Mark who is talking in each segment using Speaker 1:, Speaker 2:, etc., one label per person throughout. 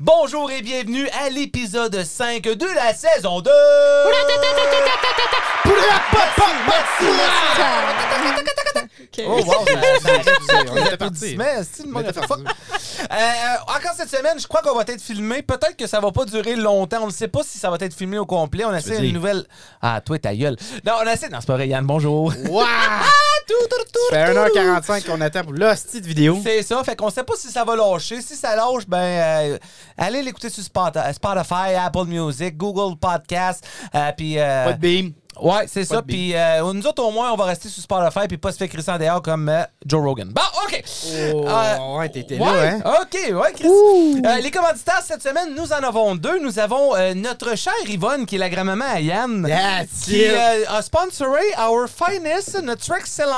Speaker 1: Bonjour et bienvenue à l'épisode 5 de la saison 2! Oh wow, ça- ça arrête, c'est- on
Speaker 2: On
Speaker 1: est
Speaker 2: était parti.
Speaker 1: applaudissements, c'est le
Speaker 2: On
Speaker 1: monde
Speaker 2: était
Speaker 1: a fait fuck.
Speaker 2: parti.
Speaker 1: Euh, euh, encore cette semaine, je crois qu'on va être filmé. Peut-être que ça va pas durer longtemps. On ne sait pas si ça va être filmé au complet. On essaie
Speaker 2: veux
Speaker 1: une
Speaker 2: dire?
Speaker 1: nouvelle. Ah, toi, ta gueule. Non, on essaie. Non, c'est pas vrai, Yann, bonjour.
Speaker 2: Waouh! Ça fait 1h45 qu'on attend pour l'hostie de vidéo.
Speaker 1: C'est ça, fait qu'on sait pas si ça va lâcher. Si ça lâche, ben euh, allez l'écouter sur Spot- euh, Spotify, Apple Music, Google Podcast, euh, puis euh,
Speaker 2: Pas de beam.
Speaker 1: ouais, c'est ça.
Speaker 2: de bip.
Speaker 1: Puis euh, nous autres au moins, on va rester sur Spotify puis pas se faire crisser en dehors comme euh, Joe Rogan. Bon, ok.
Speaker 2: Oh,
Speaker 1: Euh,
Speaker 2: ouais, t'étais
Speaker 1: ouais,
Speaker 2: là, hein?
Speaker 1: OK, ouais, Chris. Euh, les commanditaires cette semaine, nous en avons deux. Nous avons euh, notre chère Yvonne, qui est la grand-maman à Yann.
Speaker 2: That's
Speaker 1: Qui
Speaker 2: it.
Speaker 1: euh, a sponsoré Our Finest, notre excellence,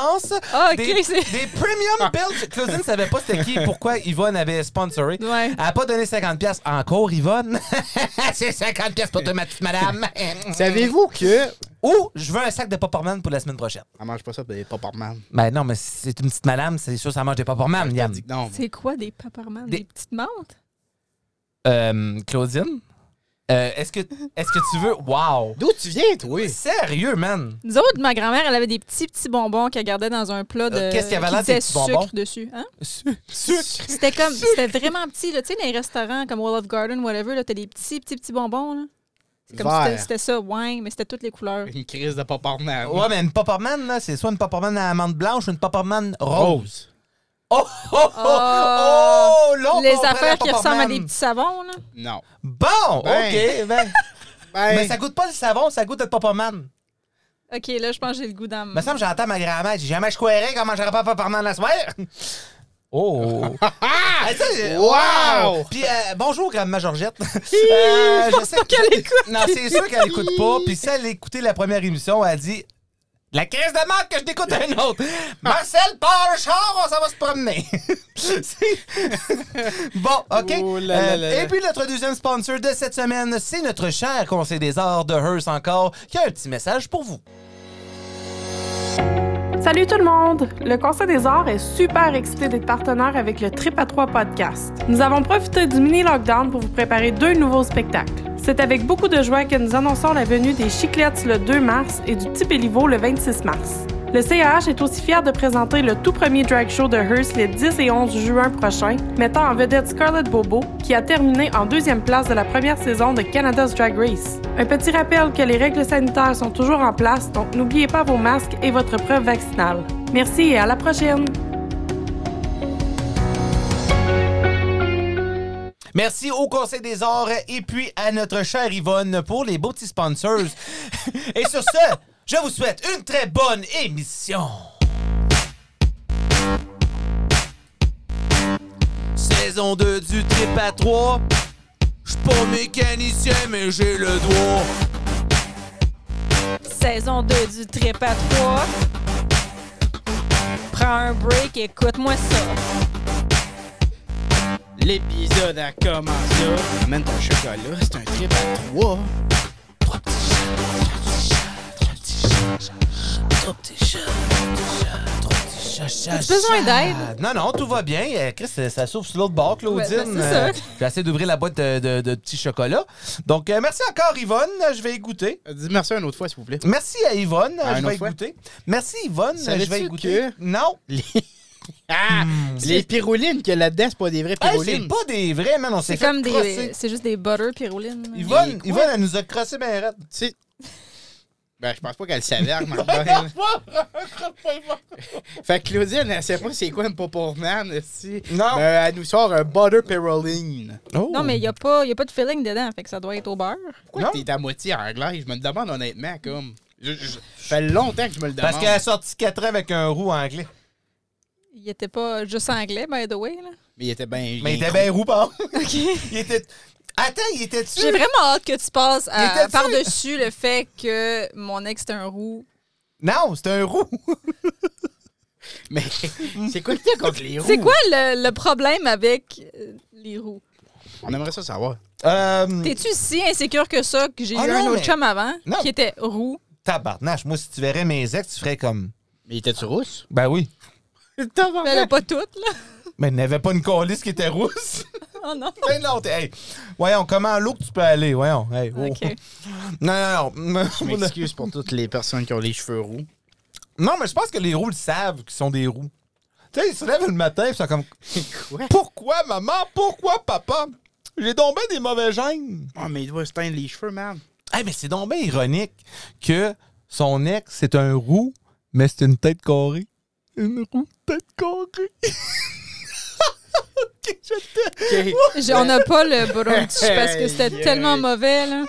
Speaker 3: Ah, ok,
Speaker 1: des,
Speaker 3: c'est-
Speaker 1: des
Speaker 2: Ah.
Speaker 1: premium builds. Claudine ne savait pas c'était qui, pourquoi Yvonne avait sponsoré.
Speaker 3: Ouais.
Speaker 1: Elle n'a pas donné 50$ piastres. encore, Yvonne. C'est 50$ pour toi, ma petite madame.
Speaker 2: Savez-vous que.
Speaker 1: Ou je veux un sac de Popperman pour la semaine prochaine.
Speaker 2: On mange pas ça, des paparman.
Speaker 1: Ben non, mais si c'est une petite madame, c'est sûr, ça mange des Popperman, Yann.
Speaker 2: Dit que non.
Speaker 3: C'est quoi des paparmans?
Speaker 1: Des-
Speaker 3: Des... petites menthes?
Speaker 1: Euh, Claudine, euh, est-ce que, est que tu veux. Wow!
Speaker 2: D'où tu viens, toi?
Speaker 1: Sérieux, man!
Speaker 3: Nous autres, ma grand-mère, elle avait des petits, petits bonbons qu'elle gardait dans un plat de.
Speaker 1: Euh, qu'est-ce qu'il y avait
Speaker 3: qui
Speaker 1: là, des
Speaker 3: disait
Speaker 1: petits bonbons?
Speaker 3: sucre dessus. Hein?
Speaker 1: Sucre!
Speaker 3: C'était comme. C'était vraiment petit, là. Tu sais, dans les restaurants comme Wall of Garden, whatever, là, t'as des petits, petits, petits bonbons, là. C'est comme si
Speaker 2: Vert.
Speaker 3: c'était- c'était ça, ouais, mais c'était toutes les couleurs.
Speaker 2: Une crise de paparman.
Speaker 1: Ouais, mais une Popperman, là, c'est soit une Popperman à amande blanche ou une Popperman rose.
Speaker 2: Rose.
Speaker 1: Oh, oh, oh! Oh! long
Speaker 3: les
Speaker 1: qu'on prend la
Speaker 3: affaires qui ressemblent à
Speaker 1: Popperman.
Speaker 3: des petits savons, là.
Speaker 2: Non.
Speaker 1: Bon!
Speaker 2: Ben.
Speaker 1: OK! Ben, mais
Speaker 2: Ben,
Speaker 1: ça goûte pas le savon, ça goûte le Popperman.
Speaker 3: OK, là, je pense que j'ai le goût dans
Speaker 1: Me semble que j'entends ma grand-mère, elle dit jamais je croirais comment j'aurais pas Popperman la soir. Oh! Ah, ça, c'est-
Speaker 2: Wow!
Speaker 1: Puis euh, bonjour, grand-mère Georgette. Euh, je sais qu'elle écoute. Non, c'est sûr qu'elle écoute pas. Puis si elle a écouté la première émission, elle dit La caisse de marque que je t'écoute un autre. Marcel, pars le char, on s'en va se promener. C'est- bon, OK. Euh,
Speaker 2: Oh là là là là.
Speaker 1: et puis notre deuxième sponsor de cette semaine, c'est notre cher conseil des arts de Hearst encore, qui a un petit message pour vous.
Speaker 4: Salut tout le monde! Le Conseil des arts est super excité d'être partenaire avec le Trip à 3 podcast. Nous avons profité du mini-lockdown pour vous préparer deux nouveaux spectacles. C'est avec beaucoup de joie que nous annonçons la venue des Chiclettes le 2 mars et du Petit Béliveau le 26 mars. Le CAH est aussi fier de présenter le tout premier drag show de Hearst les 10 et 11 juin prochain, mettant en vedette Scarlett Bobo, qui a terminé en deuxième place de la première saison de Canada's Drag Race. Un petit rappel que les règles sanitaires sont toujours en place, donc n'oubliez pas vos masques et votre preuve vaccinale. Merci et à la prochaine!
Speaker 1: Merci au Conseil des Arts et puis à notre chère Yvonne pour les beaux petits sponsors. et sur ce, je vous souhaite une très bonne émission. Saison 2 du Trip à 3. Je suis pas mécanicien, mais j'ai le doigt.
Speaker 3: saison 2 du Trip à 3. Prends un break, écoute-moi ça.
Speaker 2: l'épisode a commencé. Amène ton chocolat, c'est un trip à trois.
Speaker 3: As-tu besoin d'aide?
Speaker 1: Non, non, tout va bien. Euh, Chris, euh, ça s'ouvre sur l'autre bord, Claudine.
Speaker 3: Ouais, ben, c'est
Speaker 1: Euh,
Speaker 3: ça.
Speaker 1: J'essaie d'ouvrir la boîte de, de- de petits chocolats. Donc, euh, merci encore, Yvonne. Euh, Je vais y goûter.
Speaker 2: Dis merci une autre fois, s'il vous plaît.
Speaker 1: Merci à Yvonne.
Speaker 2: Ah,
Speaker 1: je vais
Speaker 2: une autre
Speaker 1: y
Speaker 2: fois?
Speaker 1: goûter. Merci, Yvonne. Je
Speaker 2: Savais-tu
Speaker 1: vais y goûter.
Speaker 2: que-
Speaker 1: Non.
Speaker 2: Les... Ah! Les pyrolines qu'il y a là-dedans, c'est pas des vraies
Speaker 1: Hey,
Speaker 2: pyrolines.
Speaker 1: c'est pas des vrais, man. On s'est
Speaker 3: C'est
Speaker 1: fait
Speaker 3: comme
Speaker 1: crosser.
Speaker 3: des. euh, C'est juste des butter pyrolines. là.
Speaker 1: Yvonne,
Speaker 2: Quoi?
Speaker 1: Yvonne, elle nous a crossé ben raide.
Speaker 2: C'est- Ben, je pense pas qu'elle savait, remarque Fait que Claudine, elle sait pas c'est quoi une poporman, si.
Speaker 1: Non.
Speaker 2: elle nous sort un butter pyroline.
Speaker 1: Oh.
Speaker 3: Non, mais il n'y a, pas- y a pas de filling dedans, fait que ça doit être au beurre.
Speaker 1: Non.
Speaker 2: Pourquoi t'es à moitié anglais? Je me le demande honnêtement, comme. Je, je- fait longtemps que je me le demande.
Speaker 1: Parce qu'elle a sorti 4 ans avec un roux anglais.
Speaker 3: Il était pas juste anglais, by the way. Là.
Speaker 2: Mais il était bien.
Speaker 1: Mais il était bien roux, par
Speaker 3: OK.
Speaker 1: Il était. Attends, il était-tu?
Speaker 3: J'ai vraiment hâte que tu passes
Speaker 1: Il était
Speaker 3: à-
Speaker 1: dessus.
Speaker 3: par-dessus le fait que mon ex est un roux.
Speaker 1: Non, c'était un roux.
Speaker 2: Mais c'est quoi que t'as contre les roues?
Speaker 3: C'est quoi le, le problème avec euh, les roux?
Speaker 2: On aimerait ça savoir.
Speaker 1: Euh,
Speaker 3: T'es-tu si insécure que ça que j'ai
Speaker 1: Ah
Speaker 3: eu
Speaker 1: non,
Speaker 3: un autre
Speaker 1: mais-
Speaker 3: chum avant
Speaker 1: Non.
Speaker 3: qui était roux?
Speaker 1: tabarnache. Moi, si tu verrais mes ex, tu ferais comme.
Speaker 2: Mais il était-tu rousse?
Speaker 1: Ben oui.
Speaker 3: Mais là, Ben, pas toutes, là.
Speaker 1: Mais il n'y avait pas une colisse qui était rousse.
Speaker 3: Oh non.
Speaker 1: Ben non, t'es- hey, voyons, comment l'eau que tu peux aller? Voyons. Hey, oh.
Speaker 3: OK.
Speaker 1: Non, non, non.
Speaker 2: Je m'excuse pour toutes les personnes qui ont les cheveux roux.
Speaker 1: Non, mais je pense que les roues le savent qu'ils sont des roues. Tu sais, ils se lèvent le matin et sont comme
Speaker 2: Quoi?
Speaker 1: Pourquoi maman? Pourquoi papa? J'ai tombé des mauvais gènes.
Speaker 2: Oh, mais il doit se teindre les cheveux, man.
Speaker 1: Hey, mais c'est donc bien ironique que son ex, c'est un roux, mais c'est une tête carrée. Une roue tête carrée. Ok, je t'ai-
Speaker 2: Ok.
Speaker 3: J'ai- On n'a pas le brunch parce que c'était
Speaker 2: Yeah.
Speaker 3: tellement mauvais, là.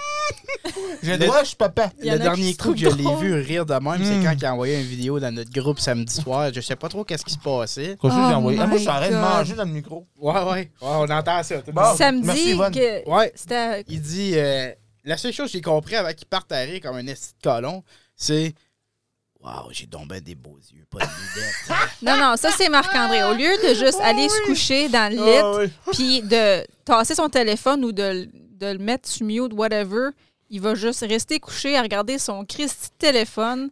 Speaker 1: J'ai
Speaker 2: Le-
Speaker 1: le droit, je suis papa.
Speaker 3: Il y en
Speaker 2: Le
Speaker 3: a qui
Speaker 2: dernier
Speaker 3: se
Speaker 2: coup que je
Speaker 3: trouvent
Speaker 2: l'ai
Speaker 3: drôles. Hmm.
Speaker 2: vu rire de même, c'est
Speaker 1: Mm.
Speaker 2: quand il a envoyé une vidéo dans notre groupe samedi soir. Je sais pas trop qu'est-ce qui se passait.
Speaker 1: Quand je
Speaker 3: Oh
Speaker 1: l'ai envoyé. Ah, moi, je
Speaker 3: my
Speaker 1: suis en train de
Speaker 3: God.
Speaker 1: manger dans le micro.
Speaker 2: Ouais, ouais. Ouais, on entend ça. tout le
Speaker 1: Bon.
Speaker 2: monde.
Speaker 1: Oh, merci,
Speaker 3: Samedi,
Speaker 1: Yvonne.
Speaker 3: que-
Speaker 2: Ouais.
Speaker 3: c'était.
Speaker 2: Il dit euh, La seule chose que j'ai compris avant qu'il parte à rire comme un esti de colon, c'est Waouh, j'ai donc ben des beaux yeux, pas de lunettes.
Speaker 3: Non, non, ça, c'est Marc-André. Au lieu de
Speaker 1: Oh,
Speaker 3: juste aller se coucher dans le lit,
Speaker 1: Ah, oui.
Speaker 3: puis de tasser son téléphone ou de, l- de le mettre sur mute, whatever, il va juste rester couché à regarder son Christy de téléphone.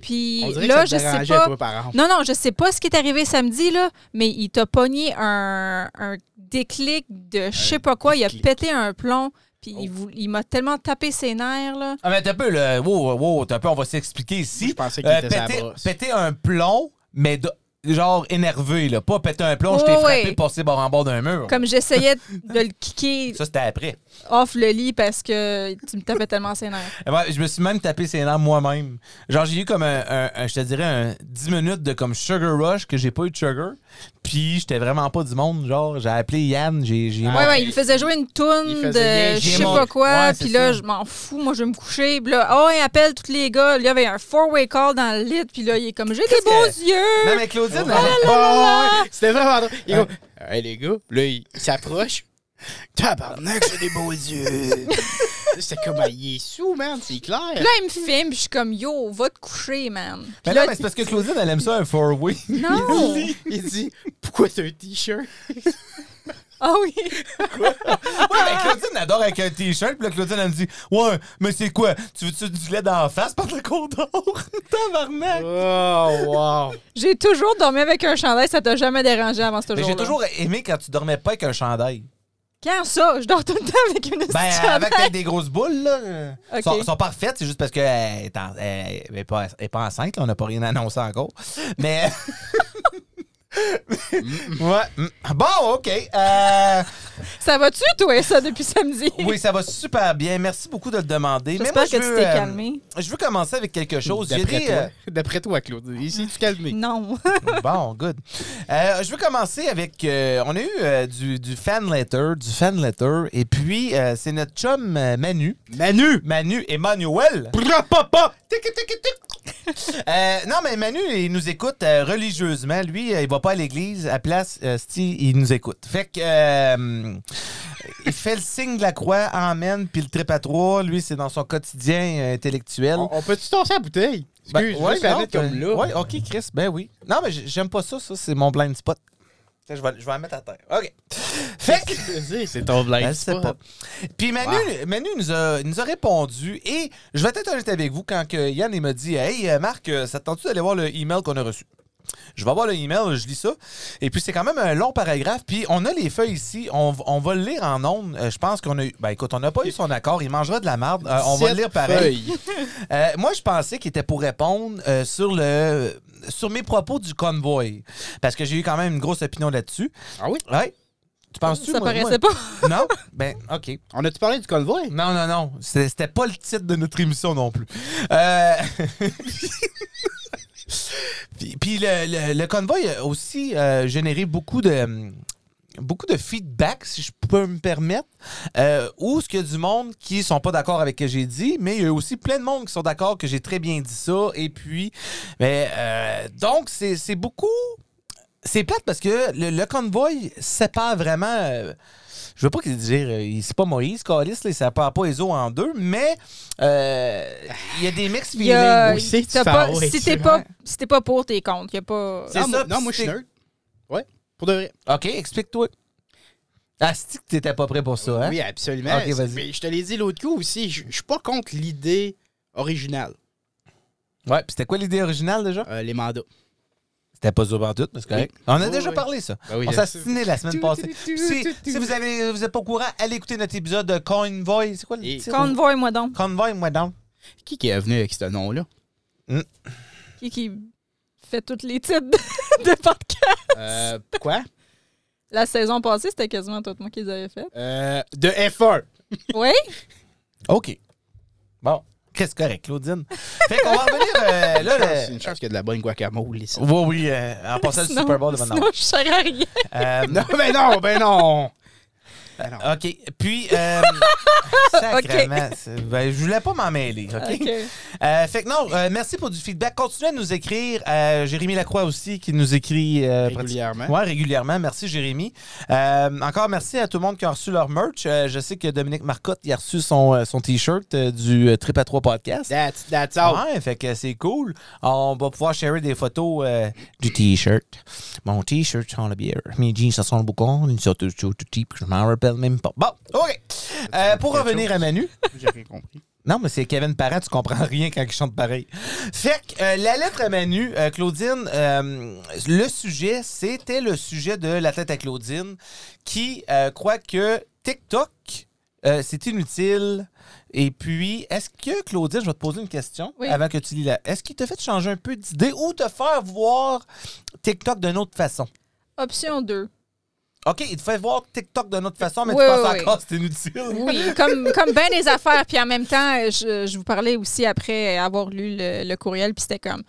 Speaker 3: Puis
Speaker 2: On dirait
Speaker 3: là,
Speaker 2: que ça
Speaker 3: je
Speaker 2: te
Speaker 3: sais
Speaker 2: dérangeait,
Speaker 3: pas.
Speaker 2: toi, par exemple.
Speaker 3: Non, non, je sais pas ce qui est arrivé samedi, là, mais il t'a pogné un, un déclic de je sais pas quoi. Il
Speaker 2: déclic.
Speaker 3: a
Speaker 2: Oh.
Speaker 3: pété un plomb, puis il, vou- il m'a tellement tapé ses nerfs, là.
Speaker 1: Ah, mais t'as un peu, le Wow, wow, t'as un peu, on va s'expliquer ici. Euh,
Speaker 2: Je pensais qu'il était sa
Speaker 1: péter,
Speaker 2: brosse.
Speaker 1: péter un plomb, mais de- genre énervé, là. Pas péter un plomb, je t'ai
Speaker 3: Ouais,
Speaker 1: frappé,
Speaker 3: ouais.
Speaker 1: passé bord en bord d'un mur.
Speaker 3: Comme j'essayais de le kicker
Speaker 1: Ça, c'était après.
Speaker 3: off le lit parce que tu me tapais tellement ses nerfs.
Speaker 1: Et moi, je me suis même tapé ses nerfs moi-même. Genre, j'ai eu comme un, un- un- je te dirais, un 10 minutes de comme sugar rush que j'ai pas eu de sugar. Puis, j'étais vraiment pas du monde. Genre, j'ai appelé Yann, j'ai. j'ai-
Speaker 2: Ah,
Speaker 3: Ouais, ouais,
Speaker 2: mais
Speaker 3: il me faisait jouer une
Speaker 2: il
Speaker 3: toune
Speaker 2: faisait
Speaker 3: de
Speaker 2: bien
Speaker 3: je
Speaker 1: Jim
Speaker 3: sais
Speaker 1: Hawk.
Speaker 3: pas quoi,
Speaker 1: Ouais, c'est
Speaker 3: puis là,
Speaker 1: ça.
Speaker 3: je m'en fous, moi, je vais me coucher. Puis là, oh, il appelle tous les gars. Il y avait un four-way call dans le lit, puis là, il est comme j'ai des
Speaker 1: Qu'est-ce
Speaker 3: beaux
Speaker 1: que-
Speaker 3: yeux.
Speaker 1: Non, mais Claudine,
Speaker 3: Oh
Speaker 2: Ouais, Oh, ouais, ouais, ouais. C'était vraiment drôle. Il est comme, Hey, les gars, là, il s'approche. Tabarnak, j'ai des beaux yeux. C'était comme, Ah, il est sous, man, c'est clair.
Speaker 3: Puis là, il me filme, puis je suis comme yo, va te coucher, man. Puis
Speaker 1: mais non,
Speaker 3: là,
Speaker 1: mais c'est parce que Claudine, elle aime ça un four-way.
Speaker 3: non.
Speaker 2: Il dit, pourquoi t'as un t-shirt?
Speaker 3: Ah oui.
Speaker 1: Ouais, mais Claudine adore avec un t-shirt. Puis là, Claudine, elle me dit Ouais, mais c'est quoi Tu veux-tu du lait dans la face par le condor Tabarnak
Speaker 2: Oh, wow.
Speaker 3: J'ai toujours dormi avec un chandail, ça t'a jamais dérangé avant ce
Speaker 1: Mais
Speaker 3: jour-là.
Speaker 1: j'ai toujours aimé quand tu dormais pas avec un chandail.
Speaker 3: Quand ça, je dors tout le temps avec une
Speaker 1: Ben,
Speaker 3: petite
Speaker 1: avec
Speaker 3: chandail.
Speaker 1: peut-être des grosses boules, là. euh,
Speaker 3: Ok.
Speaker 1: Sont, sont parfaites, c'est juste parce qu'elle est, en- elle est pas, elle est pas enceinte, là, on n'a pas rien annoncé encore. Mais. ouais. mm. Bon, OK. Euh,
Speaker 3: Ça va-tu, toi, ça, depuis samedi?
Speaker 1: oui, ça va super bien. Merci beaucoup de le demander. Mais
Speaker 3: J'espère
Speaker 1: moi,
Speaker 3: que
Speaker 1: je
Speaker 3: tu
Speaker 1: veux,
Speaker 3: t'es
Speaker 1: euh,
Speaker 3: calmé.
Speaker 1: Je veux commencer avec quelque chose. J'ai euh,
Speaker 2: D'après
Speaker 1: des,
Speaker 2: toi, d'après toi, Claude. Ici, tu calmes.
Speaker 3: Non.
Speaker 1: euh, bon, good. Euh, je veux commencer avec. euh, on a eu euh, du, du fan letter, du fan letter. Et puis, euh, c'est notre chum euh, Manu.
Speaker 2: Manu!
Speaker 1: Manu Emmanuel.
Speaker 2: papa!
Speaker 1: Tic, tic, tic, tic. Euh, non, mais Manu, il nous écoute euh, religieusement. Lui, euh, il va pas à l'église. À place, euh, c'ti, il nous écoute. Fait que. euh, il fait le signe de la croix, Amen, puis le trip à trois. Lui, c'est dans son quotidien euh, intellectuel.
Speaker 2: On, on peut-tu tasser la bouteille?
Speaker 1: Ben,
Speaker 2: Excuse,
Speaker 1: ouais,
Speaker 2: juste la
Speaker 1: non,
Speaker 2: mettre comme
Speaker 1: ben,
Speaker 2: là.
Speaker 1: ouais, OK, Chris, ben oui. Non, mais j- j'aime pas ça. Ça, c'est mon blind spot. Tiens, Je vais, je vais la mettre à terre. OK. Fait que.
Speaker 2: Vas-y, c'est ton blague.
Speaker 1: Elle sait pas. Puis Manu, Manu nous, a, nous a répondu et je vais être honnête avec vous quand que Yann il m'a dit Hey euh, Marc, euh, ça te tente-tu d'aller voir le email qu'on a reçu Je vais voir le email, je lis ça. Et puis c'est quand même un long paragraphe. Puis on a les feuilles ici, on, v- on va le lire en ondes. Euh, je pense qu'on a eu. Ben écoute, on n'a pas eu son accord, il mangera de la merde. Euh, on va le lire pareil. Euh, moi, je pensais qu'il était pour répondre euh, sur le sur mes propos du convoy. Parce que j'ai eu quand même une grosse opinion là-dessus.
Speaker 2: Ah oui?
Speaker 1: Ouais. Tu penses-tu?
Speaker 3: ça
Speaker 1: moi-
Speaker 3: paraissait
Speaker 1: moi-
Speaker 3: pas.
Speaker 1: Non? Ben, OK.
Speaker 2: On a-tu parlé du convoi?
Speaker 1: Non, non, non. C'est- C'était pas le titre de notre émission non plus. Euh, puis puis le, le, le convoi a aussi euh, généré beaucoup de beaucoup de feedback, si je peux me permettre, euh, où ce qu'il y a du monde qui sont pas d'accord avec ce que j'ai dit, mais il y a aussi plein de monde qui sont d'accord que j'ai très bien dit ça, et puis... Mais, euh, donc, c'est c'est beaucoup... C'est plate parce que le, le convoy sépare vraiment... euh, je veux pas qu'il dise, euh, il- c'est pas Moïse, Calis, là, il sépare pas les eaux en deux, mais euh, il y a des mixed
Speaker 3: Il y a-
Speaker 1: feelings.
Speaker 2: Où c'est que tu
Speaker 3: Euh, t'as
Speaker 2: fais
Speaker 3: pas-
Speaker 2: arrêter,
Speaker 3: si t'es
Speaker 2: ouais.
Speaker 3: pas, si t'es pas pour, t'es contre. Il y a pas.
Speaker 1: C'est
Speaker 2: Ah,
Speaker 1: ça,
Speaker 2: moi-
Speaker 1: puis
Speaker 2: Non, moi, je suis
Speaker 1: c'est-
Speaker 2: nerd. Ouais, pour de vrai.
Speaker 1: OK, explique-toi. Ah, c'est que t'étais pas prêt pour ça, hein?
Speaker 2: Oui, absolument.
Speaker 1: Ok, vas-y.
Speaker 2: Mais je te l'ai dit l'autre coup aussi, je je suis pas contre l'idée originale,
Speaker 1: Ouais, puis c'était quoi l'idée originale déjà?
Speaker 2: euh, les mandats.
Speaker 1: C'était pas dur en tout, mais c'est correct.
Speaker 2: Oui.
Speaker 1: On a
Speaker 2: Oui,
Speaker 1: déjà
Speaker 2: oui.
Speaker 1: parlé, ça.
Speaker 2: Ben oui,
Speaker 1: on
Speaker 2: bien
Speaker 1: s'est assiné la semaine
Speaker 2: Tu,
Speaker 1: passée.
Speaker 2: tu, tu,
Speaker 1: Puis Si,
Speaker 2: tu, tu.
Speaker 1: si vous n'êtes vous êtes pas au courant, allez écouter notre épisode de Convoy. C'est quoi le
Speaker 2: Et-
Speaker 1: titre?
Speaker 3: Convoy, moi donc.
Speaker 1: Convoy, moi donc.
Speaker 2: Qui qui est venu avec ce nom-là?
Speaker 3: Qui, qui fait toutes les titres de, de podcast.
Speaker 2: Euh, quoi?
Speaker 3: La saison passée, c'était quasiment tout moi qui les avais fait.
Speaker 2: Euh, de F1.
Speaker 3: Oui?
Speaker 1: OK. Bon. Qu'est-ce correct, Claudine? fait qu'on va revenir euh, là.
Speaker 2: Ah, C'est
Speaker 1: le-
Speaker 2: une chance qu'il y a de la bonne guacamole ici.
Speaker 1: Oui, oui, euh, en passant le
Speaker 3: Sinon-
Speaker 1: Super Bowl de maintenant.
Speaker 3: Sinon, je serais à rien.
Speaker 1: Euh,
Speaker 2: Non, ben non, ben non! Ben non.
Speaker 1: OK. Puis, euh, sacrément, c'est- ben, je voulais pas m'en mêler. OK?
Speaker 3: OK.
Speaker 1: Euh, fait que non, euh, merci pour du feedback. Continuez à nous écrire. Euh, Jérémy Lacroix aussi qui nous écrit euh,
Speaker 2: Régulièrement.
Speaker 1: pratiquement- Ouais, régulièrement. Merci Jérémy. Euh, encore merci à tout le monde qui a reçu leur merch. Euh, je sais que Dominique Marcotte il a reçu son, euh, son t-shirt euh, du euh, Trip à 3 podcast.
Speaker 2: That's, that's all.
Speaker 1: Ouais, fait que c'est cool. On va pouvoir share des photos euh, du t-shirt. Mon t-shirt sent la bière. Mes jeans, ça sent le boucan. Une sorte de sorte de type, je m'en rappelle même pas. Bon, OK. Euh, pour
Speaker 2: Quelque
Speaker 1: revenir à
Speaker 2: chose?
Speaker 1: Manu.
Speaker 2: J'ai rien compris.
Speaker 1: Non, mais c'est Kevin Parent, tu comprends rien quand il chante pareil. Fait que euh, la lettre à Manu, euh, Claudine, euh, le sujet, c'était le sujet de la tête à Claudine qui euh, croit que TikTok, euh, c'est inutile. Et puis, est-ce que, Claudine, je vais te poser une question
Speaker 3: Oui.
Speaker 1: avant que tu lis la. Est-ce qu'il t'a fait changer un peu d'idée ou te faire voir TikTok d'une autre façon?
Speaker 3: Option 2.
Speaker 1: OK, il te fait voir TikTok d'une autre façon, mais
Speaker 3: Oui,
Speaker 1: tu penses
Speaker 3: oui, oui.
Speaker 1: encore que c'est inutile.
Speaker 3: Oui, comme, comme bien des affaires. Puis en même temps, je, je vous parlais aussi après avoir lu le, le courriel, puis c'était comme.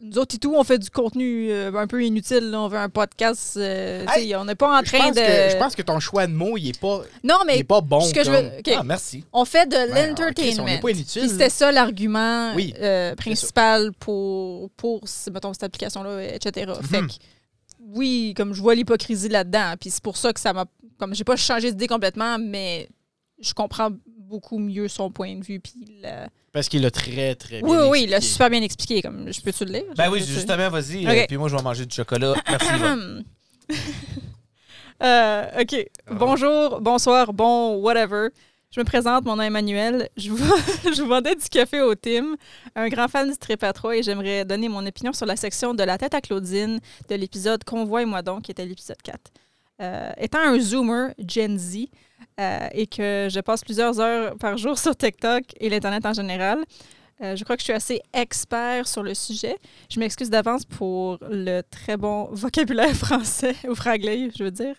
Speaker 3: Nous autres et tout, on fait du contenu euh, un peu inutile. là. On veut un podcast. euh, tu sais, on n'est pas en
Speaker 2: Je
Speaker 3: train
Speaker 2: pense,
Speaker 3: de.
Speaker 2: que, je pense que ton choix de mots, il est pas,
Speaker 3: Non,
Speaker 2: il
Speaker 3: mais.
Speaker 2: est pas bon.
Speaker 3: ce que je
Speaker 2: comme-
Speaker 3: veux- OK.
Speaker 1: Ah, merci.
Speaker 3: On fait de
Speaker 2: Ben, en Christ, on
Speaker 3: l'entertainment.
Speaker 2: n'est pas inutile.
Speaker 3: Puis c'était ça l'argument
Speaker 2: Oui,
Speaker 3: euh, principal pour, pour ce- mettons, cette application-là, etc.
Speaker 2: Mhm.
Speaker 3: Fait que, oui, comme je vois l'hypocrisie là-dedans, puis c'est pour ça que ça m'a. Comme j'ai pas changé d'idée complètement, mais je comprends beaucoup mieux son point de vue. Puis la-
Speaker 2: Parce qu'il l'a très, très bien
Speaker 3: Oui, oui, il l'a
Speaker 2: expliqué.
Speaker 3: super bien expliqué. Comme, je peux-tu le lire?
Speaker 1: Ben oui,
Speaker 3: Je- je-
Speaker 1: justement, vas-y.
Speaker 3: OK.
Speaker 1: euh, puis moi, je vais manger du chocolat. Merci, Yvonne.
Speaker 3: Hum. Euh, OK. Bonjour, bonsoir, bon whatever. Je me présente, mon nom est Emmanuel. Je vous, je vous vendais du café au Tim, un grand fan du Trip à trois, et j'aimerais donner mon opinion sur la section de La tête à Claudine de l'épisode Convoi-moi donc, qui était l'épisode 4. Euh, étant un zoomer Gen Z euh, et que je passe plusieurs heures par jour sur TikTok et l'Internet en général, euh, je crois que je suis assez expert sur le sujet. Je m'excuse d'avance pour le très bon vocabulaire français, ou franglais, je veux dire.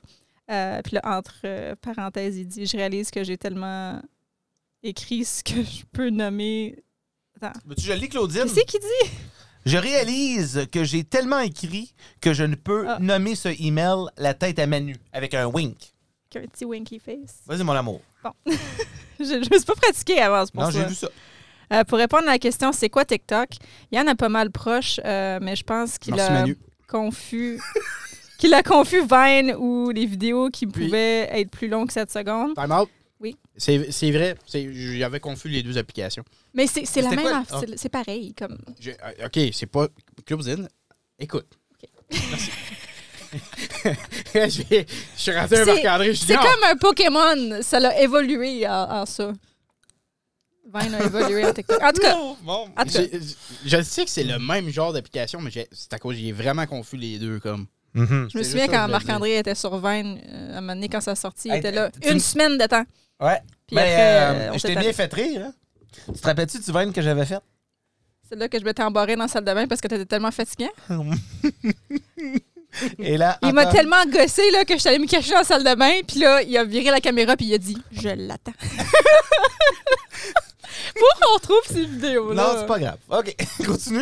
Speaker 3: Euh, puis là, entre euh, parenthèses, il dit Je réalise que j'ai tellement écrit ce que je peux nommer.
Speaker 1: Veux-tu que je le lis, Claudine?
Speaker 3: Qu'est-ce qu'il dit
Speaker 1: Je réalise que j'ai tellement écrit que je ne peux
Speaker 3: Ah.
Speaker 1: nommer ce email la tête à Manu avec un wink.
Speaker 3: Avec un petit winky face.
Speaker 1: Vas-y, mon amour.
Speaker 3: Je ne me suis pas pratiquée avant, c'est pour
Speaker 1: non,
Speaker 3: ça.
Speaker 1: j'ai vu ça.
Speaker 3: Euh, pour répondre à la question, c'est quoi TikTok? Il y en a pas mal proche, euh, mais je pense qu'il
Speaker 2: Merci,
Speaker 3: a
Speaker 2: Manu.
Speaker 3: confus. qu'il a confus Vine ou les vidéos qui
Speaker 2: Puis-
Speaker 3: pouvaient être plus longues que 7 secondes.
Speaker 2: Time out.
Speaker 3: Oui.
Speaker 2: C'est c'est vrai. c'est- J'avais confus les deux applications.
Speaker 3: Mais c'est c'est la
Speaker 1: C'était
Speaker 3: même
Speaker 1: quoi? Ah.
Speaker 3: affaire, c'est- c'est pareil. Comme...
Speaker 2: Je- euh, OK, c'est pas... Claudine, écoute. Merci. je, vais- je suis rendu un
Speaker 3: C'est-
Speaker 2: Marc-André, je dis
Speaker 3: C'est
Speaker 2: non.
Speaker 3: comme un Pokémon, ça l'a évolué en, en ça. Vine a évolué en TikTok. En tout cas,
Speaker 1: Oh, bon.
Speaker 3: en tout cas,
Speaker 2: Je, je- je sais que c'est le même genre d'application, mais j'ai- c'est à cause j'ai vraiment confus les deux. comme.
Speaker 1: Mhm.
Speaker 3: je me souviens
Speaker 2: c'est juste ça que je
Speaker 3: quand
Speaker 2: voulais
Speaker 3: Marc-André était sur Vine, euh, à un moment donné, quand ça sortit, il
Speaker 1: Hey,
Speaker 3: était là
Speaker 1: tu me-
Speaker 3: une semaine de temps.
Speaker 1: Ouais.
Speaker 3: Puis
Speaker 1: Ben,
Speaker 3: après,
Speaker 1: euh,
Speaker 3: euh, on
Speaker 1: je
Speaker 3: s'est
Speaker 1: t'ai
Speaker 3: allé.
Speaker 1: bien fait rire. hein? Tu te rappelles-tu du vin que j'avais fait?
Speaker 3: C'est là que je m'étais embarrée dans la salle de bain parce que t'étais tellement fatiguée.
Speaker 1: Et là,
Speaker 3: Il m'a
Speaker 1: encore-
Speaker 3: tellement gossé là, que je suis allée me cacher dans la salle de bain, puis là, il a viré la caméra, puis il a dit Je l'attends. Faut qu'on retrouve ces vidéos-là.
Speaker 1: Non, c'est pas grave. OK, continue.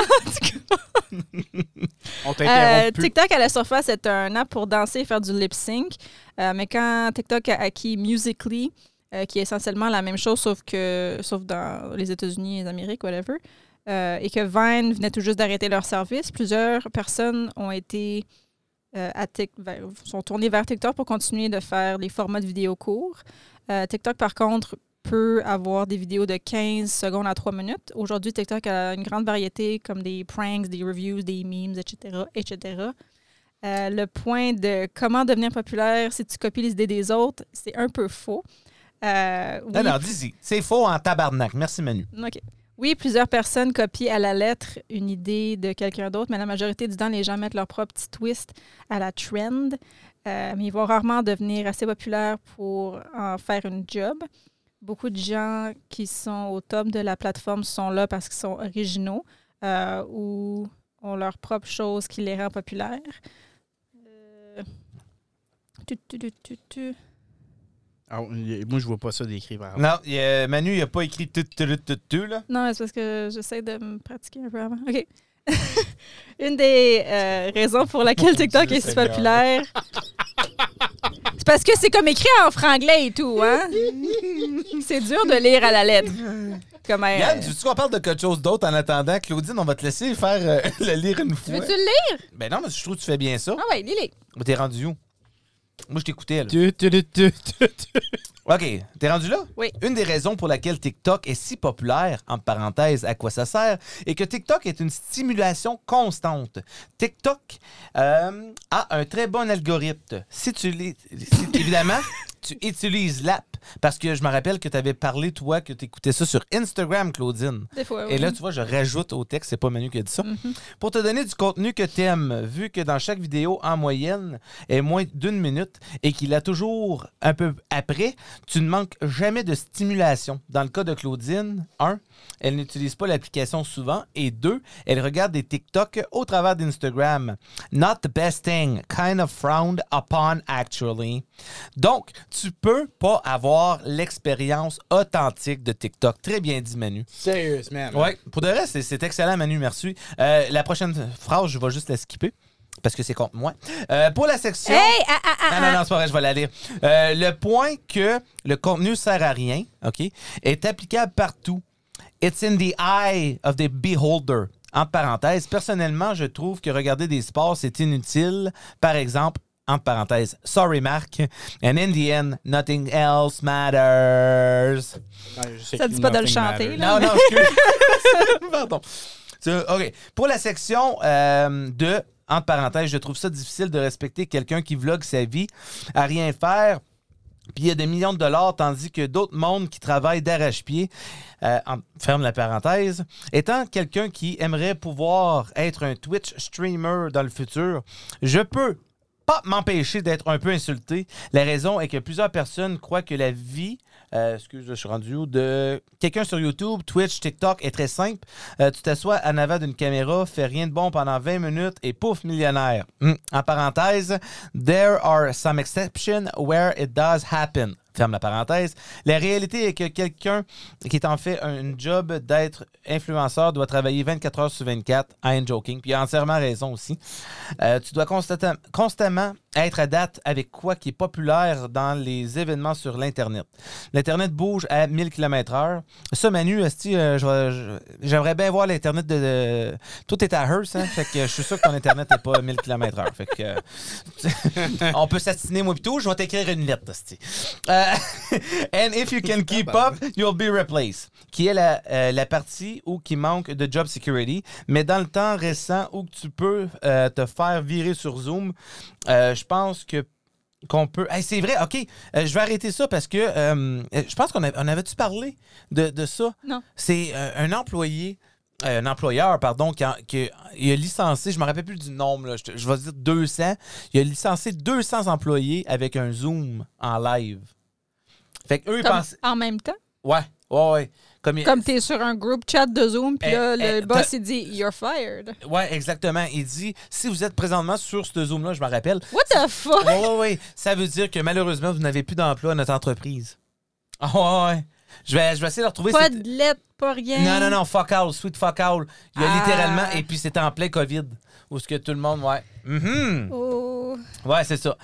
Speaker 2: On t'interrompt
Speaker 3: Euh,
Speaker 2: plus.
Speaker 3: TikTok à la surface est un app pour danser et faire du lip sync. Euh, mais quand TikTok a acquis Musically, euh, qui est essentiellement la même chose, sauf que sauf dans les États-Unis, les Amériques, whatever, euh, et que Vine venait tout juste d'arrêter leur service, plusieurs personnes ont été euh, à Tik- vers- sont tournées vers TikTok pour continuer de faire les formats de vidéos courts. Euh, TikTok, par contre, peut avoir des vidéos de 15 secondes à 3 minutes. Aujourd'hui, TikTok a une grande variété comme des pranks, des reviews, des memes, etc. etc. Euh, le point de comment devenir populaire si tu copies les idées des autres, c'est un peu faux. Euh, oui,
Speaker 1: Non, non, dis-y. C'est faux en tabarnak. Merci, Manu.
Speaker 3: OK. Oui, plusieurs personnes copient à la lettre une idée de quelqu'un d'autre, mais la majorité du temps, les gens mettent leur propre petit twist à la trend. Euh, mais ils vont rarement devenir assez populaires pour en faire une job. Beaucoup de gens qui sont au top de la plateforme sont là parce qu'ils sont originaux euh, ou ont leur propre chose qui les rend populaires. Euh, tu, tu, tu, tu, tu.
Speaker 2: Ah, moi, je vois pas ça décrit, par exemple.
Speaker 1: Non, il y a- Manu, il a pas écrit tout, tout, tout, tout, là.
Speaker 3: Non, mais c'est parce que j'essaie de me pratiquer un peu avant. OK. Une des euh, raisons pour laquelle TikTok
Speaker 1: Dieu
Speaker 3: est si
Speaker 1: Seigneur.
Speaker 3: populaire. C'est parce que c'est comme écrit en franglais et tout, hein? C'est dur de lire à la lettre. Comme euh,
Speaker 1: Yann, tu veux qu'on parle de quelque chose d'autre en attendant? Claudine, on va te laisser faire euh, le lire une
Speaker 3: Tu
Speaker 1: fois.
Speaker 3: veux-tu le lire?
Speaker 1: Ben non, mais je trouve que tu fais bien ça.
Speaker 3: Ah ouais, lis-le.
Speaker 1: Mais T'es rendu où? Moi, je t'écoutais, là.
Speaker 2: Tu, tu, tu, tu, tu, tu.
Speaker 1: OK, t'es rendu là?
Speaker 3: Oui.
Speaker 1: Une des raisons pour laquelle TikTok est si populaire, en parenthèse, à quoi ça sert, est que TikTok est une stimulation constante. TikTok euh, a un très bon algorithme. Si tu l'es- si- évidemment, tu utilises l'app. Parce que je me rappelle que tu avais parlé, toi, que tu écoutais ça sur Instagram, Claudine.
Speaker 3: Des fois, oui.
Speaker 1: Et là, tu vois, je rajoute au texte, c'est pas Manu qui a dit ça. Pour te donner du contenu que t'aimes, vu que dans chaque vidéo, en moyenne, est moins d'une minute et qu'il a toujours un peu après, tu ne manques jamais de stimulation. Dans le cas de Claudine, un, elle n'utilise pas l'application souvent et deux, elle regarde des TikTok au travers d'Instagram. Not the best thing, kind of frowned upon actually. Donc, tu peux pas avoir l'expérience authentique de TikTok. Très bien dit, Manu.
Speaker 2: Sérieusement. là.
Speaker 1: Ouais, pour de reste, c'est- c'est excellent, Manu, merci. Euh, la prochaine phrase, je vais juste la skipper parce que c'est contre moi. Euh, pour la section.
Speaker 3: Hey, ah, ah, ah,
Speaker 1: Non, non,
Speaker 3: ah.
Speaker 1: non, c'est pas vrai, je vais la lire. Euh, le point que le contenu sert à rien, OK, est applicable partout. It's in the eye of the beholder. En parenthèse, personnellement, je trouve que regarder des sports, c'est inutile. Par exemple, en parenthèse, sorry Marc, and in the end, nothing else matters.
Speaker 2: Ouais, je sais
Speaker 3: Ça
Speaker 2: que
Speaker 3: dit pas de le
Speaker 2: nothing
Speaker 3: chanter, là.
Speaker 2: matters.
Speaker 1: Non, non, excuse. Pardon. Tu- OK. Pour la section euh, de, entre parenthèses, je trouve ça difficile de respecter quelqu'un qui vlogue sa vie à rien faire. Puis il y a des millions de dollars, tandis que d'autres mondes qui travaillent d'arrache-pied, euh, en- ferme la parenthèse, étant quelqu'un qui aimerait pouvoir être un Twitch streamer dans le futur, je peux pas m'empêcher d'être un peu insulté. La raison est que plusieurs personnes croient que la vie, euh, excuse, je suis rendu où, de quelqu'un sur YouTube, Twitch, TikTok est très simple. Euh, tu t'assois en avant d'une caméra, fais rien de bon pendant 20 minutes et pouf, millionnaire. Hmm. En parenthèse, there are some exceptions where it does happen. Ferme la parenthèse. La réalité est que quelqu'un qui est en fait un une job d'être influenceur doit travailler 24 heures sur 24. I ain't joking. Puis il a entièrement raison aussi. Euh, tu dois constata- constamment être à date avec quoi qui est populaire dans les événements sur l'Internet. L'Internet bouge à 1000 km/h. Ça, Manu, esti, euh, je vais- je- j'aimerais bien voir l'Internet de, de- Tout est à Hearst, hein? Fait que je suis sûr que ton Internet n'est pas à 1000 km/h. Fait que. euh, on peut s'assiner, moi, plutôt. Je vais t'écrire une lettre, esti. Euh, and if you can keep up, you'll be replaced. Qui est la, euh, la partie où qui manque de job security. Mais dans le temps récent où tu peux euh, te faire virer sur Zoom, euh, je pense que qu'on peut. Hey, c'est vrai, OK. euh, je vais arrêter ça parce que euh, je pense qu'on a- on avait-tu parlé de, de ça?
Speaker 3: Non.
Speaker 1: C'est euh, un employé. euh, un employeur, pardon, qui a, qui a licencié, je me rappelle plus du nombre, là, je, te- je vais dire 200. Il a licencié 200 employés avec un Zoom en live. Fait que eux, ils
Speaker 3: Comme
Speaker 1: pensaient.
Speaker 3: en même temps.
Speaker 1: Ouais, ouais, ouais. Comme, il-
Speaker 3: Comme t'es sur un groupe chat de Zoom, puis
Speaker 1: Eh,
Speaker 3: là,
Speaker 1: eh,
Speaker 3: le boss, il dit « You're fired
Speaker 1: Ouais, exactement. Il dit si vous êtes présentement sur ce Zoom-là, je me rappelle. ».
Speaker 3: What the fuck?
Speaker 1: Ouais, ouais, ouais. Ça veut dire que malheureusement, vous n'avez plus d'emploi à notre entreprise. Ah, ouais, ouais. Je vais, je vais essayer de retrouver.
Speaker 3: Pas
Speaker 1: cette-
Speaker 3: de lettre, pas rien.
Speaker 1: Non, non, non, fuck all, sweet fuck all. Il y a
Speaker 3: Ah.
Speaker 1: littéralement, et puis c'était en plein COVID, où ce que tout le monde, ouais. Mhm.
Speaker 3: Oh.
Speaker 1: Ouais, c'est ça.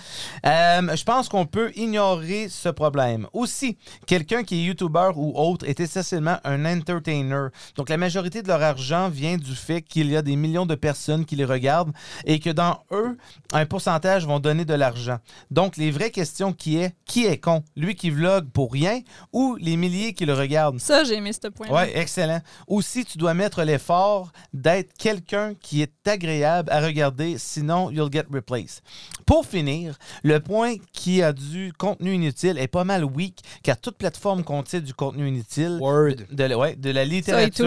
Speaker 1: Euh, je pense qu'on peut ignorer ce problème. Aussi, quelqu'un qui est youtubeur ou autre est essentiellement un entertainer. Donc, la majorité de leur argent vient du fait qu'il y a des millions de personnes qui les regardent et que dans eux, un pourcentage vont donner de l'argent. Donc, les vraies questions qui est qui est con Lui qui vlogue pour rien ou les milliers qui le regardent
Speaker 3: Ça, j'ai aimé ce point
Speaker 1: oui, excellent. Aussi, tu dois mettre l'effort d'être quelqu'un qui est agréable à regarder, sinon you'll get replaced. Pour finir, le point qui a du contenu inutile est pas mal weak, car toute plateforme contient du contenu inutile.
Speaker 2: Word.
Speaker 1: De, la- ouais, de la
Speaker 3: Ça et tout,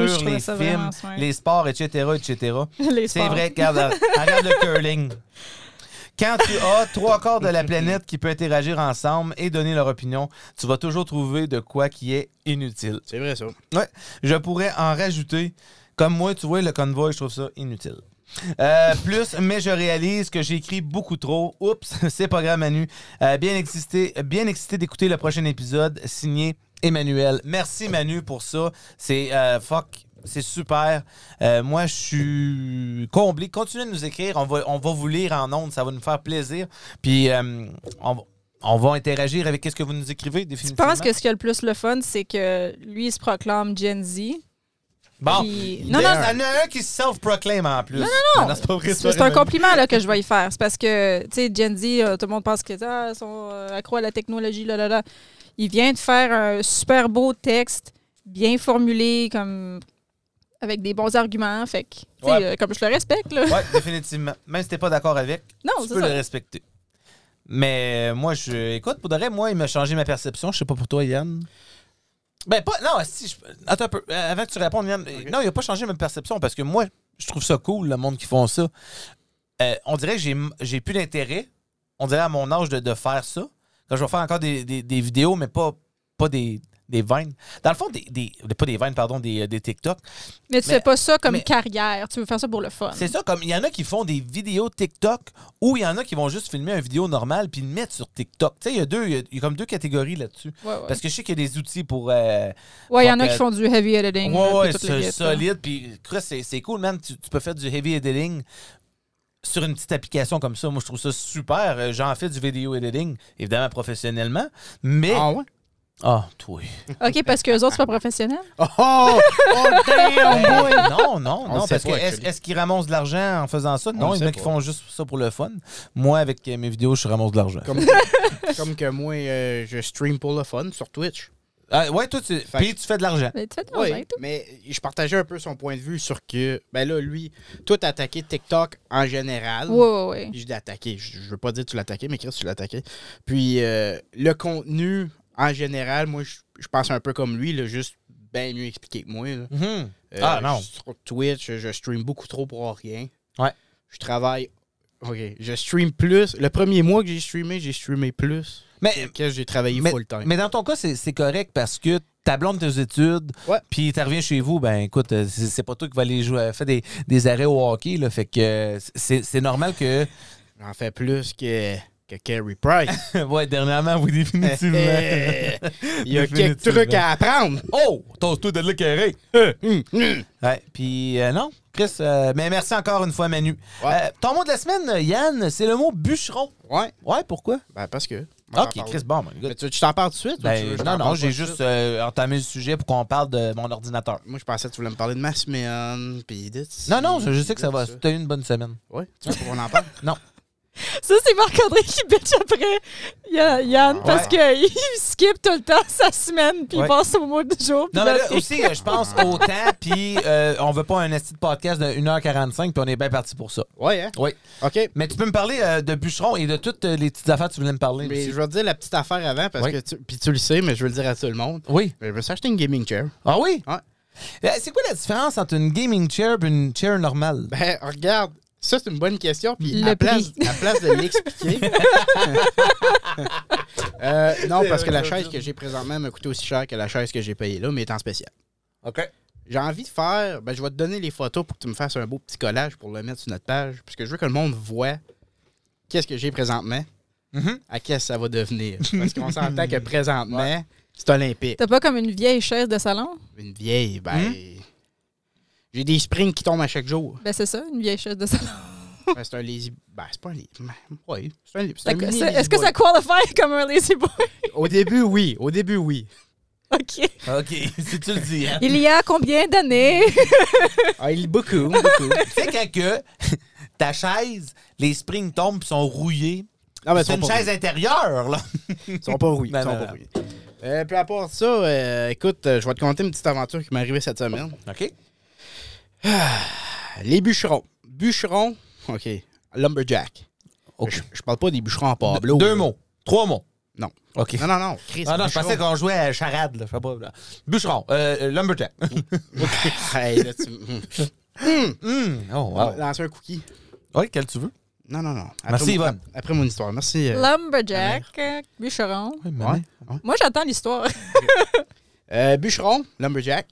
Speaker 1: littérature,
Speaker 3: je trouvais
Speaker 1: les
Speaker 3: ça
Speaker 1: films,
Speaker 3: vraiment smart.
Speaker 1: les sports, etc., etc.
Speaker 3: Les
Speaker 1: C'est
Speaker 3: sports.
Speaker 1: vrai, regarde, euh, regarde le curling. Quand tu as trois quarts de la planète qui peut interagir ensemble et donner leur opinion, tu vas toujours trouver de quoi qui est inutile.
Speaker 2: C'est vrai, ça.
Speaker 1: Ouais, je pourrais en rajouter. Comme moi, tu vois, le convoi, je trouve ça inutile. Euh, plus, mais je réalise que j'écris beaucoup trop. Oups, c'est pas grave, Manu. Euh, bien excité, bien excité d'écouter le prochain épisode signé Emmanuel. Merci, Manu, pour ça. C'est euh, fuck. C'est super. Euh, moi, je suis comblé. Continuez de nous écrire. On va, on va vous lire en ondes. Ça va nous faire plaisir. Puis, euh, on, va- on va interagir avec ce que vous nous écrivez,
Speaker 3: Je
Speaker 1: définitivement.
Speaker 3: pense que ce qui a le plus le fun, c'est que lui, il se proclame Gen Z.
Speaker 1: Bon.
Speaker 3: Puis-
Speaker 1: Non,
Speaker 3: Non,
Speaker 1: non,
Speaker 3: non,
Speaker 1: il y en a un qui se self-proclaime en plus. Non, non, non. C'est pas vrai,
Speaker 3: C'est c'est un compliment là, que je vais y faire. C'est parce que, tu sais, Gen Z, euh, tout le monde pense qu'ils sont euh, accro à la technologie, là, là, là. Il vient de faire un super beau texte, bien formulé, comme avec des bons arguments. Fait que, tu sais,
Speaker 1: Ouais.
Speaker 3: euh, comme je le respecte, là.
Speaker 1: Oui, définitivement. Même si t'es pas d'accord avec,
Speaker 3: Non,
Speaker 1: tu
Speaker 3: c'est
Speaker 1: peux le
Speaker 3: ça.
Speaker 1: respecter. Mais euh, moi, je. Écoute, pour de vrai, moi, il m'a changé ma perception. Je sais pas pour toi, Yann. Ben, pas. Non, si. je- Attends un peu. Euh, Avant que tu répondes, Yann. euh, Non, il a pas changé ma perception parce que moi, je trouve ça cool, le monde qui font ça. Euh, on dirait que j'ai- j'ai plus d'intérêt, on dirait à mon âge, de, de faire ça. Quand je vais faire encore des, des- des vidéos, mais pas, pas des, des vines. Dans le fond, des, des- Pas des vines, pardon, des, des TikTok.
Speaker 3: Mais tu
Speaker 1: Mais-
Speaker 3: fais pas ça comme
Speaker 1: mais-
Speaker 3: carrière. Tu veux faire ça pour le fun.
Speaker 1: C'est ça, comme il y en a qui font des vidéos TikTok ou il y en a qui vont juste filmer une vidéo normale puis le mettre sur TikTok. Tu sais, il y a deux, il y a- il y a comme deux catégories là-dessus.
Speaker 3: Ouais, ouais.
Speaker 1: Parce que je sais qu'il y a des outils pour. euh,
Speaker 3: Ouais, il y en a
Speaker 1: Donc,
Speaker 3: qui font du heavy editing.
Speaker 1: ouais,
Speaker 3: là,
Speaker 1: ouais,
Speaker 3: puis toutes
Speaker 1: c'est
Speaker 3: les guettes, là.
Speaker 1: solide. Puis, Chris, c'est c'est cool, man. Tu, tu peux faire du heavy editing sur une petite application comme ça. Moi, je trouve ça super. Euh, J'en fais du vidéo editing, évidemment professionnellement. Mais.
Speaker 2: Ah ouais?
Speaker 1: Ah, toi.
Speaker 3: OK, parce qu'eux autres, c'est pas professionnel.
Speaker 2: Oh, oh, oh, damn, boy!
Speaker 1: Ben, non, non,
Speaker 2: On
Speaker 1: non.
Speaker 2: le
Speaker 1: Parce
Speaker 2: sait
Speaker 1: que
Speaker 2: pas,
Speaker 1: est-ce
Speaker 2: actually.
Speaker 1: est-ce qu'ils ramassent de l'argent en faisant ça? non,
Speaker 2: le
Speaker 1: il y en a
Speaker 2: sait
Speaker 1: qui
Speaker 2: pas.
Speaker 1: font juste ça pour le fun. Moi, avec euh, mes vidéos, je ramasse de l'argent.
Speaker 2: Comme, comme que moi, euh, je stream pour le fun sur Twitch.
Speaker 1: Ah, ouais, toi, tu...
Speaker 2: Fait
Speaker 1: puis tu fais de l'argent.
Speaker 3: Mais tu fais ton
Speaker 2: Oui,
Speaker 3: argent et Ah, ben, tout.
Speaker 2: mais je partageais un peu son point de vue sur que, ben là, lui, toi, t'as attaqué TikTok en général.
Speaker 3: Ouais, ouais, ouais.
Speaker 2: Puis je l'ai attaqué. Je, je veux pas dire que tu l'as attaqué, mais Chris, tu l'as attaqué. Puis euh, le contenu, en général, moi, je, je pense un peu comme lui, là, juste bien mieux expliqué que moi. là.
Speaker 1: Mhm.
Speaker 2: Euh,
Speaker 1: Ah, non.
Speaker 2: je- Sur Twitch, je stream beaucoup trop pour rien.
Speaker 1: Ouais.
Speaker 2: Je travaille. OK. Je stream plus. Le premier mois que j'ai streamé, j'ai streamé plus
Speaker 1: Mais,
Speaker 2: que j'ai travaillé
Speaker 1: mais,
Speaker 2: full time.
Speaker 1: mais dans ton cas, c'est c'est correct parce que ta blonde tes études,
Speaker 2: Ouais.
Speaker 1: puis tu reviens chez vous, ben écoute, euh, c'est c'est pas toi qui va aller jouer, faire des, des arrêts au hockey, là, fait que euh, c'est c'est normal que...
Speaker 2: J'en fais plus que, que Carey Price.
Speaker 1: ouais, dernièrement, oui, définitivement.
Speaker 2: Eh, Il y a quelques
Speaker 1: Définitivement.
Speaker 2: trucs à apprendre.
Speaker 1: oh! T'oses-toi de le carré!
Speaker 2: Hum, hum.
Speaker 1: Hein. Ouais, puis euh, non, Chris, euh, mais merci encore une fois, Manu.
Speaker 2: Ouais.
Speaker 1: Euh, ton mot de la semaine, Yann, c'est le mot bûcheron.
Speaker 2: Ouais.
Speaker 1: Ouais, pourquoi?
Speaker 2: Ben, parce que. moi, j'en
Speaker 1: Ok,
Speaker 2: parle.
Speaker 1: Chris, bon, ben,
Speaker 2: Mais
Speaker 1: écoute.
Speaker 2: tu, tu t'en parles tout de suite? ou
Speaker 1: Ben,
Speaker 2: tu veux que je
Speaker 1: non,
Speaker 2: t'en
Speaker 1: non,
Speaker 2: parle
Speaker 1: j'ai
Speaker 2: pas tout de
Speaker 1: juste
Speaker 2: suite?
Speaker 1: euh, entamé le sujet pour qu'on parle de mon ordinateur.
Speaker 2: Moi, je pensais que tu voulais me parler de ma semaine, puis de ci,
Speaker 1: Non, non, je, je sais que
Speaker 2: de
Speaker 1: ça va. T'as eu une bonne semaine.
Speaker 2: Ouais, tu veux qu'on en parle?
Speaker 3: Ça, c'est Marc-André qui bitch après Ya- Yann parce qu'il skip tout le temps sa semaine puis
Speaker 1: Ah Ouais.
Speaker 3: il passe au mot du jour. puis
Speaker 1: Non, mais là
Speaker 3: là,
Speaker 1: aussi, euh, je pense au temps, puis euh, on veut pas un esti de podcast de 1h45, puis on est bien parti pour ça.
Speaker 2: Ouais, hein?
Speaker 1: Oui.
Speaker 2: OK.
Speaker 1: Mais tu peux me parler euh, de bûcheron et de toutes euh, les petites affaires que tu voulais me parler.
Speaker 2: Mais
Speaker 1: aussi.
Speaker 2: je vais te dire la petite affaire avant, parce
Speaker 1: Oui.
Speaker 2: que tu, puis tu le sais, mais je veux le dire à tout le monde.
Speaker 1: Oui.
Speaker 2: Mais Je me suis acheté une gaming chair.
Speaker 1: Ah oui?
Speaker 2: Ouais.
Speaker 1: Euh, C'est quoi la différence entre une gaming chair et une chair normale?
Speaker 2: Ben, regarde, ça, c'est une bonne question. Puis
Speaker 3: Le
Speaker 2: à place, à place de l'expliquer. Euh, non,
Speaker 1: C'est
Speaker 2: parce
Speaker 1: vrai,
Speaker 2: que la
Speaker 1: ça,
Speaker 2: chaise
Speaker 1: ça.
Speaker 2: que j'ai présentement me coûte aussi cher que la chaise que j'ai payée là, mais est en spécial.
Speaker 1: OK.
Speaker 2: J'ai envie de faire. Ben, je vais te donner les photos pour que tu me fasses un beau petit collage pour le mettre sur notre page. Parce que je veux que le monde voit qu'est-ce que j'ai présentement,
Speaker 1: Mhm.
Speaker 2: à qu'est-ce que ça va devenir. Parce qu'on s'entend que présentement, c'est olympique.
Speaker 3: T'as pas comme une vieille chaise de salon?
Speaker 2: Une vieille, ben.
Speaker 1: Hmm?
Speaker 2: J'ai des springs qui tombent à chaque jour.
Speaker 3: Ben, c'est ça, une vieille chaise de salon.
Speaker 2: Ben, c'est un lazy. Ben, c'est pas un lazy. ben, ouais, c'est un, c'est un
Speaker 3: Ça-
Speaker 2: mini
Speaker 3: ça-
Speaker 2: lazy
Speaker 3: Est-ce que
Speaker 2: boy.
Speaker 3: ça qualifie comme un lazy boy?
Speaker 2: Au début, oui. Au début, oui.
Speaker 3: OK.
Speaker 1: OK, si tu le dis. hein.
Speaker 3: Il y a combien d'années?
Speaker 2: Ah, il beaucoup, beaucoup.
Speaker 1: tu sais, quand que ta chaise, les springs tombent puis sont rouillés,
Speaker 2: Non, mais
Speaker 1: c'est une
Speaker 2: pas
Speaker 1: chaise intérieure, là.
Speaker 2: Ils sont pas rouillés.
Speaker 1: Non,
Speaker 2: ils sont
Speaker 1: non,
Speaker 2: pas
Speaker 1: non.
Speaker 2: rouillés. Euh, puis à part ça, euh, écoute, euh, je vais te conter une petite aventure qui m'est arrivée cette semaine. Euh,
Speaker 1: OK.
Speaker 2: Les bûcherons. Bûcherons, OK. Lumberjack.
Speaker 1: OK.
Speaker 2: Je, je parle pas des bûcherons en Pablo.
Speaker 1: Deux
Speaker 2: là.
Speaker 1: mots. Trois mots.
Speaker 2: Non.
Speaker 1: OK.
Speaker 2: Non, non, non. Chris,
Speaker 1: Ah non, je
Speaker 2: bûcheron.
Speaker 1: pensais qu'on jouait à charade, là. Je sais pas. là. Bûcheron. Euh, lumberjack.
Speaker 2: Hey, là, tu- Hum.
Speaker 1: Hum, Oh,
Speaker 2: On va
Speaker 1: wow.
Speaker 2: Lancer un cookie.
Speaker 1: Oui, quel tu veux?
Speaker 2: Non, non, non. Après
Speaker 1: Merci,
Speaker 2: mon-
Speaker 1: Yvonne.
Speaker 2: Après mon histoire. Merci. euh,
Speaker 3: Lumberjack, euh, bûcheron.
Speaker 1: Oui,
Speaker 2: ouais, ouais.
Speaker 3: Moi, j'attends l'histoire.
Speaker 2: Euh, bûcheron, Lumberjack.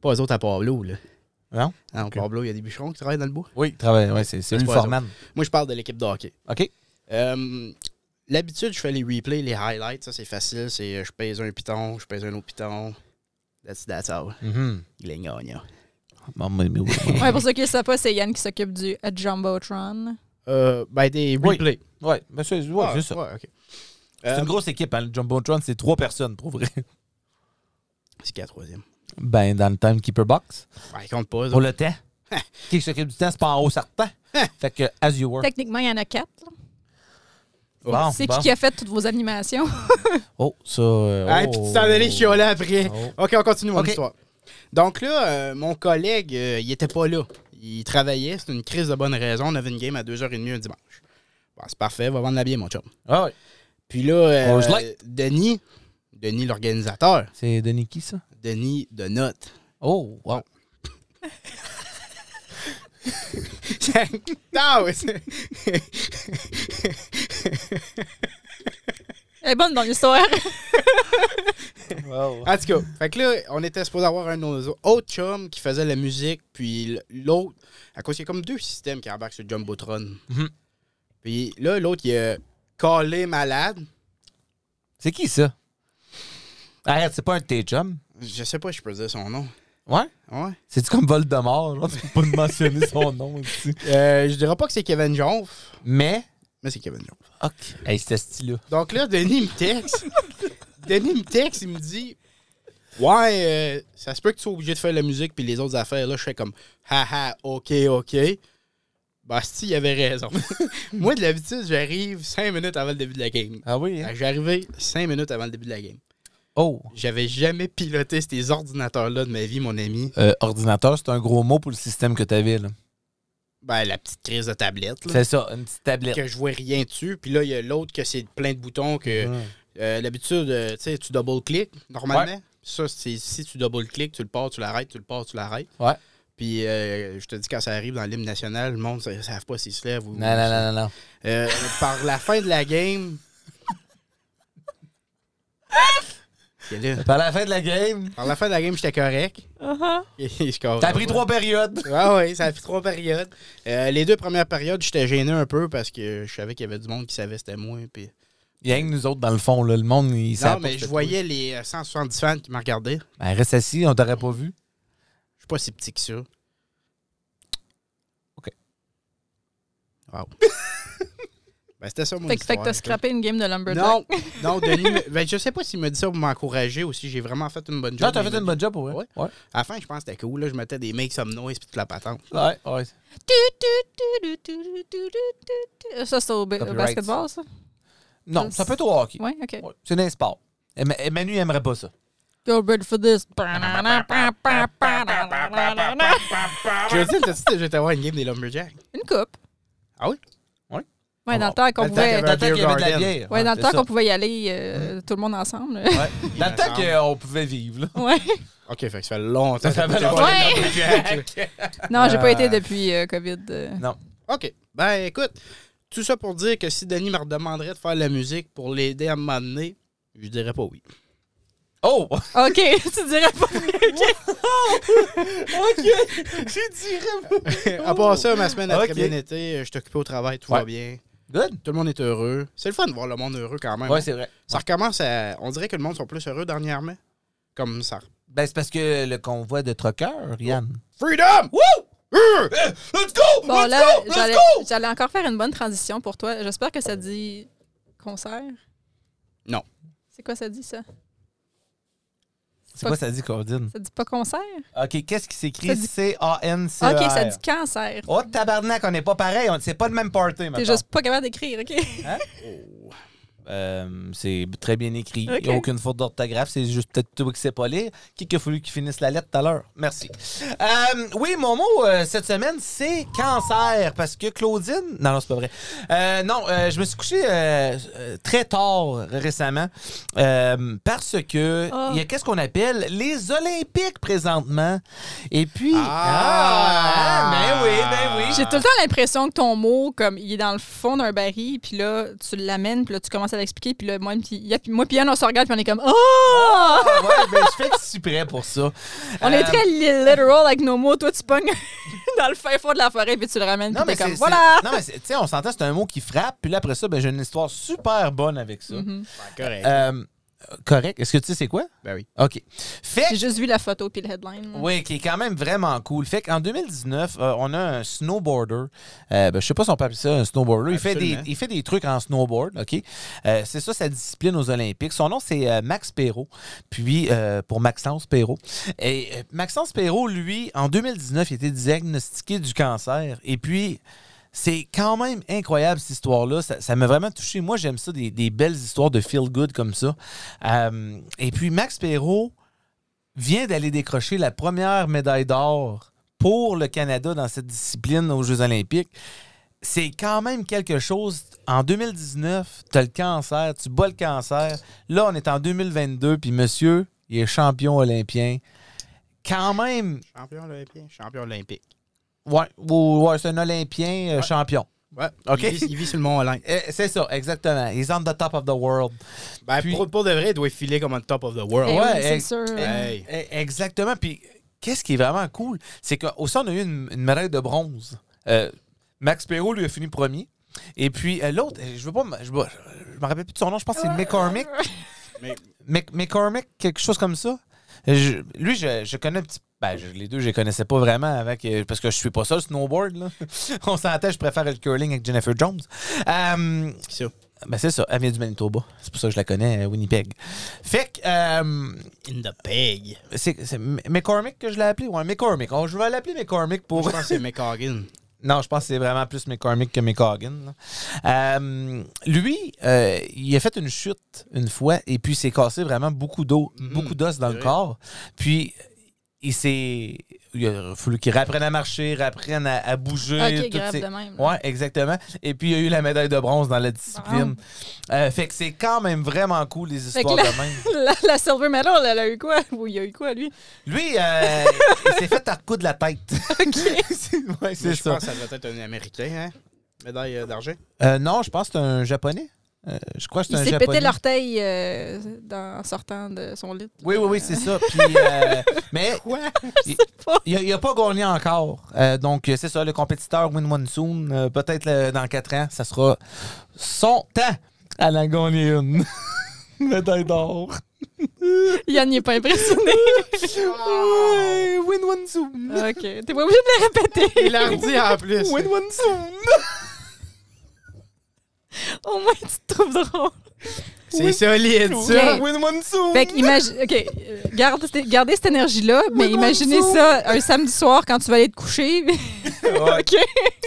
Speaker 2: Pas eux autres à Pablo, là.
Speaker 1: Non?
Speaker 2: Ah, Non,
Speaker 1: Ok.
Speaker 2: Pablo, il y a des bûcherons qui travaillent dans le bois.
Speaker 1: Oui, travaille. Ouais, c'est c'est
Speaker 2: C'est
Speaker 1: lui
Speaker 2: pas
Speaker 1: le
Speaker 2: ça.
Speaker 1: foreman.
Speaker 2: Moi, je parle de l'équipe de hockey.
Speaker 1: OK.
Speaker 2: Euh, L'habitude, je fais les replays, les highlights. Ça, c'est facile. C'est euh, je pèse un piton, je pèse un autre piton. That's, that's all.
Speaker 1: Mhm.
Speaker 2: Glingonia. Ah,
Speaker 1: Bon, mais- mais oui.
Speaker 3: Ouais, pour ceux qui ne le savent pas, c'est Yann qui s'occupe du euh, Jumbotron.
Speaker 2: Euh, ben, des replays.
Speaker 1: Ouais, mais c'est ouais,
Speaker 2: Ah,
Speaker 1: c'est ça.
Speaker 2: ouais, ok.
Speaker 1: C'est
Speaker 2: Euh,
Speaker 1: une grosse équipe, hein, le Jumbotron, c'est trois personnes, pour vrai.
Speaker 2: C'est qui la troisième?
Speaker 1: Ben, dans le Timekeeper Box.
Speaker 2: Ouais, ils comptent pas. eux
Speaker 1: Pour
Speaker 2: autres.
Speaker 1: le temps. Qui s'occupe du temps, c'est pas en haut certain. fait que, as you were.
Speaker 3: Techniquement, il y en a quatre. là.
Speaker 1: Bon,
Speaker 3: c'est
Speaker 1: bon.
Speaker 3: qui qui a fait toutes vos animations?
Speaker 1: Oh, ça. euh,
Speaker 2: Hey,
Speaker 1: oh.
Speaker 2: puis tu t'en allais chialer après.
Speaker 1: Oh.
Speaker 2: OK, on continue mon
Speaker 1: OK.
Speaker 2: histoire. Donc là, euh, mon collègue, euh, il était pas là. Il travaillait, c'était une crise de bonne raison. On avait une game à 2h30 un dimanche. Bon, c'est parfait, va vendre la bière, mon chum.
Speaker 1: Ah ouais.
Speaker 2: Puis là, euh,
Speaker 1: On se like.
Speaker 2: Denis, Denis l'organisateur,
Speaker 1: C'est Denis qui, ça?
Speaker 2: Denis de notes.
Speaker 1: Oh, wow.
Speaker 2: non, mais c'est-
Speaker 3: Elle est bonne dans l'histoire.
Speaker 2: en tout cas, fait que là, on était supposé avoir un de nos autres chums qui faisait la musique, puis l'autre, à cause qu'il y a comme deux systèmes qui embarquent sur le Jumbotron.
Speaker 1: Mhm.
Speaker 2: Puis là, l'autre, il est collé malade.
Speaker 1: C'est qui, ça? Arrête, c'est pas un de tes chums?
Speaker 2: Je sais pas si je peux dire son nom.
Speaker 1: Ouais?
Speaker 2: Ouais.
Speaker 1: C'est-tu comme Voldemort? Genre, tu peux pas nous mentionner son nom aussi.
Speaker 2: Euh, je dirais pas que c'est Kevin Jonf,
Speaker 1: Mais.
Speaker 2: mais c'est Kevin Jonf.
Speaker 1: OK. Hey, c'était style-là.
Speaker 2: Donc là, Denis me texte. Denis me texte, il me dit Ouais, euh, ça se peut que tu sois obligé de faire la musique puis les autres affaires. Là, je fais comme Haha, ok, ok. Bah, si, il avait raison. Moi, de l'habitude, j'arrive cinq minutes avant le début de la game.
Speaker 1: Ah oui? hein?
Speaker 2: J'arrivais cinq minutes avant le début de la game.
Speaker 1: Oh.
Speaker 2: J'avais jamais piloté ces ordinateurs-là de ma vie, mon ami.
Speaker 1: Euh, ordinateur, c'est un gros mot pour le système que t'avais, là.
Speaker 2: Ben, la petite crise de tablette. Là.
Speaker 1: C'est ça, une petite tablette.
Speaker 2: que je vois rien dessus. Puis là, il y a l'autre que c'est plein de boutons que
Speaker 1: Mhm.
Speaker 2: euh, d'habitude, euh, tu sais, tu double-cliques normalement. Ça, c'est si tu double-cliques, tu le pars, tu l'arrêtes, tu le pars, tu l'arrêtes.
Speaker 1: Ouais.
Speaker 2: Puis euh, je te dis, quand ça arrive dans l'hymne national, le monde ne savent pas s'ils se lèvent ou.
Speaker 1: Non, non, non, non, non.
Speaker 2: Euh, par la fin de la game. Et là,
Speaker 1: Par la fin de la game,
Speaker 2: par la fin de la game, j'étais correct. Et je comprends
Speaker 1: t'as pris
Speaker 2: pas.
Speaker 1: trois périodes.
Speaker 2: Ah oui, ça a pris trois périodes. Euh, les deux premières périodes, j'étais gêné un peu parce que je savais qu'il y avait du monde qui savait c'était moi. Puis
Speaker 1: Il y a que nous autres dans le fond, là. Le monde, il
Speaker 2: Non, mais je voyais les euh, 170 fans qui me regardaient.
Speaker 1: Ben, reste assis, on t'aurait pas vu.
Speaker 2: Je suis pas si petit que ça. OK. Wow. ben, c'était ça mon
Speaker 3: Fait que, fait que
Speaker 2: histoire.
Speaker 3: t'as scrappé une game de Lumberjack.
Speaker 2: Non, non, Denis, me- ben, je sais pas s'il me dit ça pour m'encourager ou si j'ai vraiment fait une bonne job.
Speaker 1: Non, t'as fait une bonne job pour
Speaker 2: Ouais.
Speaker 1: vrai. Ouais.
Speaker 2: À la fin, je pense que c'était cool. Là, je mettais des makes some noise puis toute la patente.
Speaker 1: Ouais, ouais.
Speaker 3: Tu, tu, tu, tu, tu, tu, tu, tu, tu. Ça, c'est au ba-
Speaker 1: Copyright.
Speaker 3: basketball, ça?
Speaker 1: Non, ça peut être au hockey.
Speaker 3: Oui, OK.
Speaker 1: Ouais, C'est un sport. Et Ma- et Manu aimerait pas ça.
Speaker 3: You're ready for this.
Speaker 2: Je dis, t'as-tu déjà été voir une game des Lumberjacks?
Speaker 3: Une coupe.
Speaker 2: Ah oui?
Speaker 3: Ouais,
Speaker 1: Ah,
Speaker 3: dans le temps qu'on
Speaker 2: Dans le temps qu'il y
Speaker 3: pouvait...
Speaker 2: avait un beer garden.
Speaker 1: bière.
Speaker 3: Ouais, dans le
Speaker 1: c'est
Speaker 3: temps
Speaker 1: ça.
Speaker 3: qu'on pouvait y aller euh, tout le monde ensemble.
Speaker 1: Ouais. Dans le temps qu'on pouvait vivre, là.
Speaker 3: Ouais.
Speaker 2: OK, fait que ça fait longtemps.
Speaker 1: Ça fait
Speaker 2: que t'as pas
Speaker 1: longtemps.
Speaker 2: été voir les Lumberjacks.
Speaker 3: Non, j'ai pas été depuis euh, COVID. euh.
Speaker 2: OK. Ben, écoute, tout ça pour dire que si Denis me redemanderait de faire la musique pour l'aider à m'amener, je dirais pas oui.
Speaker 1: Oh!
Speaker 3: OK, tu dirais pas.
Speaker 2: à part ça, ma semaine a très
Speaker 1: Ok.
Speaker 2: bien été. Je t'occupais au travail, tout
Speaker 1: Ouais.
Speaker 2: va bien.
Speaker 1: Good?
Speaker 2: Tout le monde est heureux. C'est le fun de voir le monde heureux quand même.
Speaker 1: Ouais, c'est vrai.
Speaker 2: ça recommence à. On dirait que le monde sont plus heureux dernièrement. Comme ça.
Speaker 1: Ben, c'est parce que le convoi de truckers, Yann.
Speaker 2: Freedom! Euh! Eh,
Speaker 1: Let's go!
Speaker 3: Bon, là, j'allais- j'allais encore faire une bonne transition pour toi. J'espère que ça dit concert.
Speaker 2: Non.
Speaker 3: C'est quoi ça dit, ça?
Speaker 1: C'est quoi ça dit, Cordine?
Speaker 3: Ça dit pas concert?
Speaker 1: OK, qu'est-ce qui
Speaker 3: Ça
Speaker 1: s'écrit
Speaker 3: dit-
Speaker 1: C-A-N-C-E-R?
Speaker 3: OK, ça dit cancer.
Speaker 1: Oh, tabarnak, on n'est pas pareil. on- C'est pas le même party, maintenant.
Speaker 3: T'es juste pas capable d'écrire, OK?
Speaker 2: Oh.
Speaker 1: Euh, c'est très bien écrit. Il
Speaker 3: Ok.
Speaker 1: n'y a aucune faute d'orthographe. C'est juste peut-être toi qui sais pas lire. Qui a fallu qu'il finisse la lettre tout à l'heure? Merci. Euh, oui, mon mot euh, cette semaine, c'est cancer. Parce que Claudine. Non, non, c'est pas vrai. Euh, non, euh, je me suis couché euh, euh, très tard récemment. euh, parce que
Speaker 3: Ah.
Speaker 1: il y a qu'est-ce qu'on appelle les Olympiques présentement. Et puis. Ah,
Speaker 2: Ah.
Speaker 1: ben oui, ben oui.
Speaker 3: J'ai tout le temps l'impression que ton mot, comme, il est dans le fond d'un baril, puis là, tu l'amènes, puis là, tu commences à l'expliquer, puis là, moi, puis Yann, puis moi, puis Yann, on se regarde, puis on est comme, oh!
Speaker 1: Ah, ouais, ben, je fais que je suis prêt pour ça.
Speaker 3: On
Speaker 1: Euh,
Speaker 3: est très li- literal avec nos mots. Toi, tu pognes dans le fin fond de la forêt, puis tu le ramènes, puis t'es
Speaker 1: c'est-
Speaker 3: comme,
Speaker 1: c'est-
Speaker 3: voilà!
Speaker 1: Non, mais c'est- tu sais, on s'entend, c'est un mot qui frappe, puis là, après ça, ben, j'ai une histoire super bonne avec ça.
Speaker 3: Mm-hmm.
Speaker 2: Ben, correct.
Speaker 1: Euh, correct. Est-ce que tu sais c'est quoi?
Speaker 2: Ben oui.
Speaker 1: OK. Fait
Speaker 3: J'ai juste vu la photo, puis le headline.
Speaker 1: Oui, qui est quand même vraiment cool. Fait qu'en 2019, euh, on a un snowboarder. Euh, ben, je sais pas si on peut appeler ça un snowboarder. Il fait, des,
Speaker 2: Absolument.
Speaker 1: il fait des trucs en snowboard, OK? Euh, c'est ça sa discipline aux Olympiques. Son nom, c'est euh, Max Perrault. Puis, euh, pour Maxence Perrault. Et euh, Maxence Perrault, lui, en 2019, il était diagnostiqué du cancer. Et puis... C'est quand même incroyable cette histoire-là. Ça ça m'a vraiment touché. Moi, j'aime ça, des, des belles histoires de feel good comme ça. Euh, et puis, Max Perrault, vient d'aller décrocher la première médaille d'or pour le Canada dans cette discipline aux Jeux olympiques. C'est quand même quelque chose. En 2019, tu as le cancer, tu bats le cancer. Là, on est en 2022, puis monsieur, il est champion olympien. Quand même,
Speaker 2: Champion olympien. Champion olympique.
Speaker 1: ouais, ouais, ouais, c'est un olympien euh, champion.
Speaker 2: Ouais.
Speaker 1: OK.
Speaker 2: Il, vit, il vit sur le mont Olympe.
Speaker 1: Euh, c'est ça, exactement. He's on the top of the world.
Speaker 2: Ben,
Speaker 1: Puis-
Speaker 2: pour, pour de vrai, il doit filer comme on top of the
Speaker 3: Eh oui,
Speaker 2: world.
Speaker 1: ouais,
Speaker 3: c'est
Speaker 1: ex-
Speaker 3: sûr.
Speaker 2: Hey.
Speaker 1: Eh, Exactement. Puis, qu'est-ce qui est vraiment cool, c'est qu'aussi, on a eu une, une médaille de bronze. Euh, Max Perrault, lui, a fini premier. Et puis, euh, l'autre, euh, je veux pas, m- je, me- je me rappelle plus de son nom, je pense que
Speaker 3: Ah
Speaker 1: c'est McCormick.
Speaker 2: Mais-
Speaker 1: Mc- McCormick, quelque chose comme ça. Je- lui, je, je connais un petit ben, je- les deux, je les connaissais pas vraiment avec, euh, parce que je suis pas ça, le snowboard. là. On s'entend, je préfère le curling avec Jennifer Jones. Euh,
Speaker 2: C'est ça.
Speaker 1: ben, c'est ça, elle vient du Manitoba. C'est pour ça que je la connais, euh, Winnipeg. Fait que, euh,
Speaker 2: In the pig.
Speaker 1: c'est c'est M- McCormick que je l'ai appelé? Ouais, McCormick. Oh, je vais l'appeler McCormick pour.
Speaker 2: Je pense que c'est McCorgan.
Speaker 1: non, je pense que c'est vraiment plus McCormick que McCorgan. là. Euh, lui, euh, il a fait une chute une fois et puis il s'est cassé vraiment beaucoup d'eau,
Speaker 2: Mm-hmm.
Speaker 1: beaucoup d'os dans le
Speaker 2: vrai.
Speaker 1: corps. Puis il s'est. Il a fallu qu'il réapprenne à marcher, réapprenne à, à bouger.
Speaker 3: Ok,
Speaker 1: toutes
Speaker 3: grave
Speaker 1: ces-
Speaker 3: de même.
Speaker 1: Euh, Ouais, exactement. Et puis il y a eu la médaille de bronze dans la discipline. Euh, fait que c'est quand même vraiment cool les
Speaker 3: que
Speaker 1: histoires
Speaker 3: là-
Speaker 1: de même.
Speaker 3: La, la Silver Medal, elle a eu quoi? Ou il a eu quoi, lui?
Speaker 1: Lui, euh, il s'est fait à de la tête. OK. ouais,
Speaker 2: Mais
Speaker 1: c'est
Speaker 2: je
Speaker 1: ça.
Speaker 2: pense que ça doit être un Américain, hein? Médaille euh, d'argent.
Speaker 1: Euh, non, je pense que c'est un japonais. Euh, je crois que c'est
Speaker 3: Il
Speaker 1: un
Speaker 3: s'est
Speaker 1: japonais.
Speaker 3: pété l'orteil euh, dans- en sortant de son lit.
Speaker 1: Oui, oui, oui, c'est ça. Puis, euh, mais il-
Speaker 3: pas.
Speaker 1: il a- il n'a pas gagné encore. Euh, donc, c'est ça, le compétiteur Win One Soon, euh, peut-être euh, dans 4 ans, ça sera son temps à la gagner une. Médaille d'or.
Speaker 3: Yann n'est pas impressionné. Oh.
Speaker 1: Ouais, Win One Soon.
Speaker 3: OK. T'es pas obligé de le répéter.
Speaker 2: Il l'a redit en plus.
Speaker 1: Win One Soon.
Speaker 3: Au moins, tu te trouves drôle.
Speaker 2: C'est solide, ça.
Speaker 3: Ok.
Speaker 1: Win One Soon.
Speaker 3: Fait que imagine, ok, euh, garde, cette- gardez cette énergie-là, mais imaginez ça un samedi soir quand tu vas aller te coucher.
Speaker 1: Ouais.
Speaker 3: ok.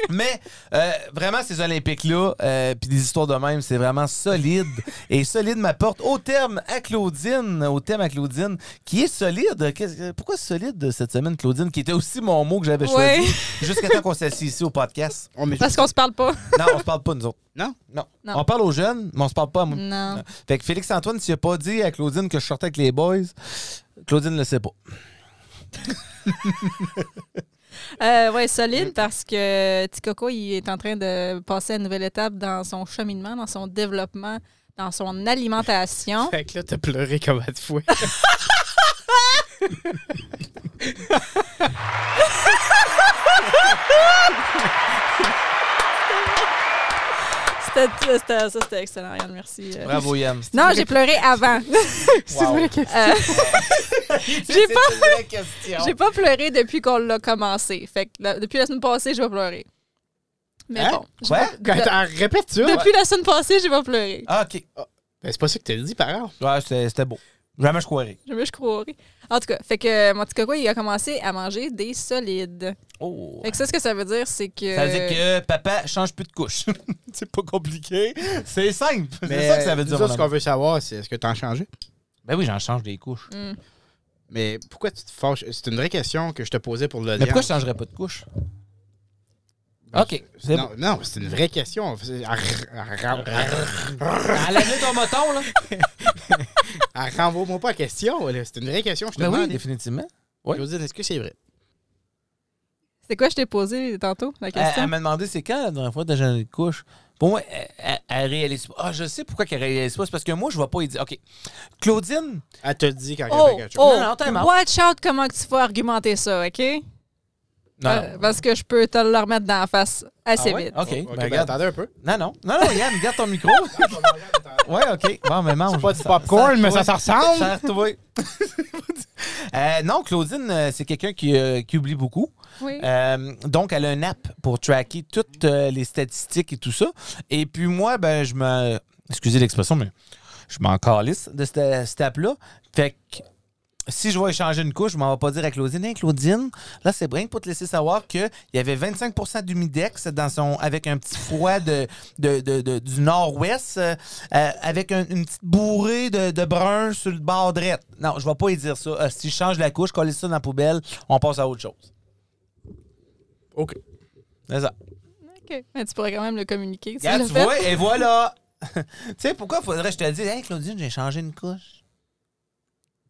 Speaker 1: Mais euh, vraiment, ces Olympiques-là, euh, puis des histoires de même, c'est vraiment solide. Et solide m'apporte au terme à Claudine, au thème à Claudine, qui est solide. Qu'est-ce que- pourquoi solide cette semaine, Claudine, qui était aussi mon mot que j'avais choisi
Speaker 3: Ouais.
Speaker 1: jusqu'à temps qu'on s'assied ici au podcast?
Speaker 2: On met-
Speaker 3: Parce qu'on se parle pas.
Speaker 1: Non, on se parle pas, nous autres.
Speaker 2: Non?
Speaker 1: Oh, Non.
Speaker 3: Non. Mm.
Speaker 1: On parle aux jeunes, mais on se parle pas à moi.
Speaker 3: Non.
Speaker 1: Fait que Félix-Antoine, s'il a pas dit à Claudine que je sortais avec les boys, Claudine le sait pas.
Speaker 3: Euh, ouais, solide parce que Tikoko, il est en train de passer à une nouvelle étape dans son cheminement, dans son développement, dans son alimentation.
Speaker 2: Fait que là, t'as pleuré combien de fois?
Speaker 3: C'était, c'était- ça, c'était excellent, Yann, merci. Euh,
Speaker 1: Bravo, Yann.
Speaker 3: Non, j'ai pleuré avant.
Speaker 1: C'est une vraie
Speaker 3: Euh, j'ai pas-
Speaker 1: question.
Speaker 3: j'ai pas pleuré depuis qu'on l'a commencé. Fait que la- depuis la semaine passée, j'ai pas pleuré. Mais
Speaker 2: Hein?
Speaker 3: bon. j'ai
Speaker 1: Quoi?
Speaker 3: pas-
Speaker 2: Quand t'en répètes ça?
Speaker 3: Depuis la semaine passée, j'ai pas pleuré.
Speaker 1: Ah, OK.
Speaker 2: Ben, c'est pas ça que t'as dit, par exemple.
Speaker 1: Ouais, c'était c'était beau. Jamais je croirais.
Speaker 3: Jamais je croirais. En tout cas, fait que euh, mon petit coco, il a commencé à manger des solides.
Speaker 1: Oh.
Speaker 3: Fait que ça, ce que ça veut dire, c'est que.
Speaker 1: Ça veut dire
Speaker 3: Euh,
Speaker 1: que papa change plus de couche. c'est pas compliqué. C'est simple.
Speaker 2: Mais
Speaker 1: C'est ça que ça veut dire.
Speaker 2: nous autres,
Speaker 1: mon
Speaker 2: ce qu'on
Speaker 1: amour.
Speaker 2: veut savoir, c'est est-ce que t'en changé?
Speaker 1: Ben oui, j'en change des
Speaker 3: Mm.
Speaker 1: couches.
Speaker 2: Mais pourquoi tu te fâches? C'est une vraie question que je te posais pour le
Speaker 1: Mais pourquoi je changerais pas de couche?
Speaker 2: Ben,
Speaker 1: OK. c'est
Speaker 2: Non, non, c'est une vraie question. C'est- Arr- arr- arr- arr-
Speaker 1: Enlève ton moton, là.
Speaker 2: arr- Renvoie-moi pas la question. là. C'est une vraie question. Je te
Speaker 1: Ben oui,
Speaker 2: demande.
Speaker 1: définitivement. oui.
Speaker 2: Josine, est-ce que c'est vrai?
Speaker 3: C'est quoi, je t'ai posé tantôt la
Speaker 1: Elle,
Speaker 3: question?
Speaker 1: elle m'a demandé c'est quand la dernière fois que t'as changé de couche. Pour moi, elle, elle- elle réalise pas. Ah, je sais pourquoi qu'elle réalise pas. C'est parce que moi, je vois pas. y dire. OK. Claudine,
Speaker 2: Elle te dit quand elle fait
Speaker 3: Oh,
Speaker 2: quelque chose.
Speaker 3: oh,
Speaker 1: Non, non, t'es mort.
Speaker 3: watch out comment que tu vas argumenter ça, OK?
Speaker 1: Non,
Speaker 3: Euh, Parce que je peux te le remettre dans la face assez
Speaker 1: Ah ouais?
Speaker 3: vite.
Speaker 1: OK.
Speaker 2: OK,
Speaker 1: ben,
Speaker 2: ben,
Speaker 1: regarde.
Speaker 2: attendez un peu.
Speaker 1: Non, non. Non, non, regarde, garde ton micro. ouais, OK. Bon, mais mange.
Speaker 2: C'est pas du popcorn, mais ça s'en ressemble.
Speaker 1: Ça a retrouvé. Euh, non, Claudine, euh, c'est quelqu'un qui, euh, qui oublie beaucoup.
Speaker 3: Oui.
Speaker 1: Euh, donc, elle a un app pour tracker toutes euh, les statistiques et tout ça. Et puis moi, ben, je me... Excusez l'expression, mais je m'en calisse de cette, cette app-là. Fait que si je vais échanger une couche, je m'en vais pas dire à Claudine. Hey, Claudine, là, c'est bien pour te laisser savoir qu'il y avait 25 d'humidex dans son, avec un petit froid de, de- de- de- du nord-ouest, euh, euh, avec un- une petite bourrée de, de brun sur le bord droit. Non, je vais pas y dire ça. Euh, si je change la couche, coller ça dans la poubelle, on passe à autre chose.
Speaker 2: OK.
Speaker 1: C'est ça.
Speaker 3: OK. Mais tu pourrais quand même le communiquer. Tu
Speaker 1: Regarde,
Speaker 3: l'as
Speaker 1: tu
Speaker 3: fait.
Speaker 1: vois, et voilà. tu sais, pourquoi faudrait que je te dise, hey Claudine, j'ai changé une couche?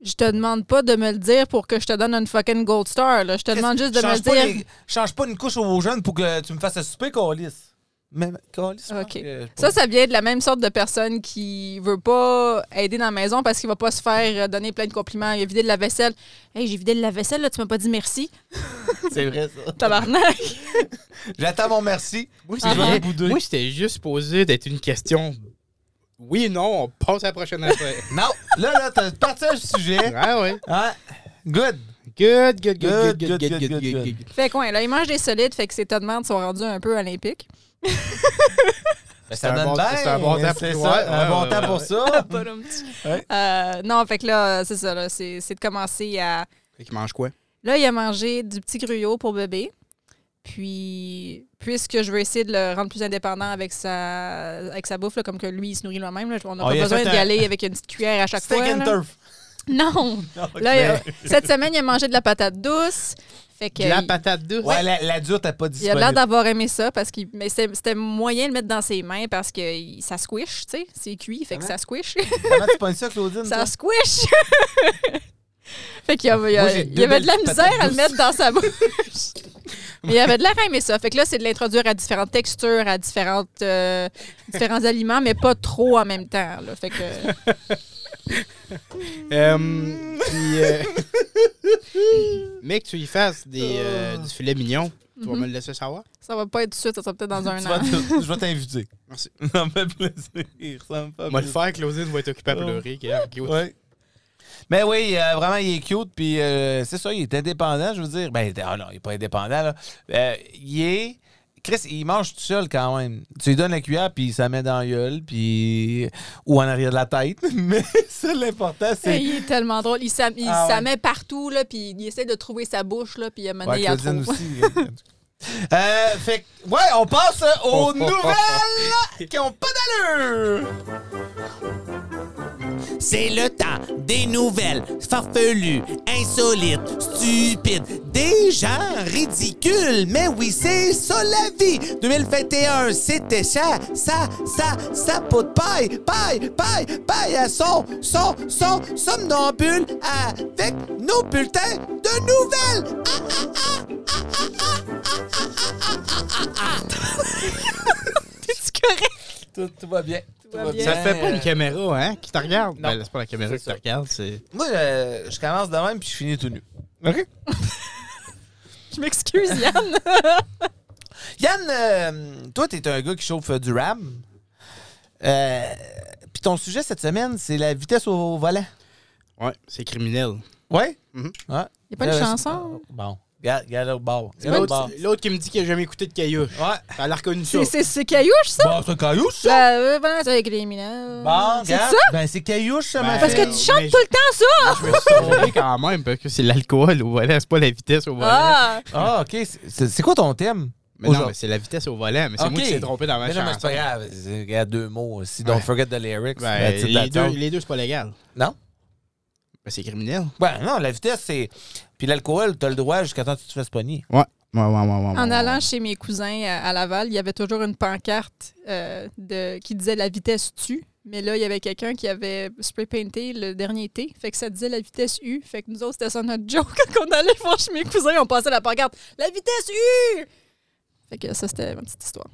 Speaker 3: Je te demande pas de me le dire pour que je te donne une fucking gold star. Là. Je te demande juste de me le
Speaker 1: Change pas
Speaker 3: dire.
Speaker 1: les- Change pas une couche aux jeunes pour que tu me fasses un souper, Colis. Mais Colis, je pense
Speaker 3: OK.
Speaker 1: que-
Speaker 3: Ça, ça vient de la même sorte de personne qui veut pas aider dans la maison parce qu'il va pas se faire euh, donner plein de compliments. Il a vidé de la vaisselle. Hey, j'ai vidé de la vaisselle, là, tu m'as pas dit merci.
Speaker 1: c'est vrai, ça.
Speaker 3: Tabarnak.
Speaker 1: J'attends mon merci.
Speaker 2: Moi,
Speaker 3: Ah,
Speaker 2: c'est vrai.
Speaker 1: ah. boudin.
Speaker 2: Moi, c'était juste posé d'être une question. Oui, non, on passe à la prochaine affaire.
Speaker 1: Non, là, là, t'as partage le sujet.
Speaker 2: Ah ouais.
Speaker 1: Hein? Good.
Speaker 2: Good, good, good,
Speaker 1: Good,
Speaker 2: good,
Speaker 1: good,
Speaker 2: good, good,
Speaker 1: good,
Speaker 2: good,
Speaker 1: good.
Speaker 2: good, good.
Speaker 3: fait quoi, là, il mange des solides, fait que ses tas de merde sont rendus un peu olympiques.
Speaker 2: Ben, C'est un bon- c'est un bon temps pour
Speaker 1: c'est
Speaker 2: toi.
Speaker 1: ça, Un
Speaker 2: Ouais,
Speaker 1: bon
Speaker 2: ouais,
Speaker 1: temps
Speaker 2: ouais.
Speaker 1: pour ça. Ouais.
Speaker 3: Euh, non, fait que là, c'est ça, là, c'est c'est de commencer à.
Speaker 2: Fait qu'il mange quoi?
Speaker 3: Là, il a mangé du petit gruyot pour bébé. Puis, puisque je veux essayer de le rendre plus indépendant avec sa, avec sa bouffe, là, comme que lui, il se nourrit lui-même, là, on n'a
Speaker 1: Oh,
Speaker 3: pas
Speaker 1: il a
Speaker 3: besoin
Speaker 1: fait
Speaker 3: d'y
Speaker 1: un-
Speaker 3: aller avec une petite cuillère à chaque
Speaker 1: Steak
Speaker 3: fois.
Speaker 1: and
Speaker 3: là.
Speaker 1: turf.
Speaker 3: Non! Là, il a- cette semaine, il a mangé de la patate douce. Fait que
Speaker 2: De la
Speaker 3: il-
Speaker 2: patate douce.
Speaker 1: Ouais, la, la dure, t'as pas dit
Speaker 3: il a l'air d'avoir aimé ça parce qu'il mais c'était c'était moyen de le mettre dans ses mains parce que il- ça squish, tu sais, c'est cuit,
Speaker 1: Ah
Speaker 3: fait que ça squish,
Speaker 1: Comment tu pognes ça, Claudine?
Speaker 3: ça
Speaker 1: toi?
Speaker 3: squish. fait qu'il y avait, il y
Speaker 1: Moi, j'ai
Speaker 3: avait-
Speaker 1: deux
Speaker 3: il y avait de la
Speaker 1: belles
Speaker 3: misère à
Speaker 1: patates
Speaker 3: le mettre dans sa bouche. Mais il avait de l'air à aimer ça. Fait que là, c'est de l'introduire à différentes textures, à différentes euh, différents aliments, mais pas trop en même temps. là. Fait que
Speaker 2: Euh, puis, euh, mais que tu y fasses des, euh, du filet mignon, tu vas me le laisser savoir.
Speaker 3: ça va pas être tout de suite, ça sera peut-être dans un
Speaker 1: Tu
Speaker 3: an.
Speaker 1: vas te- Je vais t'inviter.
Speaker 2: Merci.
Speaker 1: Ça me fait plaisir. Ça me fait
Speaker 2: On va le
Speaker 1: plaisir.
Speaker 2: faire, Claudine va être occupée à pleurer. qu'elle- qu'elle-
Speaker 1: Ouais. Mais oui, euh, vraiment, il est cute. Puis euh, c'est ça, il est indépendant, je veux dire. Ben, ah non, il n'est pas indépendant. Là. Euh, il est. Chris, il mange tout seul quand même. Tu lui donnes la cuillère, puis il s'en met dans la gueule, puis. Ou en arrière de la tête. Mais ça, l'important, c'est.
Speaker 3: Il est tellement drôle. Il s'am- il
Speaker 1: Ah ouais.
Speaker 3: s'amet partout, là, puis il essaie de trouver sa bouche, là, puis à un moment
Speaker 1: Ouais,
Speaker 3: donné, il y a
Speaker 1: Claudine
Speaker 3: trop.
Speaker 1: aussi. hein. Euh, fait que- ouais, on passe euh, aux nouvelles qui ont pas d'allure. C'est le temps des nouvelles farfelues, insolites, stupides, des gens ridicules. Mais oui, c'est ça la vie. 2021, c'était ça, ça, ça, ça, pot de paille, paille, paille, paille à son, son, son, somnambule avec nos bulletins de nouvelles. Ah, ah, ah, ah, ah, ah,
Speaker 3: C'est correct.
Speaker 1: Tout, tout va bien. Tout
Speaker 3: va bien.
Speaker 2: Ça te fait pas
Speaker 1: Euh,
Speaker 2: une caméra, hein, qui te regarde?
Speaker 1: Non.
Speaker 2: Ben, c'est pas la caméra qui te regarde, c'est...
Speaker 1: Moi, euh, je commence de même puis je finis tout nu.
Speaker 2: OK.
Speaker 3: Je m'excuse, Yann.
Speaker 1: Yann, euh, toi, t'es un gars qui chauffe euh, du RAM. Euh, puis ton sujet cette semaine, c'est la vitesse au volant.
Speaker 2: Ouais, c'est criminel.
Speaker 1: Ouais?
Speaker 2: Mhm.
Speaker 1: Ouais. Euh,
Speaker 3: Il n'y a pas une chanson?
Speaker 1: Bon. Regarde, regarde l'autre bord. Regarde l'autre bord.
Speaker 2: L'autre l'autre qui me dit qu'il a jamais écouté de Caillouche.
Speaker 1: Ouais.
Speaker 2: Elle a reconnu ça.
Speaker 3: C'est- C'est c'est Caillouche, ça?
Speaker 1: Bon, c'est un caillou, ça.
Speaker 3: Ben, euh, ben, c'est avec les mineurs.
Speaker 1: Bon,
Speaker 3: c'est
Speaker 1: regarde.
Speaker 3: ça?
Speaker 1: Ben, c'est caillouche, ça, ma
Speaker 2: Ben,
Speaker 3: Parce que
Speaker 1: fille.
Speaker 3: tu
Speaker 2: mais
Speaker 3: chantes
Speaker 2: je-
Speaker 3: tout le temps ça!
Speaker 2: Je me suis trompé quand même parce que c'est l'alcool au volant, c'est pas la vitesse au volant.
Speaker 3: Ah!
Speaker 1: Ah, OK. C'est c'est quoi ton thème?
Speaker 2: mais non,
Speaker 1: aujourd'hui.
Speaker 2: mais c'est la vitesse au volant, mais c'est moi
Speaker 1: Ok.
Speaker 2: qui s'est trompé dans ma
Speaker 1: Mais non, mais c'est
Speaker 2: chanson.
Speaker 1: pas grave. C'est- Il y a deux mots aussi. Don't
Speaker 2: Ouais.
Speaker 1: forget the lyrics.
Speaker 2: Ben,
Speaker 1: That's it,
Speaker 2: les,
Speaker 1: that's
Speaker 2: deux,
Speaker 1: all.
Speaker 2: les deux, c'est pas légal.
Speaker 1: Non?
Speaker 2: Ben, c'est criminel.
Speaker 1: Ouais, non, la vitesse, c'est. Puis l'alcool, t'as le droit jusqu'à temps que tu te fasses pogner.
Speaker 2: Ouais. Ouais, ouais, ouais, ouais,
Speaker 3: En
Speaker 2: ouais,
Speaker 3: allant chez mes cousins euh, à, à Laval, il y avait toujours une pancarte euh, de, qui disait la vitesse tue. Mais là, il y avait quelqu'un qui avait spray painté le dernier T. Fait que ça disait la vitesse U. Fait que nous autres, c'était ça notre joke. Quand on allait voir chez mes cousins, on passait la pancarte La vitesse U! Fait que ça, c'était ma petite histoire.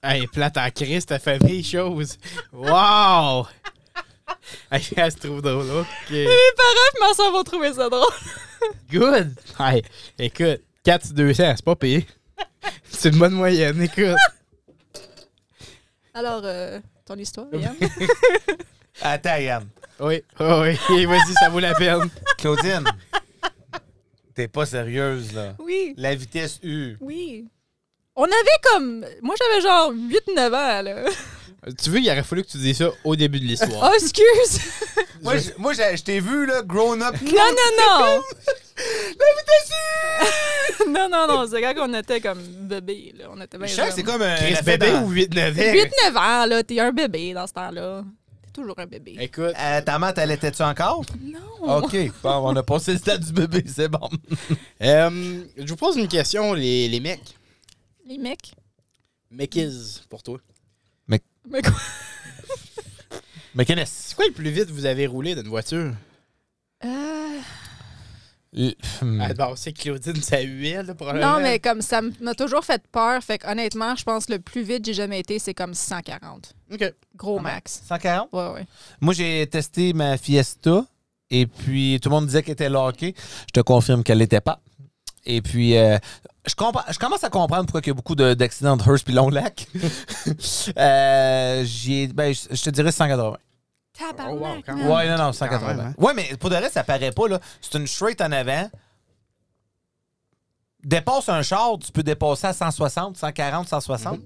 Speaker 1: Ah.
Speaker 2: Hey, plate en crise, ta famille, chose. Wow! hey, elle se trouve drôle. OK.
Speaker 3: Mes parents, mes soeurs vont trouver ça drôle.
Speaker 2: Good! Hey, écoute, 4 sur 200, c'est pas payé. C'est une bonne moyenne, écoute.
Speaker 3: Alors, euh, ton histoire, Yann?
Speaker 1: Attends, Yann.
Speaker 2: Oui, oui, oui, vas-y, ça vaut la peine.
Speaker 1: Claudine, t'es pas sérieuse, là.
Speaker 3: Oui.
Speaker 1: La vitesse U.
Speaker 3: Oui. On avait comme. Moi, j'avais genre 8-9 ans, là.
Speaker 2: Tu veux, il aurait fallu que tu dises ça au début de l'histoire.
Speaker 3: Oh, excuse!
Speaker 1: Moi, je, moi, je- je t'ai vu, là, grown up.
Speaker 3: Non, non, non! non, non, non, c'est quand on était comme bébé, là. On était bien
Speaker 1: Je sais que c'est
Speaker 3: jeunes.
Speaker 1: comme un.
Speaker 2: Chris
Speaker 1: Euh, la fête
Speaker 2: bébé
Speaker 1: en-
Speaker 2: ou 8-9 ans?
Speaker 3: 8-9 ans, là, t'es un bébé dans ce temps-là. T'es toujours un bébé.
Speaker 2: Écoute,
Speaker 1: Euh, ta mère, t'allaitais-tu encore?
Speaker 3: Non!
Speaker 1: Ah, bon, on a passé le stade du bébé, c'est bon.
Speaker 2: euh, je vous pose une question, les, les mecs.
Speaker 3: Les mecs.
Speaker 2: Meckies, pour toi.
Speaker 3: Mais quoi?
Speaker 1: Mais
Speaker 2: C'est quoi le plus vite que vous avez roulé d'une voiture?
Speaker 3: Euh,
Speaker 1: hmm.
Speaker 2: Ah, bon, c'est Claudine, ça huait, là, probablement.
Speaker 3: non, mais comme ça m'a toujours fait peur. Fait que honnêtement, je pense que le plus vite j'ai jamais été, c'est comme 140.
Speaker 2: OK.
Speaker 3: Gros max.
Speaker 1: 140?
Speaker 3: Ouais, ouais.
Speaker 1: Moi, j'ai testé ma Fiesta et puis tout le monde disait qu'elle était lockée. Je te confirme qu'elle l'était pas. Et puis, euh, je, compa- je commence à comprendre pourquoi il y a beaucoup de- d'accidents de, Hearst et Longlac. euh, j'ai- ben, je je te dirais 180.
Speaker 2: Oh, wow,
Speaker 3: Tabarnak,
Speaker 2: quand
Speaker 3: man.
Speaker 2: même.
Speaker 1: Ouais, non, non,
Speaker 2: Quand
Speaker 1: 180.
Speaker 2: même, hein.
Speaker 1: Ouais, mais pour de reste, ça paraît pas, là. C'est une straight en avant. Dépasse un char, tu peux dépasser à 160, 140, 160.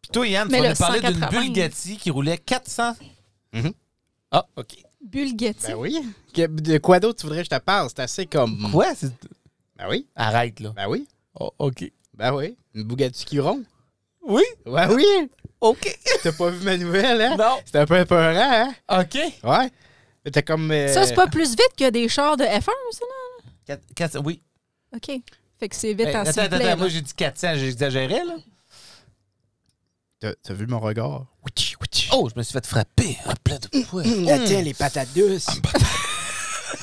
Speaker 1: Puis toi, Yann,
Speaker 3: Mais
Speaker 1: tu vas
Speaker 3: le
Speaker 1: nous parler d'une
Speaker 3: 180.
Speaker 1: Bulgatti qui roulait 400.
Speaker 2: Mhm.
Speaker 1: Ah, OK.
Speaker 3: Bulgati.
Speaker 2: Ben oui. Que- de quoi d'autre tu voudrais que je te parle? C'est assez comme...
Speaker 1: Quoi? c'est-
Speaker 2: Ben oui,
Speaker 1: Arrête, là.
Speaker 2: ben oui,
Speaker 1: Oh, OK.
Speaker 2: ben oui. Une Bugatti qui rompt.
Speaker 1: Oui?
Speaker 2: Ben oui!
Speaker 1: OK.
Speaker 2: T'as pas vu ma nouvelle, hein?
Speaker 1: Non.
Speaker 2: C'était un peu épeurant, hein?
Speaker 1: OK.
Speaker 2: Ouais. Mais T'as comme... euh,
Speaker 3: Ça, c'est pas plus vite que des chars de F1, ça, là?
Speaker 1: Quatre- quatre- oui.
Speaker 3: OK. Fait que c'est vite
Speaker 1: Eh,
Speaker 3: en
Speaker 1: attends,
Speaker 3: s'il vous
Speaker 1: attends,
Speaker 3: plaît,
Speaker 1: attends, moi
Speaker 3: là.
Speaker 1: j'ai dit 400, j'exagérais, là.
Speaker 2: T'as t'as vu mon regard?
Speaker 1: Oh, je me suis fait frapper un plat de poids.
Speaker 2: Nathan, les patates douces.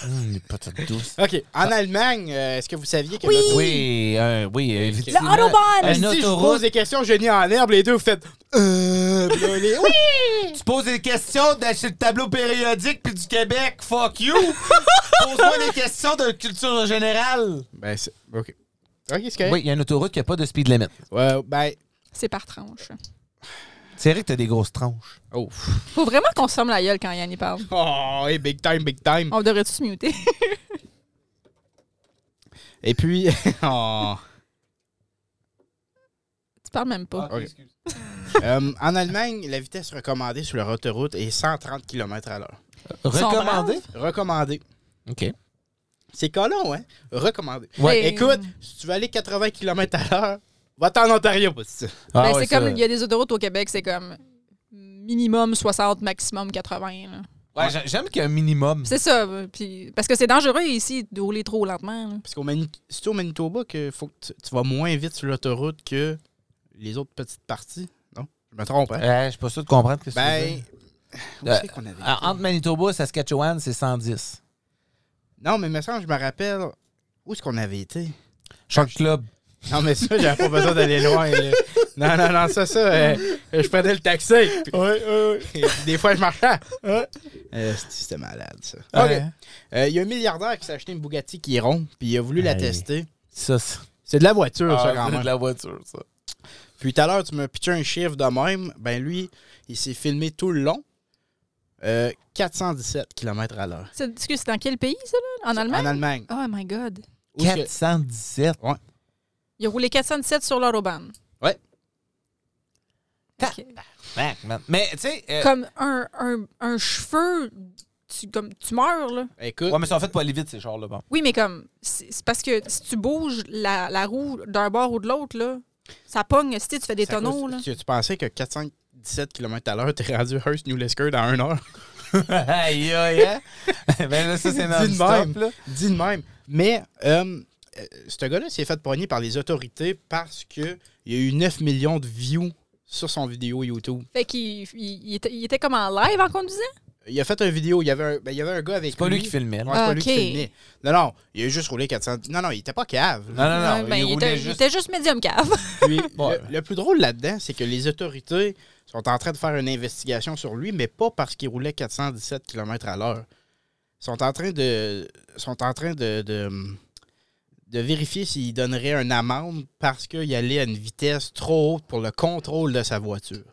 Speaker 1: Hum, les patates douces.
Speaker 2: OK. En Allemagne, euh, est-ce que vous saviez que...
Speaker 1: Oui, euh, oui, évidemment.
Speaker 3: Le Autobahn!
Speaker 1: Un
Speaker 2: si je vous
Speaker 1: autoroute.
Speaker 2: pose des questions génie en herbe, les deux, vous faites... Euh, puis là, les- oui!
Speaker 1: Tu poses des questions de- sur le tableau périodique puis du Québec, fuck you! Pose-moi des questions de culture générale.
Speaker 2: Ben, c'est... OK. OK, c'est correct.
Speaker 1: Oui, il y a une autoroute qui n'a pas de speed limit.
Speaker 2: Ouais, ben...
Speaker 3: C'est par tranche.
Speaker 1: C'est vrai que t'as des grosses tranches.
Speaker 2: Oh.
Speaker 3: Faut vraiment qu'on se ferme la gueule quand Yann y parle.
Speaker 2: Oh, hey, big time, big time.
Speaker 3: On devrait tous muter.
Speaker 2: Et puis... oh.
Speaker 3: tu parles même pas.
Speaker 2: Ok. Euh, en Allemagne, la vitesse recommandée sur leur autoroute est 130 km à l'heure.
Speaker 1: Recommandé?
Speaker 2: Recommandée.
Speaker 1: OK.
Speaker 2: C'est colon, hein? Recommandée.
Speaker 1: Ouais.
Speaker 3: Et-
Speaker 2: Écoute, si tu veux aller 80 km à l'heure, va-t'en en Ontario, pas ça.
Speaker 1: Ah
Speaker 3: Ben,
Speaker 1: ouais,
Speaker 3: c'est
Speaker 1: ça-
Speaker 3: comme, il y a des autoroutes au Québec, c'est comme minimum 60, maximum 80. là.
Speaker 1: Ouais, j'a- j'aime qu'il y a un minimum.
Speaker 3: C'est ça. Puis, parce que c'est dangereux ici de rouler trop lentement. là.
Speaker 2: Parce qu'au Mani- c'est au Manitoba que, faut que tu, tu vas moins vite sur l'autoroute que les autres petites parties. Non? Je me trompe, hein?
Speaker 1: Ouais, je suis pas sûr de comprendre ce que tu veux
Speaker 2: ben,
Speaker 1: dire.
Speaker 2: où
Speaker 1: Euh,
Speaker 2: c'est qu'on avait
Speaker 1: Ah, Entre Manitoba et Saskatchewan, c'est 110.
Speaker 2: été? Non, mais me semble, je me rappelle, où est-ce qu'on avait été?
Speaker 1: Choc Club.
Speaker 2: Non, mais ça, j'avais pas besoin d'aller loin. là. Non, non, non, ça, ça, euh, je prenais le taxi. puis- Des fois, je marchais. Euh, c'est- C'était malade, ça. OK. Euh,
Speaker 1: Ouais.
Speaker 2: Il y a un milliardaire qui s'est acheté une Bugatti qui est ronde, puis il a voulu la
Speaker 1: Hey.
Speaker 2: tester.
Speaker 1: Ça, c'est
Speaker 2: C'est de la voiture, ça,
Speaker 1: Ah,
Speaker 2: quand
Speaker 1: c'est
Speaker 2: même.
Speaker 1: de la voiture, ça.
Speaker 2: Puis tout à l'heure, tu m'as pitché un chiffre de même. Ben lui, il s'est filmé tout le long. Euh, 417 km à l'heure.
Speaker 3: C'est excuse, c'est dans quel pays, ça, là? En
Speaker 2: En
Speaker 3: Allemagne?
Speaker 2: Allemagne.
Speaker 3: Oh my God.
Speaker 2: Où est-ce que-
Speaker 1: 417.
Speaker 3: Ils ont roulé 417 sur l'autobahn.
Speaker 2: Ouais.
Speaker 3: OK.
Speaker 1: Man, man. Mais, tu sais. euh,
Speaker 3: Comme un, un, un cheveu, tu, comme, tu meurs, là.
Speaker 2: Ben, Écoute,
Speaker 1: Ouais, mais ils sont faits pour aller vite, ces chars-là. Bon.
Speaker 3: Oui, mais comme, c'est c'est parce que si tu bouges la, la roue d'un bord ou de l'autre, là, ça pogne, si tu fais des
Speaker 2: c'est à
Speaker 3: tonneaux,
Speaker 2: cause-
Speaker 3: là.
Speaker 2: Tu, tu pensais que 417 km à l'heure, t'es rendu Hearst New Lesker dans une heure?
Speaker 1: aïe, aïe, hein? ben là, ça, c'est
Speaker 2: Dis de
Speaker 1: non-stop,
Speaker 2: même.
Speaker 1: là.
Speaker 2: Dis de même. Mais euh, euh, ce gars-là s'est fait pogner par les autorités parce que il y a eu 9 millions de views sur son vidéo YouTube.
Speaker 3: Fait qu'il il- il était, il était comme en live en conduisant?
Speaker 2: Il a fait une vidéo, il y avait un, ben, il y avait un gars avec
Speaker 1: C'est pas lui qui filmait, là.
Speaker 2: Ouais, c'est pas
Speaker 3: Ah,
Speaker 2: lui
Speaker 3: ok.
Speaker 2: qui filmait. Non, non, il a juste roulé 400... Non, non, il était pas cave.
Speaker 1: Non, non, non.
Speaker 3: Ouais, ben,
Speaker 1: il,
Speaker 3: il,
Speaker 1: roulait
Speaker 3: était, il
Speaker 1: juste.
Speaker 3: était juste médium cave.
Speaker 2: Puis,
Speaker 1: Ouais.
Speaker 2: le, le plus drôle là-dedans, c'est que les autorités sont en train de faire une investigation sur lui, mais pas parce qu'il roulait 417 km à l'heure. Ils sont en train de sont en train de, de, de vérifier s'il donnerait une amende parce qu'il allait à une vitesse trop haute pour le contrôle de sa voiture.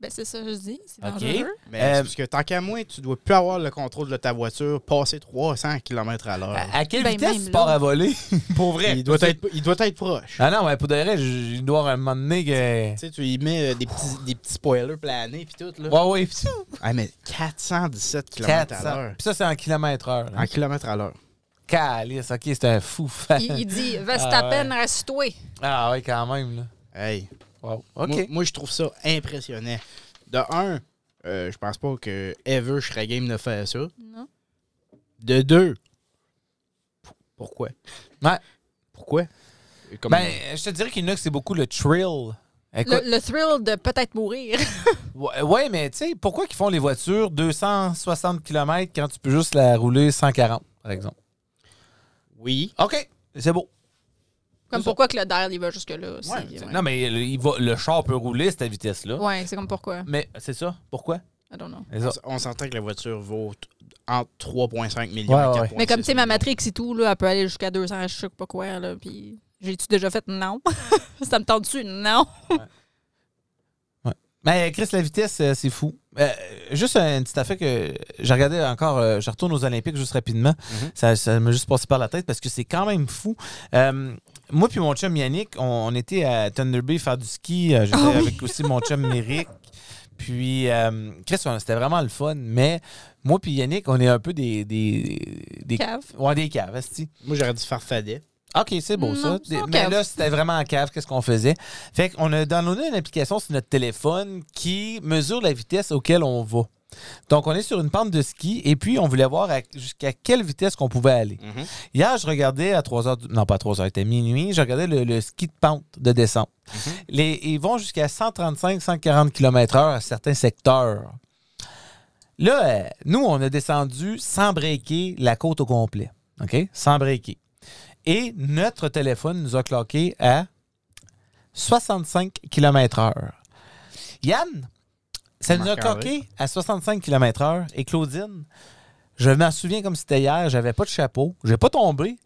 Speaker 3: ben, c'est ça, je dis. C'est
Speaker 1: OK.
Speaker 3: dangereux.
Speaker 2: Mais
Speaker 1: Euh,
Speaker 2: c'est parce que tant qu'à moi, tu dois plus avoir le contrôle de ta voiture passer 300 km à l'heure.
Speaker 1: À, à quelle
Speaker 3: Ben,
Speaker 1: vitesse
Speaker 3: même
Speaker 1: tu pars
Speaker 3: là.
Speaker 1: à voler? pour vrai.
Speaker 2: il, doit être, il doit être proche.
Speaker 1: Ah non, mais pour de vrai, je- il doit avoir un moment donné que.
Speaker 2: Tu sais, tu y mets euh, des petits, des petits spoilers planés puis tout. Là.
Speaker 1: Ouais, ouais, pis
Speaker 2: Ah, mais 417 km à
Speaker 1: 400.
Speaker 2: l'heure.
Speaker 1: Pis ça, c'est en kilomètre heure.
Speaker 2: En kilomètre à l'heure.
Speaker 1: Calice, ok, c'est un fou fan.
Speaker 3: Il, il dit Verstappen, reste-toi.
Speaker 1: Ah ouais, quand même, là.
Speaker 2: Hey.
Speaker 1: Wow. OK.
Speaker 2: Moi, moi, je trouve ça impressionnant. De un, euh, je pense pas que ever je serais game de faire ça.
Speaker 3: Non.
Speaker 2: De deux, p- pourquoi?
Speaker 1: Ouais.
Speaker 2: Pourquoi? Comme-
Speaker 1: Ben, je te dirais qu'il y en a que c'est beaucoup le thrill. Écoute,
Speaker 3: Le, le thrill de peut-être mourir.
Speaker 1: ouais- ouais, mais tu sais, pourquoi qu'ils font les voitures 260 km quand tu peux juste la rouler 140, par exemple?
Speaker 2: oui.
Speaker 1: OK, c'est beau.
Speaker 3: comme
Speaker 1: ça.
Speaker 3: pourquoi que le DER, il va jusque-là. c'est-
Speaker 2: tu sais,
Speaker 3: ouais.
Speaker 1: Non, mais le, il va- le char peut rouler à cette vitesse-là.
Speaker 3: Ouais, c'est comme pourquoi.
Speaker 1: Mais c'est ça. Pourquoi?
Speaker 3: I don't know.
Speaker 1: C'est ça.
Speaker 2: On s'entend que la voiture vaut t- entre 3,5 millions
Speaker 1: Ouais,
Speaker 2: et
Speaker 1: ouais.
Speaker 2: 4,6
Speaker 3: Mais comme tu sais, ma
Speaker 2: millions.
Speaker 3: Matrix et tout, là, elle peut aller jusqu'à 200, je sais pas quoi, là. Puis, j'ai-tu déjà fait non? ça me tente dessus? Non.
Speaker 1: Mais Chris, la vitesse, euh, c'est fou. Euh, juste un petit affaire que j'ai regardé encore, euh, je retourne aux Olympiques juste rapidement.
Speaker 2: Mhm.
Speaker 1: Ça- Ça m'a juste passé par la tête parce que c'est quand même fou. Euh, moi puis mon chum Yannick, on, on était à Thunder Bay faire du ski. Euh, J'étais
Speaker 3: Ah oui.
Speaker 1: avec aussi mon chum Méric. Puis, euh, Chris, on- c'était vraiment le fun. Mais moi puis Yannick, on est un peu des... des, des
Speaker 3: Cave.
Speaker 1: Ouais, des caves, esti.
Speaker 2: Moi, j'aurais dû faire fadet.
Speaker 1: OK, c'est beau ça.
Speaker 3: Non, c'est en
Speaker 1: Mais
Speaker 3: cave.
Speaker 1: là, c'était vraiment en cave, qu'est-ce qu'on faisait? Fait qu'on a downloadé une application sur notre téléphone qui mesure la vitesse auquel on va. Donc, on est sur une pente de ski et puis on voulait voir à- jusqu'à quelle vitesse qu'on pouvait aller.
Speaker 2: Mhm.
Speaker 1: Hier, je regardais à 3 heures, du- non pas à 3 heures, c'était minuit, je regardais le, le ski de pente de descente.
Speaker 3: Mhm.
Speaker 1: Les, ils vont jusqu'à 135-140 km/h à certains secteurs. Là, euh, nous, on a descendu sans breaker la côte au complet. OK? Sans breaker. Et notre téléphone nous a cloqué à 65 km/h. Yann, ça nous a
Speaker 2: Marc-André.
Speaker 1: cloqué à 65 km/h. Et Claudine, je m'en souviens comme c'était hier, j'avais pas de chapeau, j'ai pas tombé,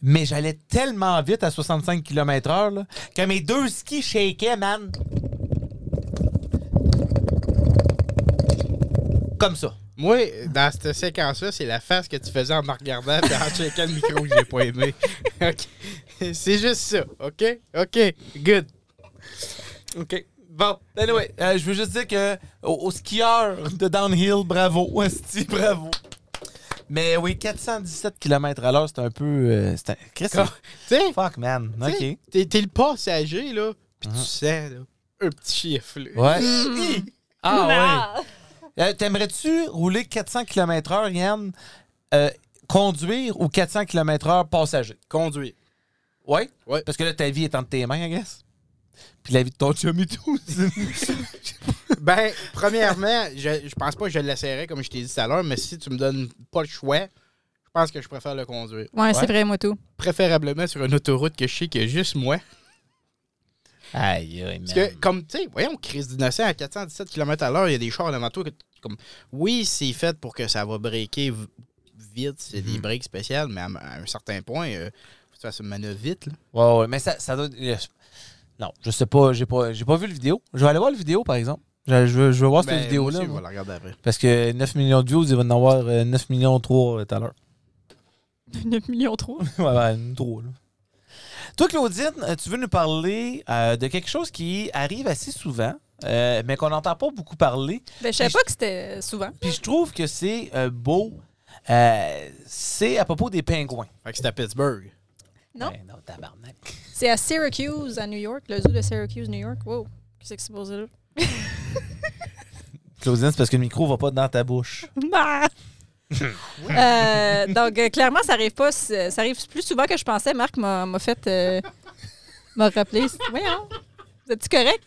Speaker 1: mais j'allais tellement vite à 65 km/h là, que mes deux skis shakaient, man. Comme ça.
Speaker 2: Moi, dans cette séquence-là, c'est la face que tu faisais en me regardant et en checkant le micro que j'ai pas aimé. OK. C'est juste ça. OK? OK. Good.
Speaker 1: OK. Bon, anyway, euh, je veux juste dire que au, au skieur de downhill, bravo, Esti, bravo. Mais oui, 417 km à l'heure, c'est un peu. euh, c'est un- Chris,
Speaker 2: Comme- Tu sais,
Speaker 1: fuck, man.
Speaker 2: tu sais,
Speaker 1: OK.
Speaker 2: t'es t'es le passager, là, puis tu sens, là, un petit chiffre, là.
Speaker 1: Ouais. Mm.
Speaker 3: Mhm.
Speaker 1: Ah, ouais. Euh, T'aimerais-tu rouler 400 km/h, Yann, euh, conduire ou 400 km/h passager?
Speaker 2: Conduire.
Speaker 1: Ouais.
Speaker 2: Ouais.
Speaker 1: Parce que là, ta vie est entre tes mains, I guess. Puis la vie de ton chum et tout.
Speaker 2: Ben, premièrement, je, je pense pas que je l'essayerais, comme je t'ai dit tout à l'heure, mais si tu me donnes pas le choix, je pense que je préfère le conduire.
Speaker 3: Ouais,
Speaker 1: Ouais.
Speaker 3: c'est vrai, moi tout.
Speaker 2: Préférablement sur une autoroute que je sais qu'il y a juste moi.
Speaker 1: aïe, aïe, man.
Speaker 2: Parce que, comme, tu sais, voyons, crise d'innocent, à 417 km à l'heure, il y a des chars devant toi. que t- comme, oui, c'est fait pour que ça va breaker v- vite, c'est des
Speaker 5: Mm-hmm.
Speaker 2: breaks spéciales, mais à, m- à un certain point, euh, faut que tu fasses une manœuvre vite. là.
Speaker 1: Ouais, ouais, mais ça, ça doit. euh, Non, je sais pas, j'ai pas, j'ai pas vu le vidéo. Je vais aller voir le vidéo, par exemple.
Speaker 5: Je, je veux, je veux voir cette
Speaker 2: Ben, moi
Speaker 5: vidéo-là.
Speaker 2: aussi, Je
Speaker 5: moi.
Speaker 2: vais la regarder après.
Speaker 5: Parce que 9 millions de views, il va en avoir euh, 9 millions 3 tout à l'heure.
Speaker 3: 9 millions trop.
Speaker 5: ouais, ben, trop, là. Toi, Claudine, euh, tu veux nous parler euh, de quelque chose qui arrive assez souvent, euh, mais qu'on n'entend pas beaucoup parler.
Speaker 3: Ben, je savais pas que c'était souvent.
Speaker 5: Puis je trouve que c'est euh, beau. Euh, c'est à propos des pingouins.
Speaker 2: Fait que c'est à Pittsburgh. Oh.
Speaker 3: Non.
Speaker 5: Ben non, tabarnak.
Speaker 3: C'est à Syracuse, à New York, le zoo de Syracuse, New York. Wow, qu'est-ce qui s'est passé là?
Speaker 5: Claudine, c'est parce que le micro va pas dans ta bouche.
Speaker 3: Bah! Euh, donc, euh, clairement, ça arrive pas. c'est- Ça arrive plus souvent que je pensais. Marc m'a m'a fait. euh, m'a rappelé. Voyons. Vous êtes-tu correct?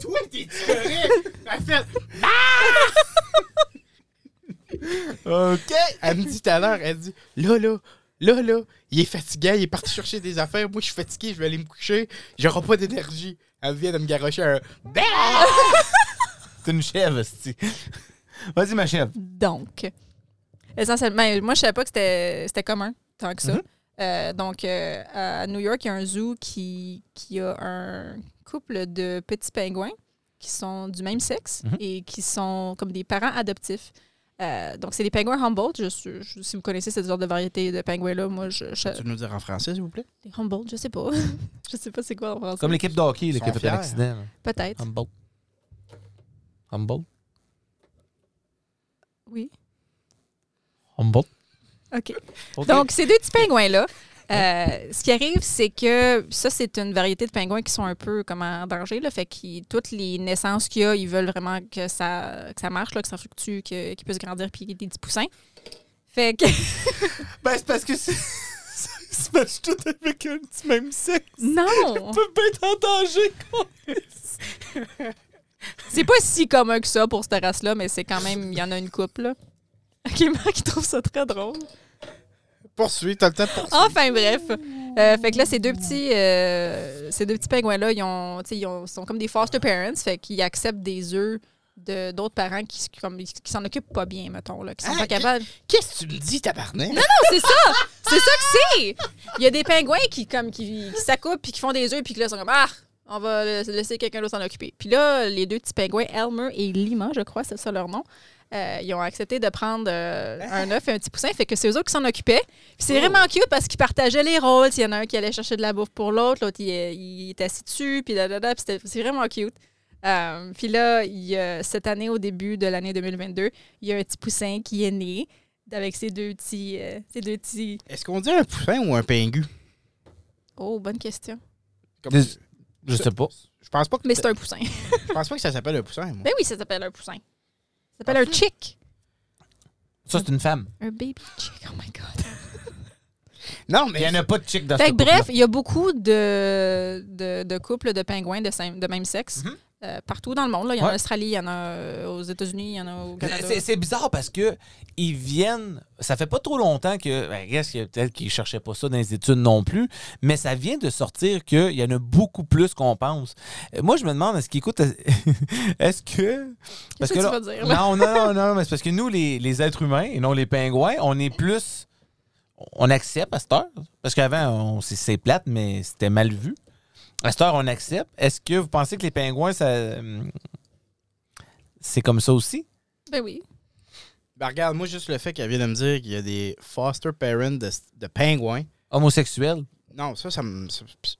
Speaker 2: Toi, t'es correct! Elle fait. Ah! OK! Elle me dit tout à l'heure, elle dit là, là, là, là, il est fatigué, il est parti chercher des affaires. Moi, je suis fatigué, je vais aller me coucher, j'aurai pas d'énergie. Elle vient de me garrocher un.
Speaker 5: C'est une chèvre, esti. Vas-y, ma chèvre.
Speaker 3: Donc, essentiellement, moi, je savais pas que c'était c'était commun tant que ça. Euh, donc, euh, à New York, il y a un zoo qui, qui a un couple de petits pingouins qui sont du même sexe
Speaker 5: Mhm.
Speaker 3: et qui sont comme des parents adoptifs. Euh, donc, c'est des pingouins Humboldt. Je, suis- je- si vous connaissez cette sorte de variété de pingouins-là, moi, je, je-
Speaker 2: nous dire en français, s'il vous plaît?
Speaker 3: Les Humboldt, je sais pas. je sais pas c'est quoi en français.
Speaker 5: Comme l'équipe de hockey là,
Speaker 2: Ils
Speaker 5: qui a
Speaker 2: sont
Speaker 5: fait un
Speaker 2: fiers.
Speaker 5: accident. là.
Speaker 3: Peut-être.
Speaker 5: Humboldt. Humboldt.
Speaker 3: Oui.
Speaker 5: Humboldt.
Speaker 3: OK.
Speaker 5: Ok.
Speaker 3: Donc, ces deux petits pingouins-là, euh, ce qui arrive, c'est que ça, c'est une variété de pingouins qui sont un peu comme en danger. Là, fait que toutes les naissances qu'il y a, ils veulent vraiment que ça, que ça marche, là, que ça fructue, que- qu'ils puissent grandir puis qu'il y ait des petits poussins. Fait que.
Speaker 5: Ben, c'est parce que c'est. se match tout avec un petit même sexe.
Speaker 3: Non!
Speaker 5: peuvent pas être en danger.
Speaker 3: C'est pas si commun que ça pour cette race-là, mais c'est quand même. Il y en a une couple, là. Ok, Marc, il trouve ça très drôle.
Speaker 2: Poursuis, t'as le temps de poursuivre.
Speaker 3: Enfin bref. Euh, fait que là, ces deux petits, euh, ces deux petits pingouins-là, ils, ont, tu sais, ils ont- sont comme des foster parents. Fait qu'ils acceptent des œufs de d'autres parents qui, s- comme, qui s'en occupent pas bien, mettons, là, qui sont
Speaker 2: Ah,
Speaker 3: pas
Speaker 2: que-
Speaker 3: capables.
Speaker 2: Qu'est-ce que tu me dis, tabarnak?
Speaker 3: Non, c'est ça! C'est ça que c'est! Il y a des pingouins qui comme qui, qui s'accoupent puis qui font des œufs puis qui là sont comme Ah! On va le- laisser quelqu'un d'autre s'en occuper. Puis là, les deux petits pingouins, Elmer et Lima, je crois, c'est ça leur nom, euh, ils ont accepté de prendre euh, un œuf et un petit poussin. Fait que c'est eux autres qui s'en occupaient. Puis c'est vraiment cute parce qu'ils partageaient les rôles. Il y en a un qui allait chercher de la bouffe pour l'autre, l'autre, il, il était assis dessus, puis da, da, da. Puis c'était- c'est vraiment cute. Euh, puis là, il y a- cette année, au début de l'année 2022, il y a un petit poussin qui est né avec ses deux petits. euh, ses deux petits.
Speaker 2: Est-ce qu'on dit un poussin ou un pingu?
Speaker 3: Oh, bonne question.
Speaker 2: Comme-
Speaker 5: Des- Je sais pas.
Speaker 2: Je pense pas que
Speaker 3: Mais c'est
Speaker 5: Ben
Speaker 3: un poussin.
Speaker 2: je pense pas que ça s'appelle un poussin, moi.
Speaker 3: ben oui, ça s'appelle un poussin. Ça s'appelle un chick.
Speaker 5: Ça, c'est une femme.
Speaker 3: Un baby chick. Oh my God.
Speaker 2: Non,
Speaker 5: Ben, Il n'y
Speaker 2: mais
Speaker 5: en a Ah, pas de chick dans
Speaker 3: Fait
Speaker 5: ce
Speaker 3: que bref, il y a beaucoup de, de, de couples de pingouins de, sim- de même sexe
Speaker 5: Mhm.
Speaker 3: euh, partout dans le monde. là. Il y en a
Speaker 5: Ouais. Ben,
Speaker 3: en Australie, il y en a euh, aux États-Unis, il y en a au Canada.
Speaker 5: C'est c'est bizarre parce que ils viennent. Ça fait pas trop longtemps que. ben, I guess qu'il y a peut-être qu'ils cherchaient pas ça dans les études non plus, mais ça vient de sortir qu'il y en a beaucoup plus qu'on pense. Euh, Moi, je me demande, est-ce qu'ils écoutent. Est-ce que.
Speaker 3: Qu'est-ce que tu vas dire, là?
Speaker 5: Non, non, non, non, mais c'est parce que nous, les, les êtres humains, et non les pingouins, on est plus. On accepte à cette heure. Parce qu'avant, on- c'est- c'est plate, mais c'était mal vu. À cette heure, on accepte. Est-ce que vous pensez que les pingouins, ça. hum, C'est comme ça aussi?
Speaker 3: Ben oui.
Speaker 2: Ben, regarde, moi, juste le fait qu'elle vient de me dire qu'il y a des foster parents de, de pingouins.
Speaker 5: Homosexuel?
Speaker 2: Non, ça, ça me. ça- pss,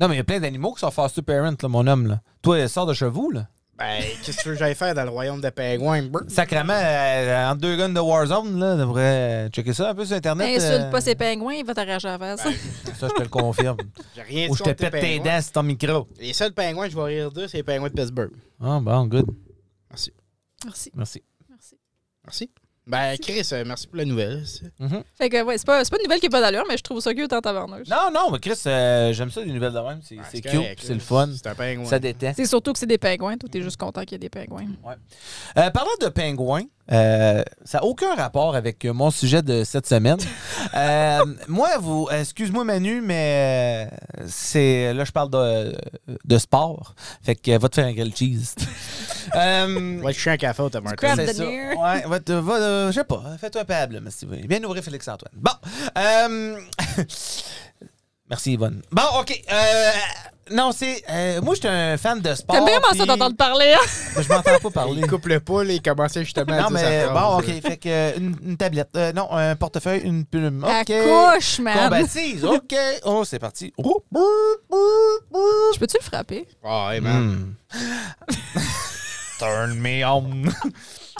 Speaker 5: Non, mais il y a plein d'animaux qui sont foster parents, là, mon homme. Là. Toi, sors de chevaux, là.
Speaker 2: Ben, qu'est-ce que tu veux que j'aille faire dans le royaume des pingouins? Brr.
Speaker 5: Sacrement, euh, entre deux guns de Warzone, là, devrait euh, checker ça un peu sur Internet.
Speaker 3: Ben, Insulte
Speaker 5: euh, Ben
Speaker 3: pas ces pingouins, il va t'arracher à face.
Speaker 5: Ça, je te le confirme.
Speaker 2: J'ai rien
Speaker 5: Ou
Speaker 2: dit
Speaker 5: je te
Speaker 2: contre tes
Speaker 5: pète tes
Speaker 2: pingouins.
Speaker 5: dents sur ton micro.
Speaker 2: Les seuls pingouins que je vais rire d'eux, c'est les pingouins de Pittsburgh.
Speaker 5: Ah, bon, good.
Speaker 3: Merci.
Speaker 5: Merci.
Speaker 3: Merci.
Speaker 2: Merci. Ben, Chris, euh, merci pour la nouvelle. ça.
Speaker 5: Mhm.
Speaker 3: Fait que, ouais, c'est pas, c'est pas une nouvelle qui est pas d'allure, mais je trouve ça cute en taverneuse.
Speaker 5: Non, non, mais Chris, euh, j'aime ça, les nouvelles de même. C'est
Speaker 2: Ah,
Speaker 5: c'est
Speaker 2: correct,
Speaker 5: cute,
Speaker 2: là.
Speaker 5: c'est le fun,
Speaker 2: C'est un pingouin.
Speaker 5: ça détend.
Speaker 3: C'est surtout que c'est des pingouins. Toi, t'es juste content qu'il y ait des pingouins.
Speaker 5: Euh, parlant de pingouins, euh, ça n'a aucun rapport avec euh, mon sujet de cette semaine. Euh, moi, vous, excuse-moi Manu, mais euh, c'est là je parle de, de sport. Fait que euh, va te faire un grilled cheese. Euh,
Speaker 2: Ouais, je suis un café au Martin.
Speaker 3: crap. Grab
Speaker 5: c'est
Speaker 3: the
Speaker 5: ça.
Speaker 3: deer.
Speaker 5: Ouais, va, te- va, euh, je sais pas, fais-toi un pable, si tu veux. Bien ouvrir Félix-Antoine. Bon. euh, Merci, Yvonne. Bon, OK. euh, Non, c'est. euh, moi, j'étais un fan de sport.
Speaker 3: T'aimes vraiment ça
Speaker 5: puis-
Speaker 3: d'entendre parler, hein?
Speaker 5: Je m'entends pas parler.
Speaker 2: Il coupe le pas, là, il commençait justement à
Speaker 5: Non,
Speaker 2: dire
Speaker 5: mais
Speaker 2: sa
Speaker 5: bon,
Speaker 2: phrase,
Speaker 5: OK.
Speaker 2: là.
Speaker 5: Fait que euh, une, une tablette. Euh, non, un portefeuille, une plume.
Speaker 3: La
Speaker 5: OK.
Speaker 3: couche, man.
Speaker 5: Qu'on baptise. OK. Oh, c'est parti. Oh.
Speaker 3: Je peux-tu le frapper?
Speaker 2: Ah, hey, man.
Speaker 5: Turn me on.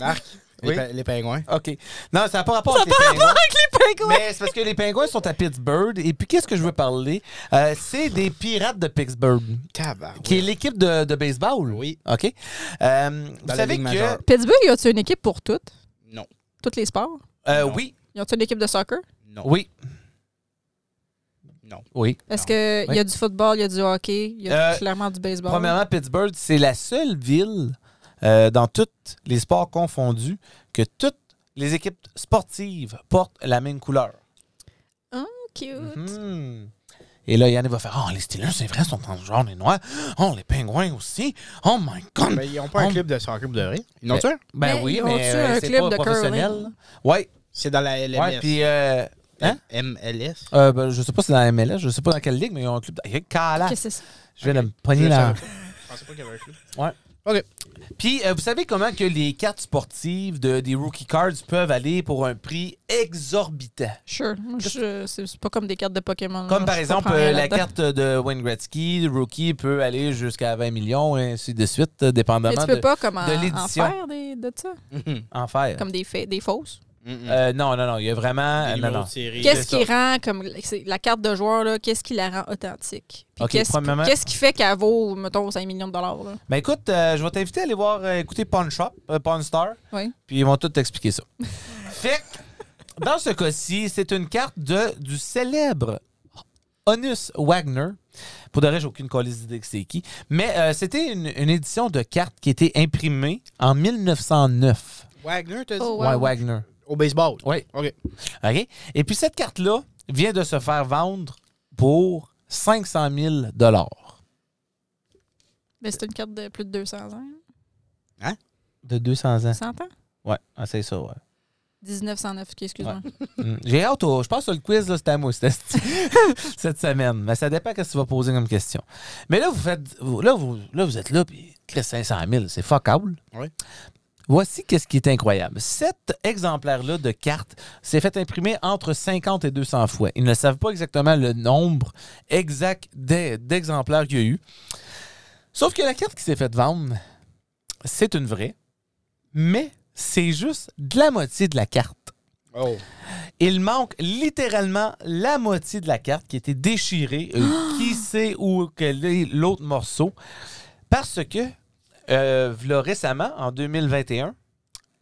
Speaker 2: Marc, les
Speaker 5: Oui.
Speaker 2: pe- les pingouins.
Speaker 5: OK. Non, ça n'a pas rapport
Speaker 3: Ça
Speaker 5: avec les
Speaker 3: par rapport
Speaker 5: pingouins.
Speaker 3: avec les pingouins!
Speaker 5: Mais c'est parce que les pingouins sont à Pittsburgh. Et puis, qu'est-ce que je veux parler? Euh, c'est des pirates de Pittsburgh,
Speaker 2: Tabarouette.
Speaker 5: qui est l'équipe de, de baseball.
Speaker 2: Oui.
Speaker 5: OK. Euh, vous
Speaker 2: la
Speaker 5: savez
Speaker 2: Ligue
Speaker 5: que.
Speaker 2: majeure.
Speaker 3: Pittsburgh, y a-tu une équipe pour toutes?
Speaker 2: Non.
Speaker 3: Tous les sports?
Speaker 5: Euh,
Speaker 2: Non.
Speaker 5: oui.
Speaker 3: Y a-tu une équipe de soccer?
Speaker 2: Non.
Speaker 5: Oui.
Speaker 2: Non.
Speaker 5: Oui.
Speaker 3: Est-ce
Speaker 2: Non.
Speaker 3: qu'il y a du football, il y a du hockey, il y a
Speaker 5: Euh,
Speaker 3: clairement du baseball?
Speaker 5: Premièrement, Pittsburgh, c'est la seule ville euh, dans tous les sports confondus que toutes les équipes sportives portent la même couleur.
Speaker 3: Cute.
Speaker 5: Mhm. Et là, Yann il va faire Oh, les Steelers, c'est vrai, sont en jaune et noir. Oh, les pingouins aussi. Oh my God.
Speaker 2: Ben, ils n'ont pas
Speaker 5: On-
Speaker 2: un club de soccer de rien. Ils n'ont
Speaker 5: Ben-
Speaker 2: tu un?
Speaker 5: Ben
Speaker 3: Mais
Speaker 5: oui,
Speaker 3: ils
Speaker 5: mais
Speaker 3: ont-tu
Speaker 5: euh,
Speaker 3: un
Speaker 5: c'est
Speaker 3: club
Speaker 5: pas
Speaker 3: de
Speaker 5: professionnel. Oui,
Speaker 2: C'est dans la LMS.
Speaker 5: ouais, puis euh, hein?
Speaker 2: MLS.
Speaker 5: euh, ben, je sais pas si c'est dans la MLS, je sais pas dans quelle ligue, mais ils ont un club. de- Cala.
Speaker 3: Ah, Qu'est-ce que c'est ça?
Speaker 5: Je viens de me
Speaker 2: Je
Speaker 5: pogner là.
Speaker 2: savais- Je pensais pas qu'il y avait un club.
Speaker 5: Puis, euh, vous savez comment que les cartes sportives de, des rookie cards peuvent aller pour un prix exorbitant?
Speaker 3: Sure. Moi, je- C'est c'est pas comme des cartes de Pokémon.
Speaker 5: Comme
Speaker 3: là.
Speaker 5: par
Speaker 3: Ah, Je
Speaker 5: exemple,
Speaker 3: comprends
Speaker 5: euh,
Speaker 3: rien
Speaker 5: la
Speaker 3: là-dedans.
Speaker 5: carte de Wayne Gretzky, le rookie peut aller jusqu'à 20 millions et ainsi de suite, euh,
Speaker 3: Mais
Speaker 5: dépendamment
Speaker 3: tu peux
Speaker 5: de
Speaker 3: pas comme en,
Speaker 5: de
Speaker 3: en
Speaker 5: l'édition.
Speaker 3: faire des, de ça?
Speaker 5: en faire.
Speaker 3: Comme des, fa- des fausses?
Speaker 5: Euh, non, non, non, il y a vraiment... euh, non, non.
Speaker 3: Qu'est-ce
Speaker 5: ça.
Speaker 3: qui rend, comme c'est la carte de joueur, là, qu'est-ce qui la rend authentique? Puis
Speaker 5: Ok,
Speaker 3: qu'est-ce,
Speaker 5: premièrement-
Speaker 3: qu'est-ce qui fait qu'elle vaut, mettons, 5 millions de dollars? là?
Speaker 5: Ben écoute, euh, je vais t'inviter à aller voir, euh, écouter Pawn Shop, euh, Pawn Star,
Speaker 3: Oui.
Speaker 5: puis ils vont tout t'expliquer ça. fait que, dans ce cas-ci, c'est une carte de, du célèbre Honus Wagner. Pour de vrai, j'ai aucune colise d'idée que c'est qui. Mais euh, c'était une, une édition de carte qui était imprimée en 1909.
Speaker 2: Wagner, t'as dit?
Speaker 3: Oh,
Speaker 5: Ouais,
Speaker 3: wow.
Speaker 5: Wagner.
Speaker 2: Au baseball.
Speaker 5: Oui.
Speaker 2: OK.
Speaker 5: OK? Et puis cette carte-là vient de se faire vendre pour 500 000
Speaker 3: Mais c'est une carte de plus de 200 ans. hein?
Speaker 5: de 200 ans.
Speaker 3: 100 ans?
Speaker 5: Ouais, ah, c'est ça, ouais.
Speaker 3: 1909, ok, excuse-moi.
Speaker 5: Mm. J'ai hâte au- Je pense que le quiz, là, c'était à moi, c'était- cette semaine. Mais ça dépend qu'est-ce que tu vas poser comme question. Mais là, vous faites. vous- Là, vous, là, vous êtes là, puis Chris 500 000, c'est fuckable.
Speaker 2: Ouais.
Speaker 5: Voici qu'est-ce qui est incroyable. Cet exemplaire-là de carte s'est fait imprimer entre 50 et 200 fois. Ils ne savent pas exactement le nombre exact d'e- d'exemplaires qu'il y a eu. Sauf que la carte qui s'est faite vendre, c'est une vraie, mais c'est juste de la moitié de la carte.
Speaker 2: Oh.
Speaker 5: Il manque littéralement la moitié de la carte qui était déchirée. Euh, qui sait où quel est l'autre morceau? Parce que, euh, v'là récemment, en 2021,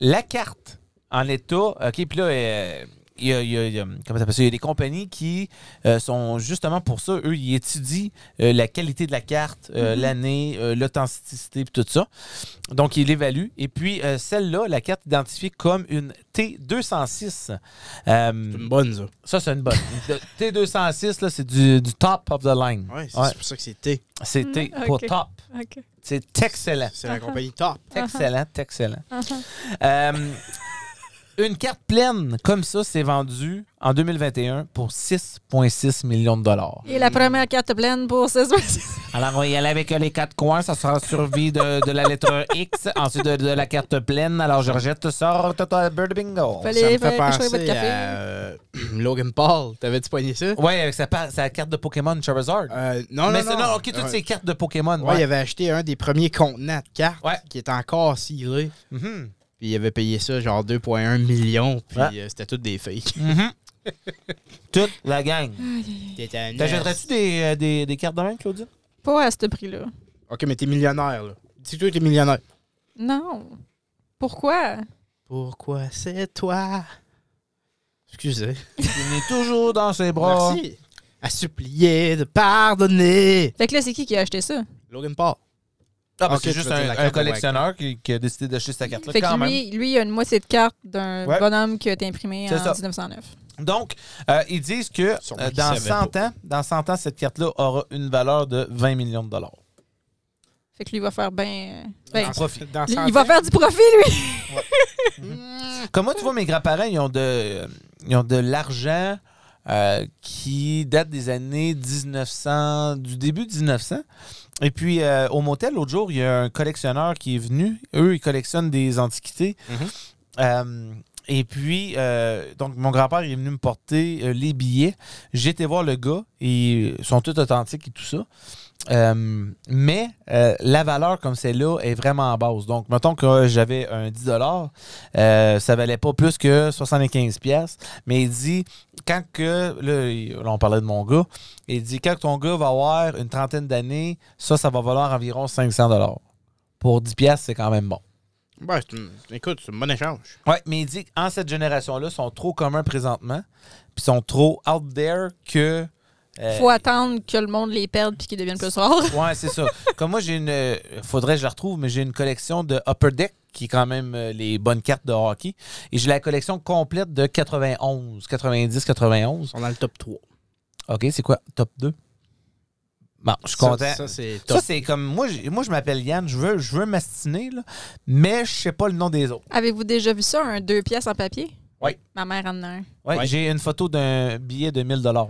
Speaker 5: la carte en état. OK, puis là, euh, il y a, il y a- il y a- comment ça s'appelle ça? Il y a des compagnies qui euh, sont justement pour ça. Eux, ils étudient euh, la qualité de la carte, euh,
Speaker 2: Mm-hmm.
Speaker 5: l'année, euh, l'authenticité, puis tout ça. Donc, ils l'évaluent. Et puis, euh, celle-là, la carte identifiée comme une T206. Euh,
Speaker 2: C'est une bonne, ça.
Speaker 5: ça, c'est une bonne. Une T206, là, c'est du, du top of the line.
Speaker 2: Ouais, c'est
Speaker 5: Ouais,
Speaker 2: pour ça que c'est T.
Speaker 5: c'est T,
Speaker 3: Mm,
Speaker 5: pas
Speaker 3: ok. Uh-huh.
Speaker 5: top.
Speaker 3: OK.
Speaker 5: C'est excellent.
Speaker 2: C'est la compagnie top.
Speaker 5: C'est excellent, c'est excellent.
Speaker 3: Uh-huh.
Speaker 5: Euh, une carte pleine comme ça s'est vendue en 2021 pour 6,6 millions de dollars.
Speaker 3: Et la première carte pleine pour 16
Speaker 5: Alors, on va y aller avec les quatre coins. Ça sera survie de, de la lettre X, ensuite de, de la carte pleine. Alors, je rejette ça. Total Bird Bingo.
Speaker 3: Fallait-
Speaker 2: Ça me
Speaker 3: Allez,
Speaker 2: fait
Speaker 3: fallait que je sois
Speaker 2: penser
Speaker 3: euh, votre café.
Speaker 2: à euh, Logan Paul. T'avais-tu poigné ça?
Speaker 5: Oui, avec sa, pa- sa carte de Pokémon Charizard.
Speaker 2: Euh, non,
Speaker 5: Mais
Speaker 2: non,
Speaker 5: c'est-
Speaker 2: non.
Speaker 5: OK, toutes
Speaker 2: Ouais.
Speaker 5: ces cartes de Pokémon.
Speaker 2: Ouais,
Speaker 5: ouais.
Speaker 2: il avait acheté un des premiers contenants de cartes
Speaker 5: Ouais.
Speaker 2: qui est encore scellé.
Speaker 5: Mhm.
Speaker 2: Puis il avait payé ça genre 2,1 millions. Puis
Speaker 5: Ouais.
Speaker 2: euh, c'était toutes des fakes.
Speaker 5: Mhm. Toute la gang. T'achèterais-tu des, euh, des, des cartes de main, Claudia?
Speaker 3: Pas à ce prix-là.
Speaker 2: Ok, mais t'es millionnaire, là. Dis-toi que t'es millionnaire.
Speaker 3: Non. Pourquoi?
Speaker 2: Pourquoi c'est toi? Excusez.
Speaker 5: Il est toujours dans ses bras.
Speaker 2: Merci. À supplier de pardonner.
Speaker 3: Fait que là, c'est qui qui a acheté ça?
Speaker 2: Logan Paul.
Speaker 5: Ah,
Speaker 2: Ok,
Speaker 5: parce que
Speaker 2: tu
Speaker 5: c'est juste
Speaker 2: veux dire
Speaker 5: un,
Speaker 2: la
Speaker 5: un
Speaker 2: carte de
Speaker 5: collectionneur qui, qui a décidé d'acheter sa carte-là
Speaker 3: fait
Speaker 5: quand
Speaker 3: que
Speaker 5: même.
Speaker 3: lui, lui, il a une moitié de carte d'un
Speaker 5: Ouais.
Speaker 3: bonhomme qui a été imprimé
Speaker 5: C'est
Speaker 3: en
Speaker 5: ça.
Speaker 3: 1909.
Speaker 2: Mm.
Speaker 5: Donc, euh, ils disent que euh,
Speaker 2: Sûrement qu'ils
Speaker 5: dans,
Speaker 2: savaient
Speaker 5: 100 ans, dans 100 ans, cette carte-là aura une valeur de 20 millions de dollars.
Speaker 3: Fait que lui, il va faire ben... ben
Speaker 5: Dans profit.
Speaker 2: Dans
Speaker 3: il
Speaker 2: cent
Speaker 3: il va
Speaker 2: ans.
Speaker 3: faire du profit, lui!
Speaker 5: Comme moi, tu vois, mes grands-parents, ils ont de, ils ont de l'argent euh, qui date des années 1900, du début 1900. Et puis, euh, au motel, l'autre jour, il y a un collectionneur qui est venu. Eux, ils collectionnent des antiquités.
Speaker 2: Mhm.
Speaker 5: Euh, et puis, euh, donc, mon grand-père il est venu me porter euh, les billets. J'étais voir le gars. et Ils sont tous authentiques et tout ça. Euh, mais euh, la valeur comme celle-là est vraiment basse. Donc, mettons que j'avais un 10 euh, ça valait pas plus que 75 pièces. Mais il dit, quand que, là, il- là, on parlait de mon gars, il dit, quand ton gars va avoir une trentaine d'années, ça, ça va valoir environ 500 Pour 10 pièces, c'est quand même bon.
Speaker 2: Ben, c'est une- écoute, c'est un bon échange.
Speaker 5: Ouais, mais il dit qu'en cette génération-là, sont trop communs présentement, puis sont trop out there que. euh,
Speaker 3: Faut attendre que le monde les perde puis qu'ils deviennent plus rares.
Speaker 5: Ouais, c'est ça. Comme moi, j'ai une. euh, Faudrait que je la retrouve, mais j'ai une collection de Upper Deck, qui est quand même euh, les bonnes cartes de hockey. Et j'ai la collection complète de 91, 90, 91.
Speaker 2: Ils sont dans le top 3.
Speaker 5: OK, c'est quoi? Top 2? Bon, je suis content.
Speaker 2: Ça, ça,
Speaker 5: Ça,
Speaker 2: c'est top.
Speaker 5: c'est comme. Moi, j'ai- moi je m'appelle Yann, je veux, je veux m'astiner, là, mais je sais pas le nom des autres.
Speaker 3: Avez-vous déjà vu ça, un deux pièces en papier?
Speaker 5: Oui.
Speaker 3: Ma mère en a un.
Speaker 5: Ouais,
Speaker 2: Ouais.
Speaker 5: J'ai une photo d'un billet de 1000 moi.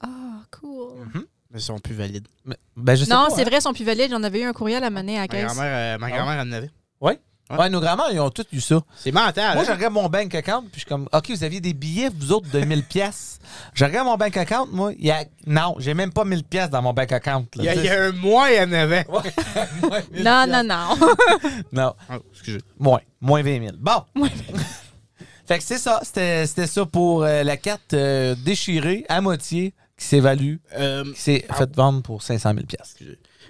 Speaker 3: Ah, cool.
Speaker 2: Mais ils sont plus valides.
Speaker 5: Mais- Ben, je sais
Speaker 3: Non,
Speaker 5: pas,
Speaker 3: c'est
Speaker 5: hein.
Speaker 3: vrai, ils sont plus valides. J'en avais eu un courriel à mener à la
Speaker 2: Ma
Speaker 3: caisse.
Speaker 2: grand-mère, euh, ma
Speaker 5: ouais?
Speaker 2: grand-mère en avait.
Speaker 5: hein. Ouais, nos grands-mères, ils ont tous eu ça.
Speaker 2: C'est mental.
Speaker 5: Moi,
Speaker 2: hein?
Speaker 5: je regarde mon bank account, puis je suis comme, OK, vous aviez des billets, vous autres, de 1000 pièces. Je regarde mon bank account, moi, il y a... Non, j'ai même pas 1000 pièces dans mon bank account. là.
Speaker 2: il, y a, il y a un mois, il en avait.
Speaker 5: Ouais, moins
Speaker 3: Non,
Speaker 5: 1000 piastres.
Speaker 3: non, non.
Speaker 5: Non,
Speaker 2: Ah, excusez.
Speaker 5: moins. Moins 20 000. Bon. fait que c'est ça. C'était c'était ça pour euh, la carte euh, déchirée à moitié qui s'évalue,
Speaker 2: Euh,
Speaker 5: qui s'est faite vendre pour 500 000 pièces.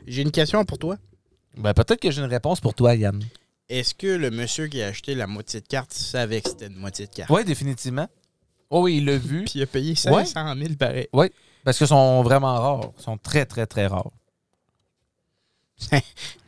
Speaker 2: J'ai une question pour toi.
Speaker 5: Ben, peut-être que j'ai une réponse pour toi, Yann.
Speaker 2: Est-ce que le monsieur qui a acheté la moitié de carte savait que c'était une moitié de carte?
Speaker 5: Oui, définitivement. Oh, oui, il l'a vu.
Speaker 2: Puis il a payé
Speaker 5: Ouais.
Speaker 2: 500 000 pareil.
Speaker 5: Parce qu'ils sont vraiment rares. Ils sont très, très, très rares.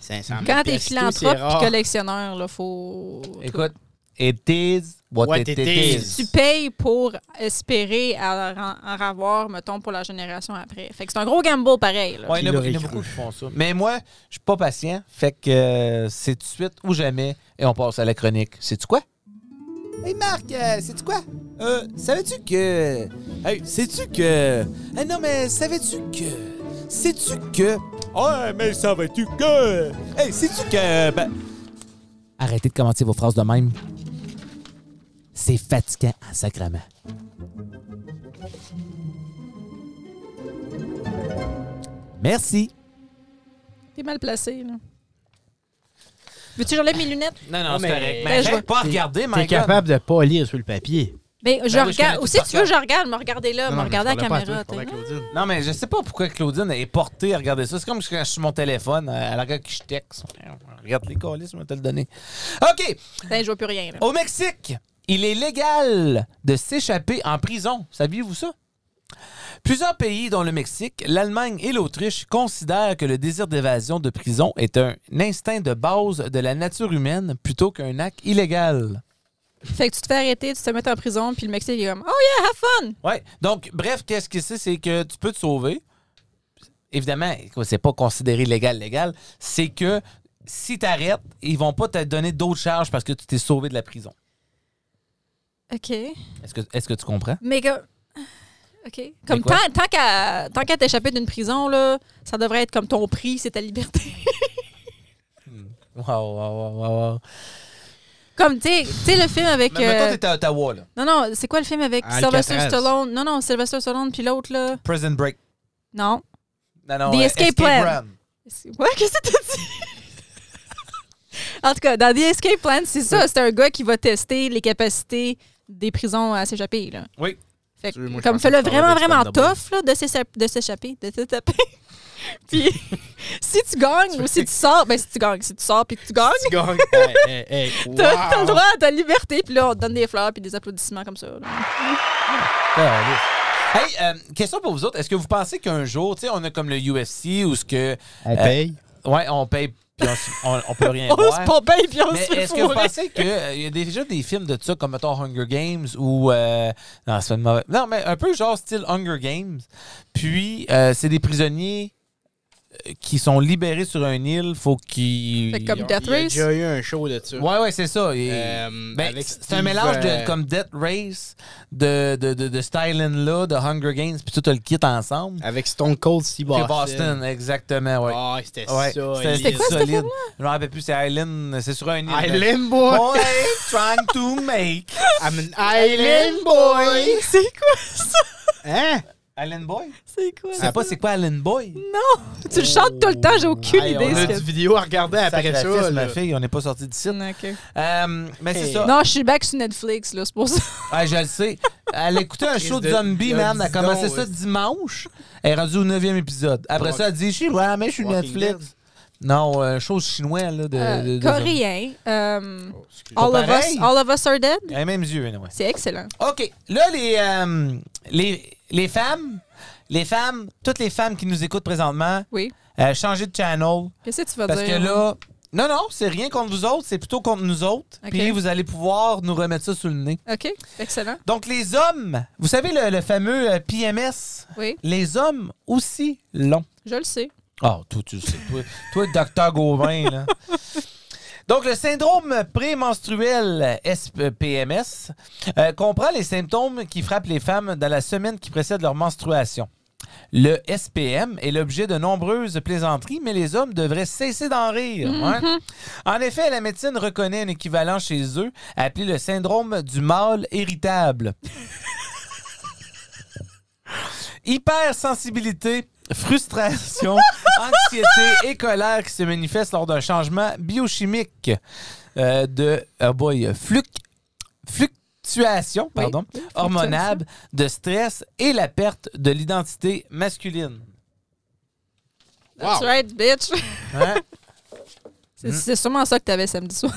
Speaker 2: 500 000
Speaker 3: Quand t'es
Speaker 2: piastres, c'est
Speaker 3: philanthrope
Speaker 2: rare.
Speaker 3: et collectionneur, là, faut.
Speaker 5: Écoute, it is what,
Speaker 2: What
Speaker 5: it,
Speaker 2: it
Speaker 5: is.
Speaker 2: is.
Speaker 3: Tu payes pour espérer à en, en avoir, mettons, pour la génération après. Fait que c'est un gros gamble pareil. Là.
Speaker 5: Ouais, il y en a,
Speaker 2: l'aurait
Speaker 5: il y en a
Speaker 2: cru?
Speaker 5: beaucoup qui font ça. Mais moi, je suis pas patient. Fait que euh, c'est tout de suite ou jamais. Et on passe à la chronique. C'est-tu quoi? Hey Marc, c'est-tu quoi? Euh, savais-tu que. Hey, sais-tu que. Ah non, mais savais-tu que. Sais-tu que. Ah, mais savais-tu que. Hey, sais-tu que. ben, Arrêtez de commenter vos phrases de même. C'est fatigant en sacrement. Merci.
Speaker 3: T'es mal placé, là. Veux-tu que j'enlève mes lunettes?
Speaker 5: Non,
Speaker 2: Non,
Speaker 5: non, c'est
Speaker 2: mais-
Speaker 3: Ben,
Speaker 5: correct. Mais
Speaker 3: je
Speaker 5: je
Speaker 3: vois-
Speaker 5: pas regarder,
Speaker 2: T'es
Speaker 5: my God.
Speaker 2: capable de pas lire sur le papier.
Speaker 3: Ben, je
Speaker 5: oui, je connais
Speaker 3: regarde.
Speaker 5: tout
Speaker 3: Aussi,
Speaker 5: par
Speaker 3: tu veux,
Speaker 5: cœur.
Speaker 3: je regarde. Me regarder là, me regarder à la caméra. t'sais.
Speaker 5: Non, mais je sais pas pourquoi Claudine est portée à regarder ça. C'est comme quand je suis sur mon téléphone, euh, elle regarde qui je texte. Regarde les colis, je vais te le donner. OK.
Speaker 3: Putain, Ben, je vois plus rien. là.
Speaker 5: Au Mexique, il est légal de s'échapper en prison. Saviez-vous ça? Plusieurs pays, dont le Mexique, l'Allemagne et l'Autriche, considèrent que le désir d'évasion de prison est un instinct de base de la nature humaine plutôt qu'un acte illégal.
Speaker 3: Fait que tu te fais arrêter, tu te mets en prison, puis le Mexique il est comme Oh yeah, have fun!
Speaker 5: Ouais. Donc, bref, qu'est-ce que c'est? C'est que tu peux te sauver. Évidemment, écoute, c'est pas considéré légal, légal. C'est que si t'arrêtes, ils vont pas te donner d'autres charges parce que tu t'es sauvé de la prison.
Speaker 3: OK.
Speaker 5: Est-ce que, est-ce que tu comprends?
Speaker 3: Mais comme. OK. Comme
Speaker 5: quoi?
Speaker 3: tant, tant qu'à tant qu'à t'échapper d'une prison, là, ça devrait être comme ton prix, c'est ta liberté.
Speaker 5: Wow, wow, wow, wow, wow.
Speaker 3: comme, tu sais- tu sais, le film avec.
Speaker 5: Mais mettons,
Speaker 3: euh,
Speaker 5: t'es à Ottawa, là.
Speaker 3: Non, non, c'est quoi le film avec
Speaker 2: Alcatraz.
Speaker 3: Sylvester Stallone? Non, non, Sylvester Stallone, puis l'autre, là.
Speaker 5: Prison Break.
Speaker 3: Non.
Speaker 5: Non, non, euh,
Speaker 3: The Escape Plan.
Speaker 5: Run.
Speaker 3: C'est- Ouais, qu'est-ce que t'as dit? en tout cas, dans The Escape Plan, c'est ça. C'est un gars qui va tester les capacités des prisons à s'échapper. là.
Speaker 5: Oui.
Speaker 3: Fait que,
Speaker 2: Tu veux, moi, je
Speaker 3: comme
Speaker 2: pensais
Speaker 3: fais-le
Speaker 2: que tu parlais
Speaker 3: vraiment,
Speaker 2: de
Speaker 3: vraiment
Speaker 2: stand-up.
Speaker 3: tough là, de s'échap- de s'échapper. De s'échapper. puis, si tu gagnes ou si tu sors, ben si tu gagnes, si tu sors puis que tu gagnes,
Speaker 2: hey, hey, hey.
Speaker 3: t'as
Speaker 2: Wow.
Speaker 3: t'as le droit à ta liberté. Puis là, on te donne des fleurs puis des applaudissements comme ça. là.
Speaker 5: Caliste. Hey, euh, question pour vous autres. Est-ce que vous pensez qu'un jour, tu sais, on a comme le UFC ou ce que.
Speaker 2: Elle
Speaker 5: Euh,
Speaker 2: paye.
Speaker 5: Ouais, on paye puis on, s- on- on peut rien
Speaker 2: Oh!
Speaker 3: On
Speaker 5: voir.
Speaker 3: se pompe puis on
Speaker 5: Mais
Speaker 3: se fait
Speaker 5: est-ce que vous
Speaker 3: fourrer.
Speaker 5: pensez qu'il y a déjà des films de ça, comme mettons Hunger Games ou. euh, non, c'est pas une mauvaise. Non, mais un peu genre style Hunger Games. Puis, euh, c'est des prisonniers qui sont libérés sur une île, faut qu'ils.
Speaker 3: Fait comme
Speaker 2: Il y a
Speaker 3: Death Race.
Speaker 2: déjà eu un show là-dessus.
Speaker 5: Ouais, ouais, c'est ça. Et-
Speaker 2: Euh,
Speaker 5: ben,
Speaker 2: avec
Speaker 5: c'est un
Speaker 2: Steve,
Speaker 5: mélange de
Speaker 2: euh,
Speaker 5: comme Death Race, de, de, de, de Styling là, de Hunger Games, puis tout le kit ensemble.
Speaker 2: Avec Stone Cold Steve
Speaker 5: Puis
Speaker 2: Austin.
Speaker 5: Boston, exactement, ouais.
Speaker 2: Ah, c'était
Speaker 5: Ouais,
Speaker 2: ça.
Speaker 5: c'était
Speaker 3: quoi, ce
Speaker 5: solide. Je me rappelle plus, c'est Island, c'est sur un île.
Speaker 2: Island Boy.
Speaker 5: Boy, trying to make.
Speaker 2: I'm an Island Boy.
Speaker 3: C'est quoi ça?
Speaker 2: Hein?
Speaker 5: Island Boy?
Speaker 3: C'est quoi
Speaker 5: C'est pas c'est quoi Island Boy?
Speaker 3: Non! Tu le chantes tout le temps, j'ai aucune
Speaker 5: Hey, on
Speaker 3: idée
Speaker 2: On
Speaker 3: ce
Speaker 2: a
Speaker 3: que
Speaker 2: du vidéo à regarder après ça.
Speaker 5: Sacrifice, ma
Speaker 2: là.
Speaker 5: fille, on n'est pas sorti d'ici.
Speaker 3: Ok.
Speaker 5: Euh, mais c'est
Speaker 2: Hey.
Speaker 5: ça.
Speaker 3: Non, je suis back sur Netflix, là, c'est pour ça.
Speaker 5: Ah, je le sais. Elle écoutait un show de
Speaker 2: de-
Speaker 5: zombies,
Speaker 2: de-
Speaker 5: man. Elle a
Speaker 2: dis
Speaker 5: commencé
Speaker 2: donc,
Speaker 5: ça
Speaker 2: ouais.
Speaker 5: dimanche. Elle est rendue au 9e épisode. Après
Speaker 2: Walk-
Speaker 5: ça, elle dit Je suis ouais, mais je suis
Speaker 2: Walking
Speaker 5: Netflix. Non, euh, chose chinois, là. De,
Speaker 3: Euh,
Speaker 5: de- de-
Speaker 3: coréen. euh,
Speaker 2: Oh, excuse.
Speaker 3: all, of us,
Speaker 5: pareil.
Speaker 3: all of Us Are Dead.
Speaker 5: Les mêmes yeux, anyway.
Speaker 3: C'est excellent.
Speaker 5: OK. Là, les, euh, les, les femmes, les femmes, toutes les femmes qui nous écoutent présentement,
Speaker 3: Oui.
Speaker 5: euh, changez de channel.
Speaker 3: Qu'est-ce que tu vas
Speaker 5: Parce
Speaker 3: dire?
Speaker 5: que là, non, non, c'est rien contre vous autres, c'est plutôt contre nous autres.
Speaker 3: OK.
Speaker 5: Puis vous allez pouvoir nous remettre ça sous le nez.
Speaker 3: OK, excellent.
Speaker 5: Donc, les hommes, vous savez, le, le fameux euh, PMS,
Speaker 3: Oui,
Speaker 5: les hommes aussi longs.
Speaker 3: je le sais.
Speaker 5: Ah, toi, tu le sais. Toi, toi docteur Gauvin, là. Donc, le syndrome prémenstruel euh, SP, euh, PMS euh, comprend les symptômes qui frappent les femmes dans la semaine qui précède leur menstruation. Le SPM est l'objet de nombreuses plaisanteries, mais les hommes devraient cesser d'en rire. hein. En effet, la médecine reconnaît un équivalent chez eux appelé le syndrome du mâle irritable. Hypersensibilité, frustration, anxiété et colère qui se manifestent lors d'un changement biochimique euh, de oh boy, fluc- fluctuation pardon,
Speaker 3: oui, fluctuation.
Speaker 5: hormonale, de stress et la perte de l'identité masculine.
Speaker 2: Wow.
Speaker 3: That's right, bitch.
Speaker 5: Hein?
Speaker 3: C'est c'est sûrement ça que t'avais samedi soir.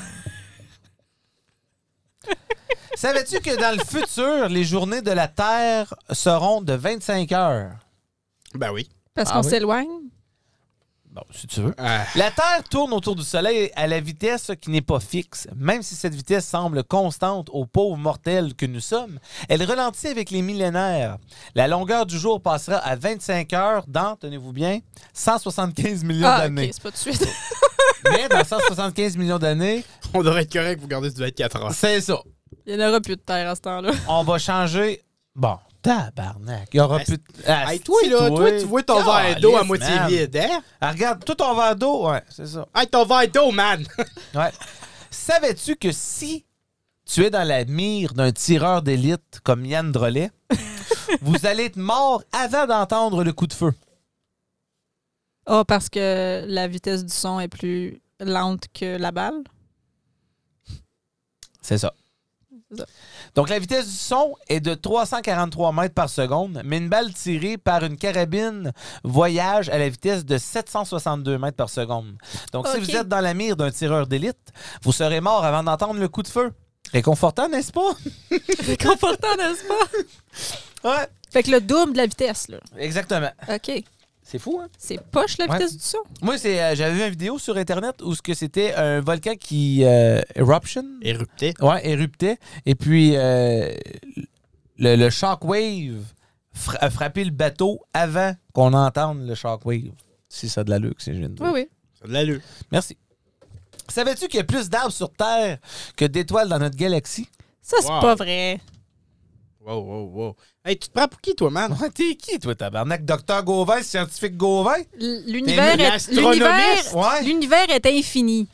Speaker 5: Savais-tu que dans le futur, les journées de la Terre seront de 25 heures?
Speaker 2: Ben oui.
Speaker 3: Parce
Speaker 5: Ah
Speaker 3: qu'on
Speaker 5: oui?
Speaker 3: s'éloigne.
Speaker 5: Bon, si tu veux.
Speaker 2: Ah,
Speaker 5: La Terre tourne autour du Soleil à la vitesse qui n'est pas fixe. Même si cette vitesse semble constante aux pauvres mortels que nous sommes, elle ralentit avec les millénaires. La longueur du jour passera à 25 heures dans, tenez-vous bien, 175 millions
Speaker 3: Ah, OK,
Speaker 5: d'années.
Speaker 3: c'est pas de suite.
Speaker 5: Mais dans 175 millions d'années,
Speaker 2: on devrait être correct, vous gardez du 24 heures.
Speaker 5: c'est ça.
Speaker 3: Il n'y en aura plus de terre à ce temps-là.
Speaker 5: On va changer. Bon, tabarnak. Il y aura
Speaker 2: Hey,
Speaker 5: plus de. Ah,
Speaker 2: Hey,
Speaker 5: Asti,
Speaker 2: toi, là, toi, tu vois ton verre d'eau à
Speaker 5: Calisse,
Speaker 2: moitié
Speaker 5: man.
Speaker 2: vide, hein?
Speaker 5: Ah, regarde, tout ton verre d'eau, ouais, c'est ça.
Speaker 2: Hey, ton verre d'eau, man!
Speaker 5: Ouais. Savais-tu que si tu es dans la mire d'un tireur d'élite comme Yann Drolet, vous allez être mort avant d'entendre le coup de feu?
Speaker 3: Ah, parce que la vitesse du son est plus lente que la balle.
Speaker 5: C'est
Speaker 3: C'est ça.
Speaker 5: ça. Donc, la vitesse du son est de 343 mètres par seconde, mais une balle tirée par une carabine voyage à la vitesse de 762 mètres par seconde. Donc,
Speaker 3: Ok.
Speaker 5: si vous êtes dans la mire d'un tireur d'élite, vous serez mort avant d'entendre le coup de feu. Réconfortant, n'est-ce pas?
Speaker 3: Réconfortant, n'est-ce pas?
Speaker 5: Ouais,
Speaker 3: Fait que le double de la vitesse, là.
Speaker 5: exactement.
Speaker 3: OK.
Speaker 5: C'est fou, hein?
Speaker 3: C'est poche, la
Speaker 5: Ouais.
Speaker 3: vitesse du son.
Speaker 5: Moi, c'est, euh, j'avais vu une vidéo sur Internet où ce que c'était un volcan qui euh, eruption,
Speaker 2: Érupté.
Speaker 5: ouais, éruptait, et puis euh, le, le shockwave fra- a frappé le bateau avant qu'on entende le shockwave. Si ça a de la luxe, c'est génial.
Speaker 3: Oui, oui.
Speaker 2: Ça a de l'allure.
Speaker 5: Merci. Savais-tu qu'il y a plus d'arbres sur Terre que d'étoiles dans notre galaxie?
Speaker 3: Ça, c'est
Speaker 2: Wow.
Speaker 3: pas vrai.
Speaker 2: Wow, wow, wow. Hey, tu te prends pour qui, toi, man?
Speaker 5: T'es qui, toi, tabarnak? Docteur Gauvin, scientifique Gauvin?
Speaker 3: L- L'univers
Speaker 2: T'es
Speaker 3: est,
Speaker 2: l'astronomiste,
Speaker 3: l'univers-
Speaker 5: ouais.
Speaker 3: l'univers est infini.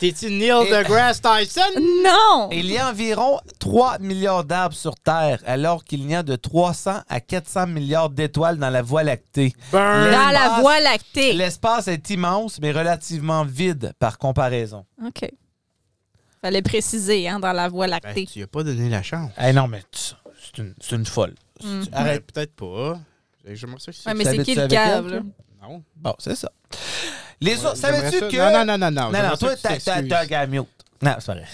Speaker 2: T'es-tu Neil
Speaker 5: Et-
Speaker 2: deGrasse Tyson?
Speaker 3: Non!
Speaker 5: Il y a environ 3 milliards d'arbres sur Terre, alors qu'il y a de 300 à 400 milliards d'étoiles dans la Voie lactée.
Speaker 2: Burn!
Speaker 3: Dans la
Speaker 5: l'espace-
Speaker 3: voie lactée.
Speaker 5: L'espace est immense, mais relativement vide par comparaison.
Speaker 3: OK. Fallait préciser, hein, dans la voie
Speaker 2: Ben,
Speaker 3: lactée.
Speaker 2: tu lui as pas donné la chance.
Speaker 5: Eh non, mais tu- c'est une, c'est une folle.
Speaker 3: Mm.
Speaker 2: Ben,
Speaker 5: Arrête.
Speaker 2: Peut-être pas. J'aimerais ça que c'est-
Speaker 3: Ouais, mais
Speaker 5: tu
Speaker 3: c'est
Speaker 5: habites
Speaker 3: qui le
Speaker 5: avec elle,
Speaker 3: cave,
Speaker 5: toi?
Speaker 3: là?
Speaker 2: Non.
Speaker 5: Bon, c'est ça. Les
Speaker 2: J'aimerais
Speaker 5: autres, savais-tu
Speaker 2: ça-
Speaker 5: que.
Speaker 2: Non, non, non, non. Non,
Speaker 5: Non,
Speaker 2: J'aimerais
Speaker 5: non,
Speaker 2: ça que
Speaker 5: toi,
Speaker 2: tu
Speaker 5: t'as- t'as
Speaker 2: t'excuses.
Speaker 5: t'as un gars mute. Non, c'est pas vrai.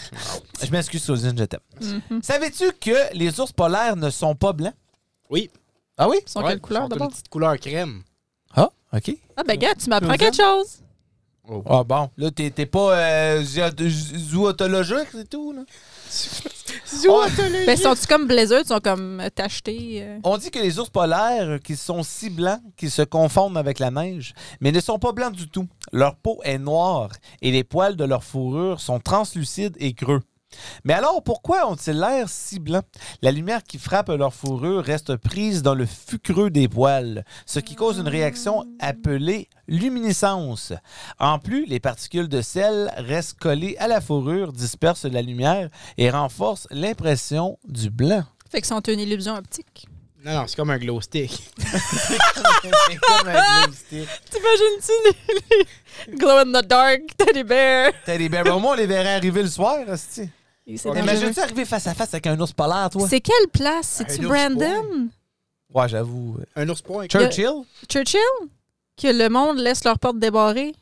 Speaker 5: Je m'excuse, Sozine, je t'aime. Savais-tu que les ours polaires ne sont pas blancs?
Speaker 2: Oui.
Speaker 5: Ah oui?
Speaker 3: Ils sont
Speaker 2: Ouais,
Speaker 3: quelle couleur,
Speaker 2: Ils sont une
Speaker 3: d'abord?
Speaker 2: petite couleur crème.
Speaker 5: Ah, OK.
Speaker 3: Ah, ben, gars, tu m'apprends
Speaker 5: Deuxième.
Speaker 3: quelque chose.
Speaker 5: Ah bon, là, t'es t'es pas euh, zo- zootologique, c'est tout, là.
Speaker 2: Zootologie.
Speaker 3: Ben, sont-tu comme Blazer? Sont comme euh, t'acheter? euh?
Speaker 5: On dit que les ours polaires qui sont si blancs qu'ils se confondent avec la neige, mais ne sont pas blancs du tout. Leur peau est noire et les poils de leur fourrure sont translucides et creux. Mais alors pourquoi ont-ils l'air si blancs La lumière qui frappe leur fourrure reste prise dans le fucreux des poils, ce qui cause une réaction appelée luminescence. En plus, les particules de sel restent collées à la fourrure, dispersent la lumière et renforcent l'impression du blanc.
Speaker 3: Fait que sont une illusion optique.
Speaker 2: Non, non, c'est comme un glow stick.
Speaker 5: C'est comme un glowstick.
Speaker 3: T'imagines-tu les, les glow in the dark teddy bear?
Speaker 5: T'as des bears. Au moins, on les verrait arriver le soir, hostie.
Speaker 3: C'est dangereux.
Speaker 5: T'imagines-tu arriver face à face avec un ours polaire, toi?
Speaker 3: C'est quelle place? C'est-tu
Speaker 2: Un ours
Speaker 3: Brandon?
Speaker 5: Ouais, j'avoue.
Speaker 2: Un ours point.
Speaker 5: Churchill?
Speaker 3: Churchill? Que le monde laisse leurs portes débarrées?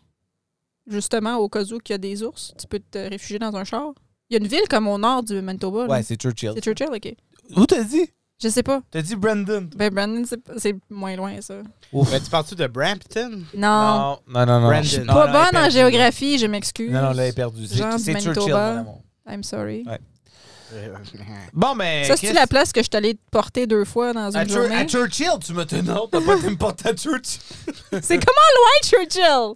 Speaker 3: Justement, au cas où qu'il y a des ours, tu peux te réfugier dans un char. Il y a une ville comme au nord du Manitoba. là.
Speaker 5: Ouais, c'est Churchill.
Speaker 3: c'est Churchill, OK.
Speaker 5: Où t'as dit?
Speaker 3: Je sais pas.
Speaker 5: T'as dit Brandon.
Speaker 3: Ben, Brandon, c'est pas- c'est moins loin, ça.
Speaker 5: Ouf.
Speaker 2: Ben, tu parles-tu de Brampton?
Speaker 3: Non.
Speaker 5: Non, non, non. non.
Speaker 2: Brandon.
Speaker 5: Je suis
Speaker 2: Non,
Speaker 3: Pas bonne
Speaker 2: non, elle est
Speaker 3: en
Speaker 2: perdue.
Speaker 3: géographie, je m'excuse.
Speaker 5: Non, Euh, non, là, elle est perdue.
Speaker 3: Jean
Speaker 5: C'est
Speaker 3: du
Speaker 5: c'est
Speaker 3: Manitoba.
Speaker 5: Churchill, mon amour.
Speaker 3: I'm sorry.
Speaker 5: Ouais.
Speaker 2: Euh,
Speaker 5: Bon, mais.
Speaker 3: Ça, c'est-tu
Speaker 5: Chris,
Speaker 3: la place que je t'allais te porter deux fois dans
Speaker 5: à,
Speaker 3: une
Speaker 5: Chur- à
Speaker 3: journée?
Speaker 5: Churchill, tu me tenais autre. T'as pas été me porter à Churchill.
Speaker 3: C'est comment loin, Churchill?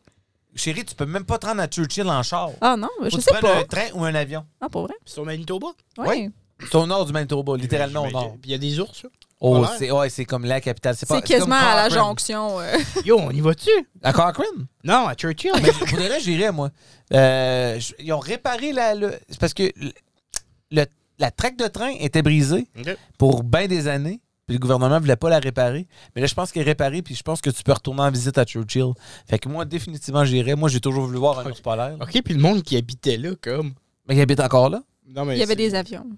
Speaker 5: Chérie, tu peux même pas te rendre à Churchill en char.
Speaker 3: Ah non, ben,
Speaker 5: Faut
Speaker 3: je
Speaker 5: que
Speaker 3: sais
Speaker 5: tu prennes
Speaker 3: pas.
Speaker 5: un train ou un avion.
Speaker 3: Ah, pour vrai?
Speaker 2: Sur Manitoba?
Speaker 3: Ouais.
Speaker 5: Oui. C'est au nord du Manitoba,
Speaker 2: Ben,
Speaker 5: littéralement au nord.
Speaker 2: Puis il y a des ours, là.
Speaker 5: Oh,
Speaker 2: Polaire.
Speaker 5: c'est ouais, c'est comme la capitale. C'est pas-
Speaker 3: C'est
Speaker 5: c'est comme
Speaker 3: quasiment à la
Speaker 5: Cochrane.
Speaker 3: jonction. euh.
Speaker 2: Yo, on y va-tu?
Speaker 5: À Cochrane?
Speaker 2: Non, à Churchill.
Speaker 5: Mais pour de vrai, j'irais, moi. Euh, je- ils ont réparé la. le- c'est parce que le- le- la traque de train était brisée
Speaker 2: Ok.
Speaker 5: pour bien des années. Puis le gouvernement voulait pas la réparer. Mais là, je pense qu'elle est réparée. Puis je pense que tu peux retourner en visite à Churchill. Fait que moi, définitivement, j'irais. Moi, j'ai toujours voulu voir un ours polaire.
Speaker 2: OK, puis le monde qui habitait là, comme...
Speaker 5: Mais il habite encore là.
Speaker 2: Non, mais
Speaker 3: Il y avait
Speaker 2: c'est-
Speaker 3: des avions.
Speaker 5: Mm.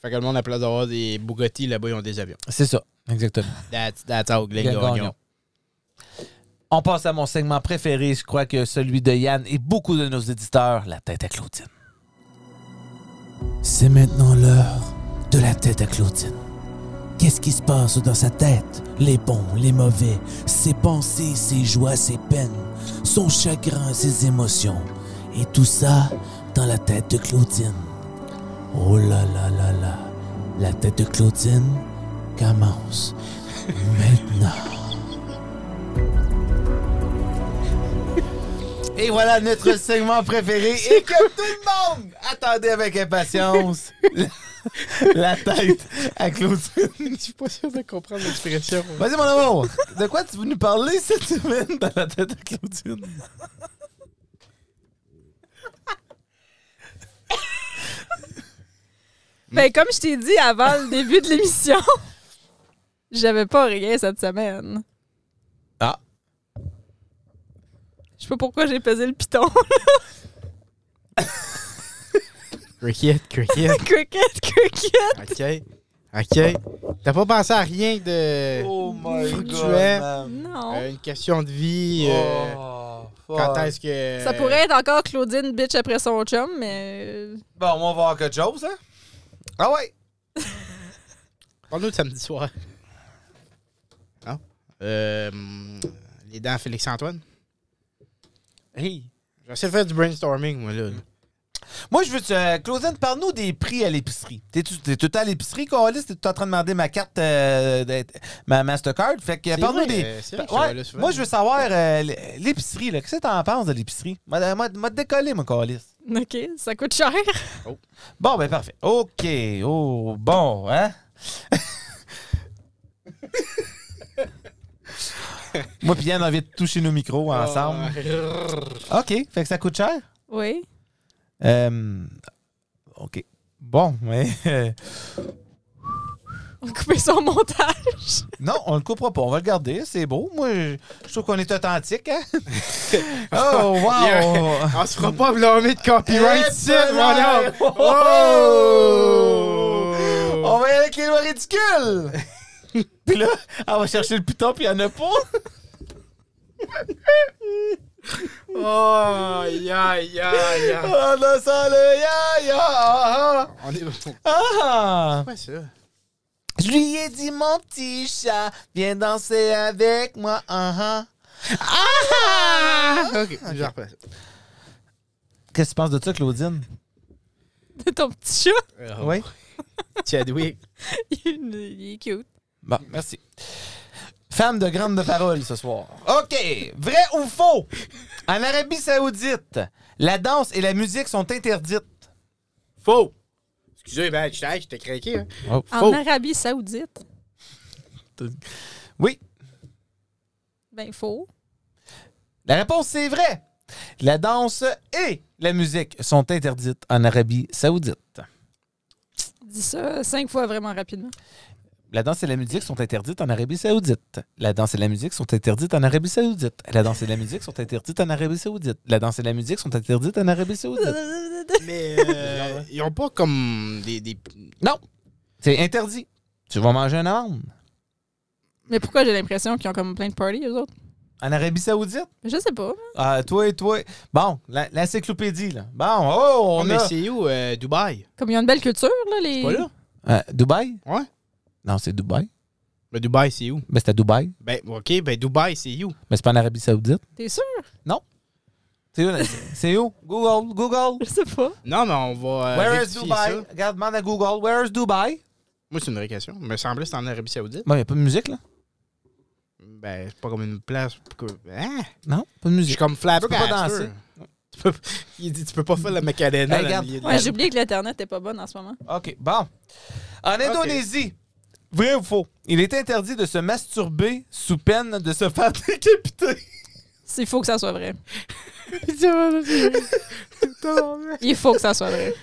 Speaker 2: Fait que le monde, à place d'avoir des Bugatti, là-bas, ils ont des avions.
Speaker 5: C'est ça. Exactement.
Speaker 2: That's, that's how Glenn
Speaker 5: Glenn
Speaker 2: Gagnon.
Speaker 5: Gagnon. On passe à mon segment préféré. Je crois que celui de Yann et beaucoup de nos éditeurs, la tête à Claudine. C'est maintenant l'heure de la tête à Claudine. Qu'est-ce qui se passe dans sa tête Les bons, les mauvais, ses pensées, ses joies, ses peines, son chagrin, ses émotions. Et tout ça dans la tête de Claudine. Oh là là là là. La tête de Claudine commence maintenant. Et voilà notre segment préféré et que tout le monde attendait avec impatience. La, la tête à Claudine.
Speaker 2: Je suis pas sûr de comprendre l'expression.
Speaker 5: Vas-y, mon amour. De quoi tu veux nous parler cette semaine dans la tête à Claudine?
Speaker 3: Ben, comme je t'ai dit avant le début de l'émission, j'avais pas rien cette semaine.
Speaker 5: Ah.
Speaker 3: Je sais pas pourquoi j'ai pesé le piton.
Speaker 2: Cricket, cricket.
Speaker 3: cricket, cricket.
Speaker 2: OK. OK. T'as pas pensé à rien de...
Speaker 5: Oh my
Speaker 2: Faut que tu
Speaker 5: God,
Speaker 2: aies-
Speaker 5: man.
Speaker 3: Non.
Speaker 2: euh, une question de vie. euh,
Speaker 5: Oh, fuck.
Speaker 2: Quand est-ce que...
Speaker 3: Ça pourrait être encore Claudine bitch après son chum, mais euh,
Speaker 5: Bon, on va voir quelque chose, hein? Ah ouais!
Speaker 2: Parle-nous de samedi soir. Non? Euh, les dents à Félix-Antoine?
Speaker 5: Hey.
Speaker 2: J'essaie de faire du brainstorming, moi, là.
Speaker 5: Moi, je veux. te- euh, Claudine, parle-nous des prix à l'épicerie. T'es-tu t'es tout le temps à l'épicerie, Coralis? T'es tout le temps en train de demander ma carte, euh, d'être- ma Mastercard? Fait que euh,
Speaker 2: C'est
Speaker 5: parle-nous
Speaker 2: vrai,
Speaker 5: des.
Speaker 2: euh, c'est vrai que
Speaker 5: Ouais,
Speaker 2: je vais là souvent.
Speaker 5: moi, je veux savoir euh, l- l'épicerie. là. Qu'est-ce que t'en penses de l'épicerie? M'a m'a- m'a décollé, mon colis.
Speaker 3: OK, ça coûte cher.
Speaker 5: Bon, ben parfait. OK. Oh, bon, hein? moi, puis Yann, on vient de toucher nos micros
Speaker 2: Ah,
Speaker 5: ensemble. OK. Fait que ça coûte cher?
Speaker 3: Oui.
Speaker 5: Euh, OK. Bon, mais... euh,
Speaker 3: On coupait son montage.
Speaker 5: non, on le coupera pas. On va le garder. C'est beau. Moi, je, je trouve qu'on est authentique, hein? oh, wow!
Speaker 2: On se fera pas blâmer de copyright
Speaker 5: Eh,
Speaker 2: ici,
Speaker 5: ben
Speaker 2: mon
Speaker 5: là!
Speaker 2: homme! Oh!
Speaker 5: On va y aller avec les lois ridicules! puis là, on va chercher le piton, puis il n'y en a pas.
Speaker 2: Oh, ya, ya, ya.
Speaker 5: Ah, dans ça, le ya, ya, ah,
Speaker 2: On est...
Speaker 5: ah, ah.
Speaker 2: Quoi, ça?
Speaker 5: Je lui ai dit, mon petit chat, viens danser avec moi, ah, ah. Ah, ah.
Speaker 2: OK, je reprends ça.
Speaker 5: Qu'est-ce que tu penses de ça, Claudine?
Speaker 3: de ton petit chat.
Speaker 5: Oui.
Speaker 2: Euh, Chadwick.
Speaker 3: Il est il est cute.
Speaker 5: Bon, merci. Femme de grande parole ce soir. OK. Vrai ou faux? En Arabie Saoudite, la danse et la musique sont interdites.
Speaker 2: Faux. Excusez, ben, j'étais j'étais craqué.
Speaker 3: En
Speaker 2: Hein. Faux.
Speaker 3: Arabie Saoudite.
Speaker 5: Oui.
Speaker 3: Ben, faux.
Speaker 5: La réponse, c'est vrai. La danse et la musique sont interdites en Arabie Saoudite.
Speaker 3: Dis ça cinq fois vraiment rapidement.
Speaker 5: La danse et la musique sont interdites en Arabie Saoudite. La danse et la musique sont interdites en Arabie Saoudite. La danse et la musique sont interdites en Arabie Saoudite. La danse et la musique sont interdites en Arabie Saoudite.
Speaker 2: Mais euh, ils ont pas comme des. des...
Speaker 5: Non, c'est interdit. Tu vas manger un amande
Speaker 3: Mais pourquoi j'ai l'impression qu'ils ont comme plein de parties, eux autres?
Speaker 5: en Arabie Saoudite.
Speaker 3: Je sais pas.
Speaker 5: Ah, toi et toi. Bon, la- l'encyclopédie, là. Bon, oh, on
Speaker 2: mais
Speaker 5: a...
Speaker 2: c'est où euh, Dubaï
Speaker 3: Comme ils ont une belle culture, là, les.
Speaker 2: Pas là
Speaker 5: Euh, Dubaï?
Speaker 2: Ouais.
Speaker 5: Non, c'est Dubaï.
Speaker 2: Ben, Dubaï, c'est où
Speaker 5: Ben, c'est à Dubaï.
Speaker 2: Ben, ok, ben, Dubaï, c'est où
Speaker 5: Mais c'est pas en Arabie Saoudite.
Speaker 3: T'es sûr?
Speaker 5: C'est où? là? C'est où? Google, Google.
Speaker 3: Je sais pas.
Speaker 2: Non, mais on va. euh,
Speaker 5: Where is
Speaker 2: rectifier
Speaker 5: Dubai?
Speaker 2: ça.
Speaker 5: Regarde, demande à Google. Where is Dubai?
Speaker 2: Moi, c'est une vraie question. Me semblait que c'était en Arabie Saoudite.
Speaker 5: Bon, il n'y a pas de musique, là.
Speaker 2: Ben, c'est pas comme une place. pour que- Hein?
Speaker 5: Non,
Speaker 2: Je
Speaker 5: pas de
Speaker 2: suis
Speaker 5: musique.
Speaker 2: comme flabber.
Speaker 5: Tu peux pas danser.
Speaker 2: Tu peux- Il dit, tu peux pas faire la macarena.
Speaker 5: Hey,
Speaker 2: dans le
Speaker 5: regarde.
Speaker 2: milieu de
Speaker 3: Ouais,
Speaker 2: la-
Speaker 3: j'ai oublié que l'Internet est pas bonne en ce moment.
Speaker 5: OK, bon. En Indonésie, vrai ou faux, il est interdit de se masturber sous peine de se faire décapiter.
Speaker 3: Il faut que ça soit vrai. Il faut que ça soit vrai.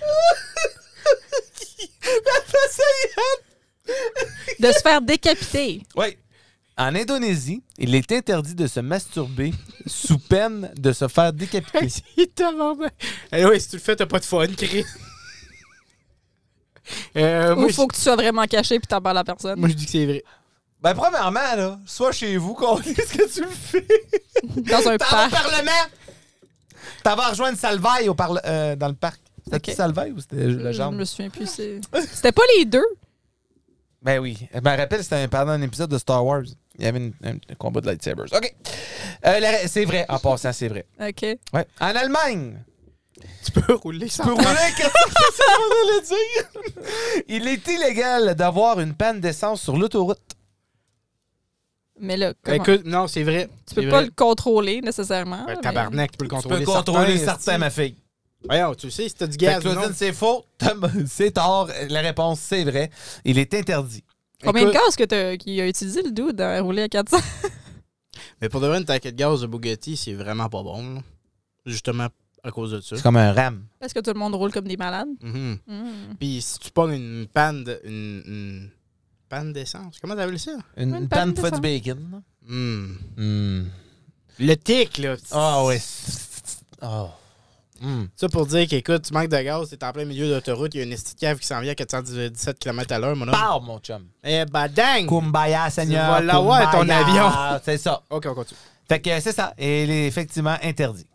Speaker 3: De se faire décapiter.
Speaker 5: Oui. En Indonésie, il est interdit de se masturber sous peine de se faire décapiter.
Speaker 2: C'est tellement bien. Eh ouais, si tu le fais, t'as pas de fun, Chris. Euh, moi,
Speaker 3: Ou
Speaker 2: je-
Speaker 3: faut que tu sois vraiment caché puis t'en parles à personne.
Speaker 2: moi, je dis que c'est vrai.
Speaker 5: Ben, premièrement, là, soit chez vous, qu'on est-ce que tu le fais?
Speaker 3: Dans un
Speaker 5: Par
Speaker 3: parc.
Speaker 5: au Parlement! T'as vas rejoindre Salvaille au parle- euh, dans le parc. C'était-tu
Speaker 3: Ok.
Speaker 5: Salvaille ou c'était le
Speaker 3: Je
Speaker 5: genre?
Speaker 3: me souviens plus. c'est- C'était pas les deux.
Speaker 5: Ben oui. Je me rappelle, c'était un- pendant un épisode de Star Wars. Il y avait une- un, un combat de lightsabers. OK. Euh, la- c'est vrai, en passant, c'est vrai.
Speaker 3: OK.
Speaker 5: Ouais. En Allemagne,
Speaker 2: Tu peux rouler sans.
Speaker 5: tu peux rouler, qu'est-ce que ça veut dire? Il est illégal d'avoir une panne d'essence sur l'autoroute.
Speaker 3: Mais là,
Speaker 2: Ben,
Speaker 3: comment?
Speaker 2: écoute, non, c'est vrai.
Speaker 3: tu peux pas le contrôler nécessairement.
Speaker 2: Ben,
Speaker 3: mais-
Speaker 2: tabarnak, tu peux le contrôler. certains,
Speaker 5: certains, ma fille.
Speaker 2: c'est- Voyons, tu sais, si t'as du
Speaker 5: Fait que
Speaker 2: gaz ou non.
Speaker 5: Claudine, c'est faux. Tom, C'est tort. La réponse, c'est vrai. Il est interdit.
Speaker 3: Combien
Speaker 2: Écoute,
Speaker 3: de gaz que t'as- qu'il a utilisé le dude à rouler à 400?
Speaker 2: Mais pour de vrai, une taquette de gaz de Bugatti, c'est vraiment pas bon. là. Justement, à cause de ça.
Speaker 5: C'est comme un ram.
Speaker 3: Parce que tout le monde roule comme des malades.
Speaker 2: Mhm.
Speaker 3: Hmm.
Speaker 2: Puis si tu pognes une panne de, une, une panne d'essence, comment t'appelles ça?
Speaker 3: Une
Speaker 5: Une, panne
Speaker 3: panne
Speaker 5: pour faire du
Speaker 3: d'essence.
Speaker 5: bacon.
Speaker 2: Hmm.
Speaker 5: Hmm.
Speaker 2: Le tic, là.
Speaker 5: Ah oui. Oh. Hmm.
Speaker 2: Ça pour dire qu'écoute, tu manques de gaz, t'es en plein milieu d'autoroute, il y a une petite cave qui s'en vient à 417 km à l'heure, mon homme.
Speaker 5: Pow, mon chum.
Speaker 2: Eh ben, dang!
Speaker 5: Kumbaya, Seigneur.
Speaker 2: vas l'avoir, ton
Speaker 5: kumbaya.
Speaker 2: avion.
Speaker 5: C'est ça.
Speaker 2: Ok, on continue.
Speaker 5: Fait que euh, c'est ça. Et il est effectivement interdit.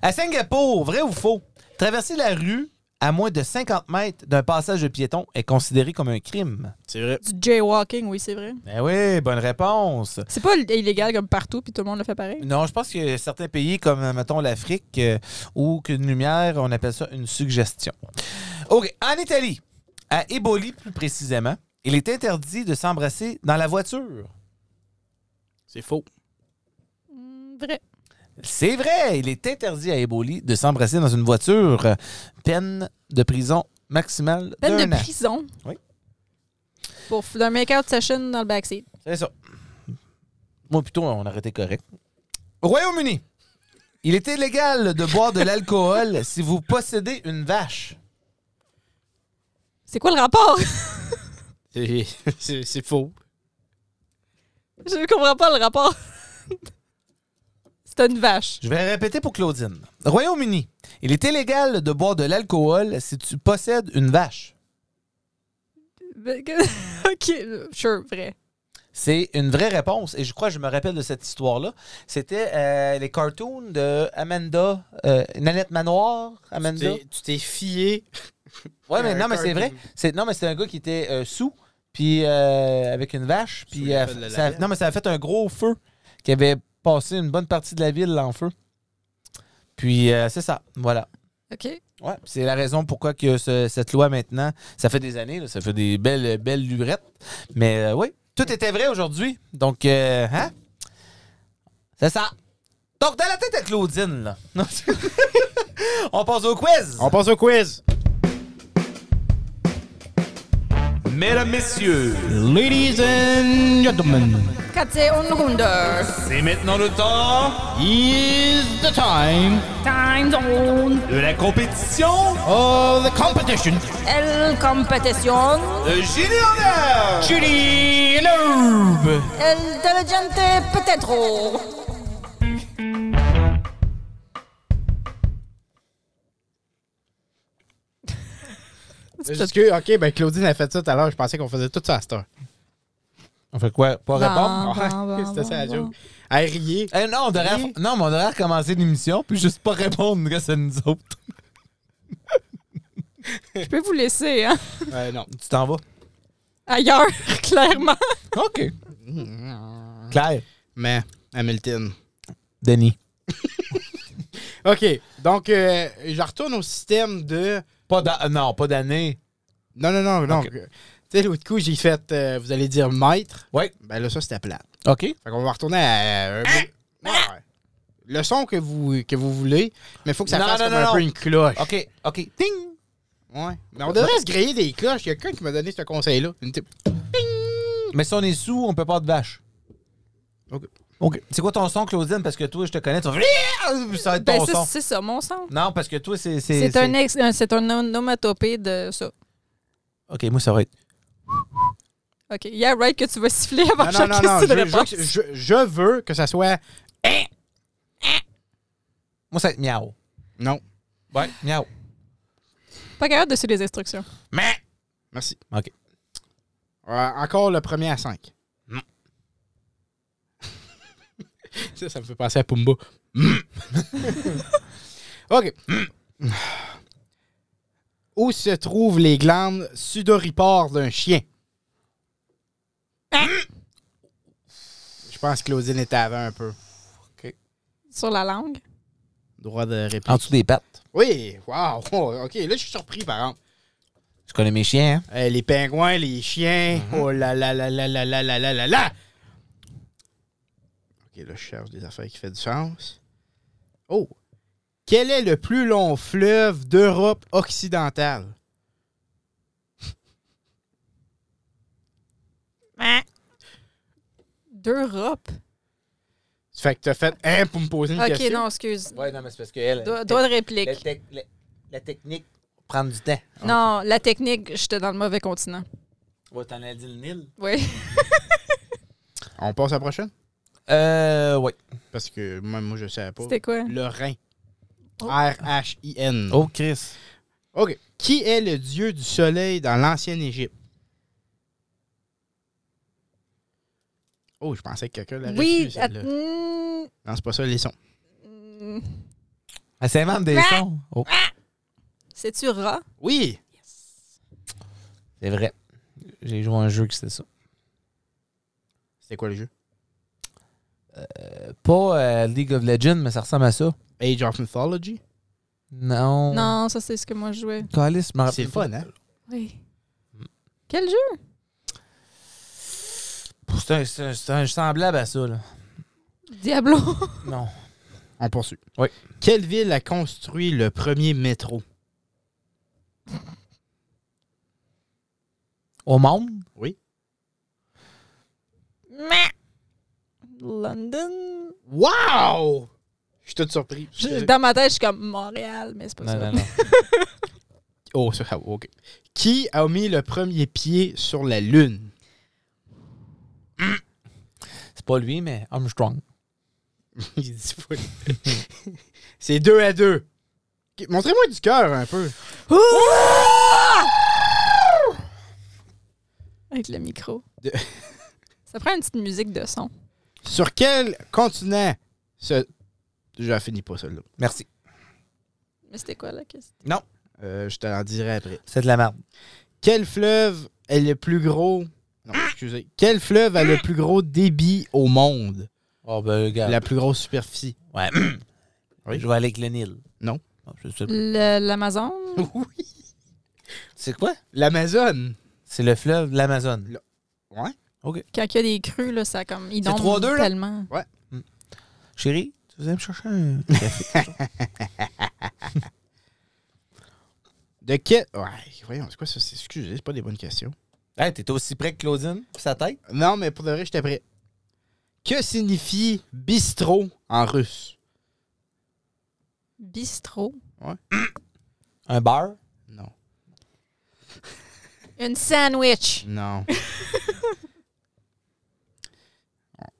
Speaker 5: À Singapour, vrai ou faux, traverser la rue à moins de 50 mètres d'un passage de piéton est considéré comme un crime.
Speaker 2: C'est vrai.
Speaker 3: Du jaywalking, oui, c'est vrai.
Speaker 5: Ben oui, bonne réponse.
Speaker 3: C'est pas illégal comme partout, puis tout le monde le fait pareil.
Speaker 5: Non, je pense que certains pays, comme mettons l'Afrique euh, ou qu'une lumière, on appelle ça une suggestion. OK. En Italie, à Eboli plus précisément, il est interdit de s'embrasser dans la voiture.
Speaker 2: C'est faux.
Speaker 3: Hmm, Vrai.
Speaker 5: C'est vrai, il est interdit à Eboli de s'embrasser dans une voiture. Euh, Peine de prison maximale
Speaker 3: Peine
Speaker 5: d'un
Speaker 3: de
Speaker 5: an.
Speaker 3: prison.
Speaker 5: Oui.
Speaker 3: Pour f- d'un make-out session dans le backseat.
Speaker 5: C'est ça. Moi, plutôt, on aurait été correct. Au Royaume-Uni, il est illégal de boire de l'alcool si vous possédez une vache.
Speaker 3: C'est quoi le rapport?
Speaker 2: C'est- C'est c'est faux.
Speaker 3: Je comprends pas le rapport. C'est une vache.
Speaker 5: Je vais répéter pour Claudine. Royaume-Uni, il est illégal de boire de l'alcool si tu possèdes une vache.
Speaker 3: Ben, que- ok, sure, vrai.
Speaker 5: C'est une vraie réponse. Et je crois que je me rappelle de cette histoire-là. C'était euh, les cartoons de Amanda, euh, Nanette Manoir,
Speaker 2: Tu
Speaker 5: Amanda.
Speaker 2: t'es- tu t'es fié.
Speaker 1: Ah,
Speaker 5: Ouais, mais
Speaker 2: un
Speaker 5: non, mais c'est vrai.
Speaker 2: cartoon.
Speaker 5: C'est non, mais c'est un gars qui était euh, sous, puis euh, avec une vache,
Speaker 2: Sous, il
Speaker 5: puis
Speaker 2: a
Speaker 5: euh,
Speaker 2: fait de la
Speaker 5: ça a-
Speaker 2: labiale.
Speaker 5: non, mais ça a fait un gros feu qui avait passé une bonne partie de la ville en feu. Puis euh, c'est ça, voilà.
Speaker 3: Ok.
Speaker 1: Ouais, puis c'est la raison pourquoi que ce- cette loi maintenant, ça fait des années, là, ça fait des belles, belles lurettes. Mais euh, oui, tout était vrai aujourd'hui. Donc, euh, hein? C'est ça. Donc, dans la tête à Claudine, là. Non, c'est- On passe au quiz.
Speaker 2: On passe au quiz.
Speaker 1: Mesdames, messieurs,
Speaker 2: Ladies and gentlemen,
Speaker 1: c'est maintenant le temps
Speaker 2: is the time
Speaker 6: Time zone,
Speaker 1: de la compétition
Speaker 5: Oh,
Speaker 2: of the competition.
Speaker 6: el competición,
Speaker 1: de Génie en Herbe.
Speaker 2: Judy and Herb.
Speaker 6: el diligente peut-être.
Speaker 2: Parce que, OK, ben Claudine a fait ça tout à l'heure. Je pensais qu'on faisait tout ça à cette heure.
Speaker 1: On fait quoi? Pas répondre?
Speaker 6: Bon, bon, bon,
Speaker 2: C'était Ah, ça la
Speaker 6: bon,
Speaker 2: joke. Elle riait.
Speaker 1: Eh non, on devrait,
Speaker 2: Oui.
Speaker 1: non, mais on devrait recommencer l'émission, puis juste pas répondre que c'est nous autres.
Speaker 3: Je peux vous laisser, hein?
Speaker 2: Euh, non.
Speaker 1: Tu t'en vas.
Speaker 3: Ailleurs, clairement.
Speaker 1: OK. Claire.
Speaker 2: Mais, Hamilton.
Speaker 1: Denis.
Speaker 2: OK, donc, euh, je retourne au système de...
Speaker 1: Pas d'a- euh, non, pas d'année.
Speaker 2: Non, non, non, non.
Speaker 1: Ok.
Speaker 2: Tu sais, l'autre coup, j'ai fait, euh, vous allez dire maître.
Speaker 1: Oui.
Speaker 2: Ben là, ça, c'était plat.
Speaker 1: OK.
Speaker 2: Fait qu'on va retourner à... euh, un peu- Ouais, ouais. Le son que vous, que vous voulez, mais il faut que ça
Speaker 1: Non,
Speaker 2: fasse
Speaker 1: non,
Speaker 2: comme
Speaker 1: non,
Speaker 2: un
Speaker 1: non.
Speaker 2: peu une cloche.
Speaker 1: OK. OK. Ting.
Speaker 2: Ouais. Mais on devrait se griller des cloches. Il y a quelqu'un qui m'a donné ce conseil-là. Une type-
Speaker 1: Mais si on est sous, on peut pas de vache.
Speaker 2: OK.
Speaker 1: OK. C'est quoi ton son, Claudine? Parce que toi, je te connais. Tu vas... Ça va être
Speaker 3: Ben,
Speaker 1: ton
Speaker 3: c'est-
Speaker 1: son.
Speaker 3: c'est ça, mon sang.
Speaker 1: Non, parce que toi, c'est...
Speaker 3: C'est un, ex- un- c'est un onomatopée de ça.
Speaker 1: OK, moi, ça va être...
Speaker 3: OK. Yeah, right, que tu vas siffler avant
Speaker 2: Non, non,
Speaker 3: chaque
Speaker 2: non, non.
Speaker 3: question de
Speaker 2: Je, je veux
Speaker 3: réponse.
Speaker 2: que- je- je veux que ça soit...
Speaker 1: Moi, ça va être miaou.
Speaker 2: Non.
Speaker 1: Ouais, miaou.
Speaker 3: Pas capable de suivre les instructions.
Speaker 1: Mais...
Speaker 2: Merci.
Speaker 1: OK.
Speaker 2: Euh, encore le premier à 5.
Speaker 1: Non.
Speaker 2: ça, ça me fait penser à Pumba. Mm. OK. Où se trouvent les glandes sudoripores d'un chien?
Speaker 1: Mm.
Speaker 2: Je pense que Claudine était avant un peu.
Speaker 3: Sur la langue.
Speaker 2: Droit de réplique.
Speaker 1: En dessous des pattes.
Speaker 2: Oui, wow. Oh, OK, là, je suis surpris, par exemple.
Speaker 1: Je connais mes chiens, hein?
Speaker 2: Euh, les pingouins, les chiens. Oh là là là là là là là là là là! Ok, là, je cherche des affaires qui font du sens. Oh! Quel est le plus long fleuve d'Europe occidentale?
Speaker 3: D'Europe.
Speaker 2: Ça fait que t'as fait un pour me poser une
Speaker 3: OK,
Speaker 2: question.
Speaker 3: non, excuse.
Speaker 1: Ouais, non, mais c'est parce qu'elle...
Speaker 3: Droit droit de réplique.
Speaker 1: la technique... Prendre du temps.
Speaker 3: Non, la technique, j'étais dans le mauvais continent.
Speaker 1: Ouais, t'en as dit le Nil?
Speaker 3: Oui.
Speaker 2: On passe à la prochaine?
Speaker 1: Euh, ouais.
Speaker 2: Parce que moi, moi je savais pas.
Speaker 3: C'était quoi?
Speaker 2: Le Rhin.
Speaker 3: Oh.
Speaker 2: R-H-I-N.
Speaker 1: Oh, Chris.
Speaker 2: OK. Qui est le dieu du soleil dans l'ancienne Égypte? Oh, je pensais que quelqu'un l'avait
Speaker 3: Oui.
Speaker 2: su, celle-là.
Speaker 3: att- mm,
Speaker 2: Non, c'est pas ça, les sons.
Speaker 3: mm.
Speaker 1: Elle s'invente des sons. Oh,
Speaker 3: C'est-tu rat?
Speaker 2: Oui!
Speaker 1: c'est vrai. J'ai joué à un jeu qui c'était ça.
Speaker 2: C'était quoi le jeu?
Speaker 1: Pas euh, League of Legends, mais ça ressemble à ça.
Speaker 2: Age of Mythology?
Speaker 1: Non.
Speaker 3: Non, ça, c'est ce que moi, je jouais.
Speaker 1: Calice, je m'en
Speaker 2: C'est le
Speaker 1: rappelle pas.
Speaker 2: fun, hein?
Speaker 3: Oui.
Speaker 2: Hmm.
Speaker 3: Quel jeu?
Speaker 1: C'est un, c'est un- c'est un semblable à ça, là.
Speaker 3: Diablo.
Speaker 1: Non.
Speaker 2: On poursuit.
Speaker 1: Oui.
Speaker 2: Quelle ville a construit le premier métro?
Speaker 1: Au monde?
Speaker 2: Oui.
Speaker 3: London.
Speaker 2: Wow! Je suis tout surpris.
Speaker 3: Je- dans ma tête, je suis comme Montréal, mais c'est pas
Speaker 1: Non,
Speaker 3: ça.
Speaker 1: non, non.
Speaker 2: Oh, ça, ça va, OK. Qui a mis le premier pied sur la Lune?
Speaker 1: c'est pas lui, mais Armstrong.
Speaker 2: Il dit pas. c'est deux à deux. Ok, Montrez-moi du cœur un peu.
Speaker 3: Avec le micro.
Speaker 2: De-
Speaker 3: ça prend une petite musique de son.
Speaker 2: Sur quel continent se. Je finis pas celle-là.
Speaker 1: Merci.
Speaker 3: Mais c'était quoi la question?
Speaker 2: Euh, je te l'en dirai après.
Speaker 1: C'est de la merde.
Speaker 2: Quel fleuve est le plus gros. Non, excusez. Quel fleuve a le plus gros débit au monde?
Speaker 1: Oh, ben, regarde.
Speaker 2: La plus grosse superficie.
Speaker 1: Ouais.
Speaker 2: Oui.
Speaker 1: Je vais aller avec le Nil.
Speaker 2: Non.
Speaker 1: Ah, je sais pas.
Speaker 3: Le- L'Amazon?
Speaker 2: Oui.
Speaker 1: C'est quoi?
Speaker 2: L'Amazon.
Speaker 1: C'est le fleuve de l'Amazon.
Speaker 2: Ouais.
Speaker 3: Quand il y a des crues, là, ça comme. Ils
Speaker 1: C'est
Speaker 3: tombent
Speaker 1: 3-2, là?
Speaker 3: tellement.
Speaker 1: Chérie, tu vas me chercher un café?
Speaker 2: De quel. Ouais, voyons, c'est quoi ça? C'est- Excusez, c'est pas des bonnes questions.
Speaker 1: hey, t'es aussi près que Claudine pis sa tête?
Speaker 2: Non, mais pour de vrai, j'étais prêt. Que signifie bistrot en russe?
Speaker 3: Bistrot.
Speaker 1: Un bar?
Speaker 2: Non.
Speaker 3: Une sandwich.
Speaker 2: Non.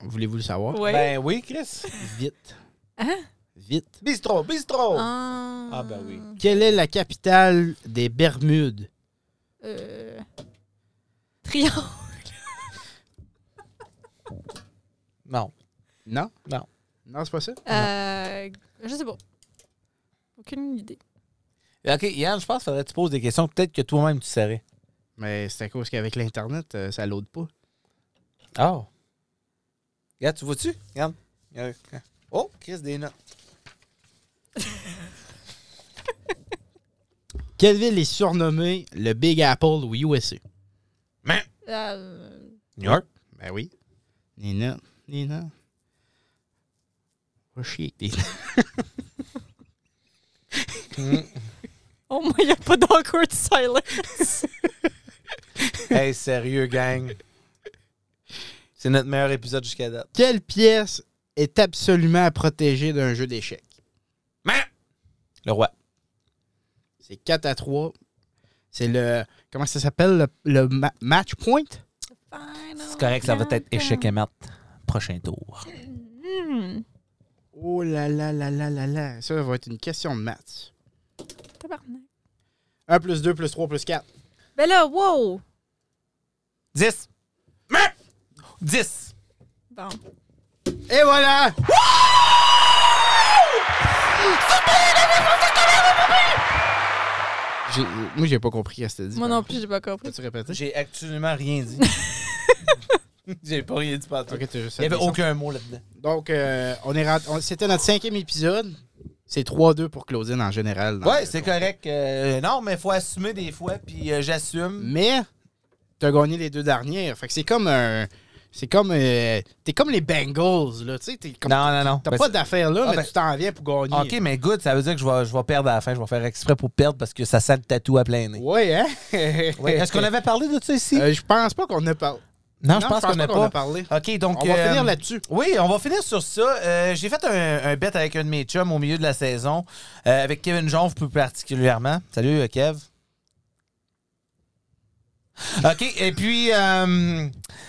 Speaker 2: Voulez-vous le savoir?
Speaker 3: Oui.
Speaker 1: Ben oui, Chris.
Speaker 3: Oh.
Speaker 2: Vite.
Speaker 3: Hein?
Speaker 2: Vite.
Speaker 1: Bistro, bistro!
Speaker 3: Ah.
Speaker 1: Ah, ben oui.
Speaker 2: Quelle est la capitale des Bermudes?
Speaker 3: Euh... Triangle.
Speaker 1: Non.
Speaker 2: Non?
Speaker 1: Non.
Speaker 2: Non, c'est pas ça?
Speaker 3: Euh... Je sais pas. Aucune idée.
Speaker 1: OK, Yann, je pense qu'il faudrait que tu poses des questions peut-être que toi-même tu savais.
Speaker 2: Mais c'est à cause qu'avec l'Internet, euh, ça l'aude pas.
Speaker 1: Oh. Regarde, tu vois-tu? Regarde. Regarde. Oh, Chris, des notes.
Speaker 2: Quelle ville est surnommée le Big Apple au USA?
Speaker 3: Euh...
Speaker 1: New York?
Speaker 2: Ben oui. Nina. Nina. Va chier avec tes-
Speaker 3: Oh, moi, il n'y a pas d'awkward silence.
Speaker 1: hey, sérieux, gang. C'est notre meilleur épisode jusqu'à date.
Speaker 2: Quelle pièce est absolument à protéger d'un jeu d'échecs?
Speaker 1: Le roi.
Speaker 3: Oh,
Speaker 2: C'est 4 à 3. C'est le. Comment ça s'appelle? Le, le ma- match point?
Speaker 1: C'est correct, ça va être échec et mat. Prochain tour.
Speaker 3: Hmm.
Speaker 2: Oh là là là là là là. Ça va être une question de maths.
Speaker 3: Tabarnak.
Speaker 2: 1 plus 2 plus 3 plus 4.
Speaker 3: Ben là, wow!
Speaker 1: 10. 10.
Speaker 3: Bon.
Speaker 2: Et voilà! J'ai- euh, Moi, j'ai pas compris ce que t'as dit.
Speaker 3: Moi non plus, j'ai pas compris.
Speaker 2: Peux-tu répéter?
Speaker 1: J'ai absolument rien dit. J'ai pas rien dit pas
Speaker 2: Ok, t'as juste
Speaker 1: Il n'y avait
Speaker 2: fait des
Speaker 1: aucun mot là-dedans.
Speaker 2: sons. Donc, euh, on est rentré- on- c'était notre cinquième épisode. C'est 3-2 pour Claudine en général. dans
Speaker 1: Ouais,
Speaker 2: le-
Speaker 1: c'est correct. euh, non, mais faut assumer des fois, puis euh, j'assume.
Speaker 2: Mais, t'as gagné les deux dernières. Fait que c'est comme un. C'est comme. euh, t'es comme les Bengals, là. Tu sais, t'es comme-
Speaker 1: Non, non, non.
Speaker 2: T'as
Speaker 1: Ben,
Speaker 2: pas d'affaires là,
Speaker 1: Ah,
Speaker 2: mais
Speaker 1: ben-
Speaker 2: tu t'en viens pour gagner.
Speaker 1: OK, mais good, ça veut dire que je vais, je vais perdre à la fin. Je vais faire exprès pour perdre parce que ça sent le tatou à plein nez.
Speaker 2: Ouais, hein?
Speaker 1: Ouais, Est-ce qu'on avait parlé de ça ici?
Speaker 2: Euh, je pense pas qu'on a parlé.
Speaker 1: non, je pense qu'on n'a
Speaker 2: pas qu'on a
Speaker 1: pas.
Speaker 2: parlé.
Speaker 1: OK, donc.
Speaker 2: On va
Speaker 1: euh,
Speaker 2: finir là-dessus.
Speaker 1: Oui, on va finir sur ça. Euh, J'ai fait un, un bet avec un de mes chums au milieu de la saison, euh, avec Kevin Jonf plus particulièrement. Salut, euh, Kev. OK, et puis euh,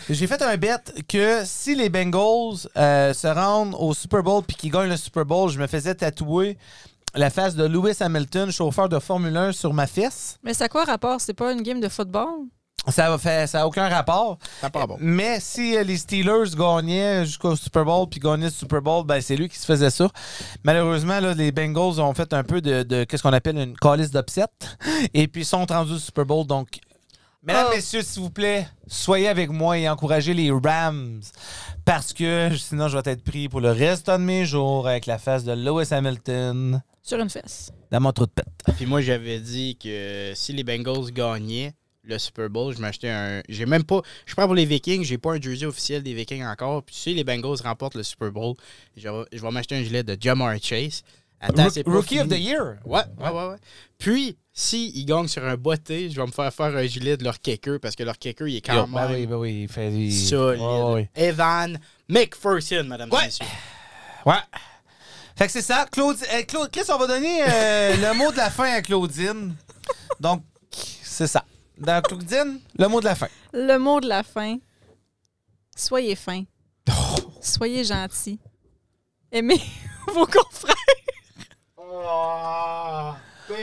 Speaker 1: j'ai fait un bet que si les Bengals euh, se rendent au Super Bowl puis qu'ils gagnent le Super Bowl, je me faisais tatouer la face de Lewis Hamilton, chauffeur de Formule 1, sur ma fesse.
Speaker 3: Mais ça a quoi rapport? C'est pas une game de football?
Speaker 1: Ça n'a aucun rapport.
Speaker 2: Ça part bon.
Speaker 1: Mais si euh, les Steelers gagnaient jusqu'au Super Bowl puis gagnaient le Super Bowl, ben c'est lui qui se faisait ça. Malheureusement, là, les Bengals ont fait un peu de, de qu'est-ce qu'on appelle une calice d'upset et puis sont rendus au Super Bowl. Donc, mesdames,
Speaker 3: Oh.
Speaker 1: messieurs, s'il vous plaît, soyez avec moi et encouragez les Rams parce que sinon je vais être pris pour le reste de mes jours avec la face de Lewis Hamilton
Speaker 3: Sur une fesse.
Speaker 1: dans mon trou de pète.
Speaker 2: Puis moi, j'avais dit que si les Bengals gagnaient le Super Bowl, je m'achetais un. J'ai même pas. Je prends pour les Vikings, j'ai pas un jersey officiel des Vikings encore. Puis si les Bengals remportent le Super Bowl, je vais, je vais m'acheter un gilet de Jamar Chase. Attends, c'est pas
Speaker 1: Rookie of the
Speaker 2: fini.
Speaker 1: Year.
Speaker 2: Ouais, ouais, ouais, ouais. Puis, si ils gagnent sur un botté, je vais me faire faire un gilet de leur kicker parce que leur kicker, il est quand
Speaker 1: Yo, ben
Speaker 2: même
Speaker 1: oui, ben oui, il fait il-
Speaker 2: solide.
Speaker 1: Ouais, ouais.
Speaker 2: Evan McPherson, madame
Speaker 1: Ouais.
Speaker 2: et messieurs.
Speaker 1: Ouais. Fait que c'est ça. Claude, euh, Claude- Chris, on va donner euh, le mot de la fin à Claudine. Donc, c'est ça. Dans Claudine, le mot de la fin.
Speaker 3: Le mot de la fin. Soyez fin. Soyez gentil. Aimez vos confrères.
Speaker 2: Ah,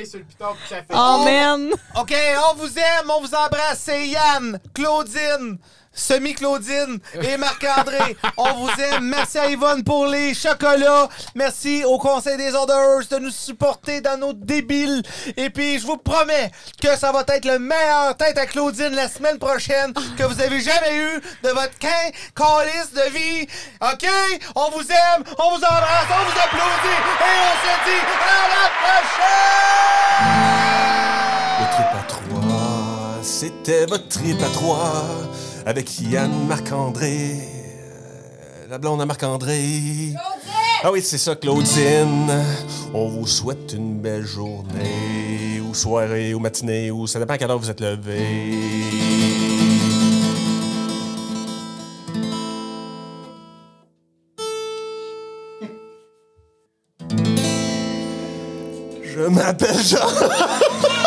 Speaker 2: sur le piton que
Speaker 1: Ah,
Speaker 2: ça fait.
Speaker 3: Amen.
Speaker 1: OK, on vous aime, on vous embrasse. C'est Yann, Claudine,
Speaker 5: Semi-Claudine et Marc-André. On vous aime. Merci à Yvonne pour les chocolats. Merci au Conseil des Orders de nous supporter dans nos débiles. Et puis, je vous promets que ça va être le meilleur tête à Claudine la semaine prochaine que vous avez jamais eu de votre quin calice de vie. OK? On vous aime. On vous embrasse. On vous applaudit. Et on se dit à la prochaine!
Speaker 7: Le trip à trois, c'était votre trip à trois avec Yann Marc-André. euh, La blonde à Marc-André. Ah oui, c'est ça, Claudine. On vous souhaite une belle journée, ou soirée, ou matinée, ou ça dépend à quelle heure vous êtes levé. Je m'appelle Jean.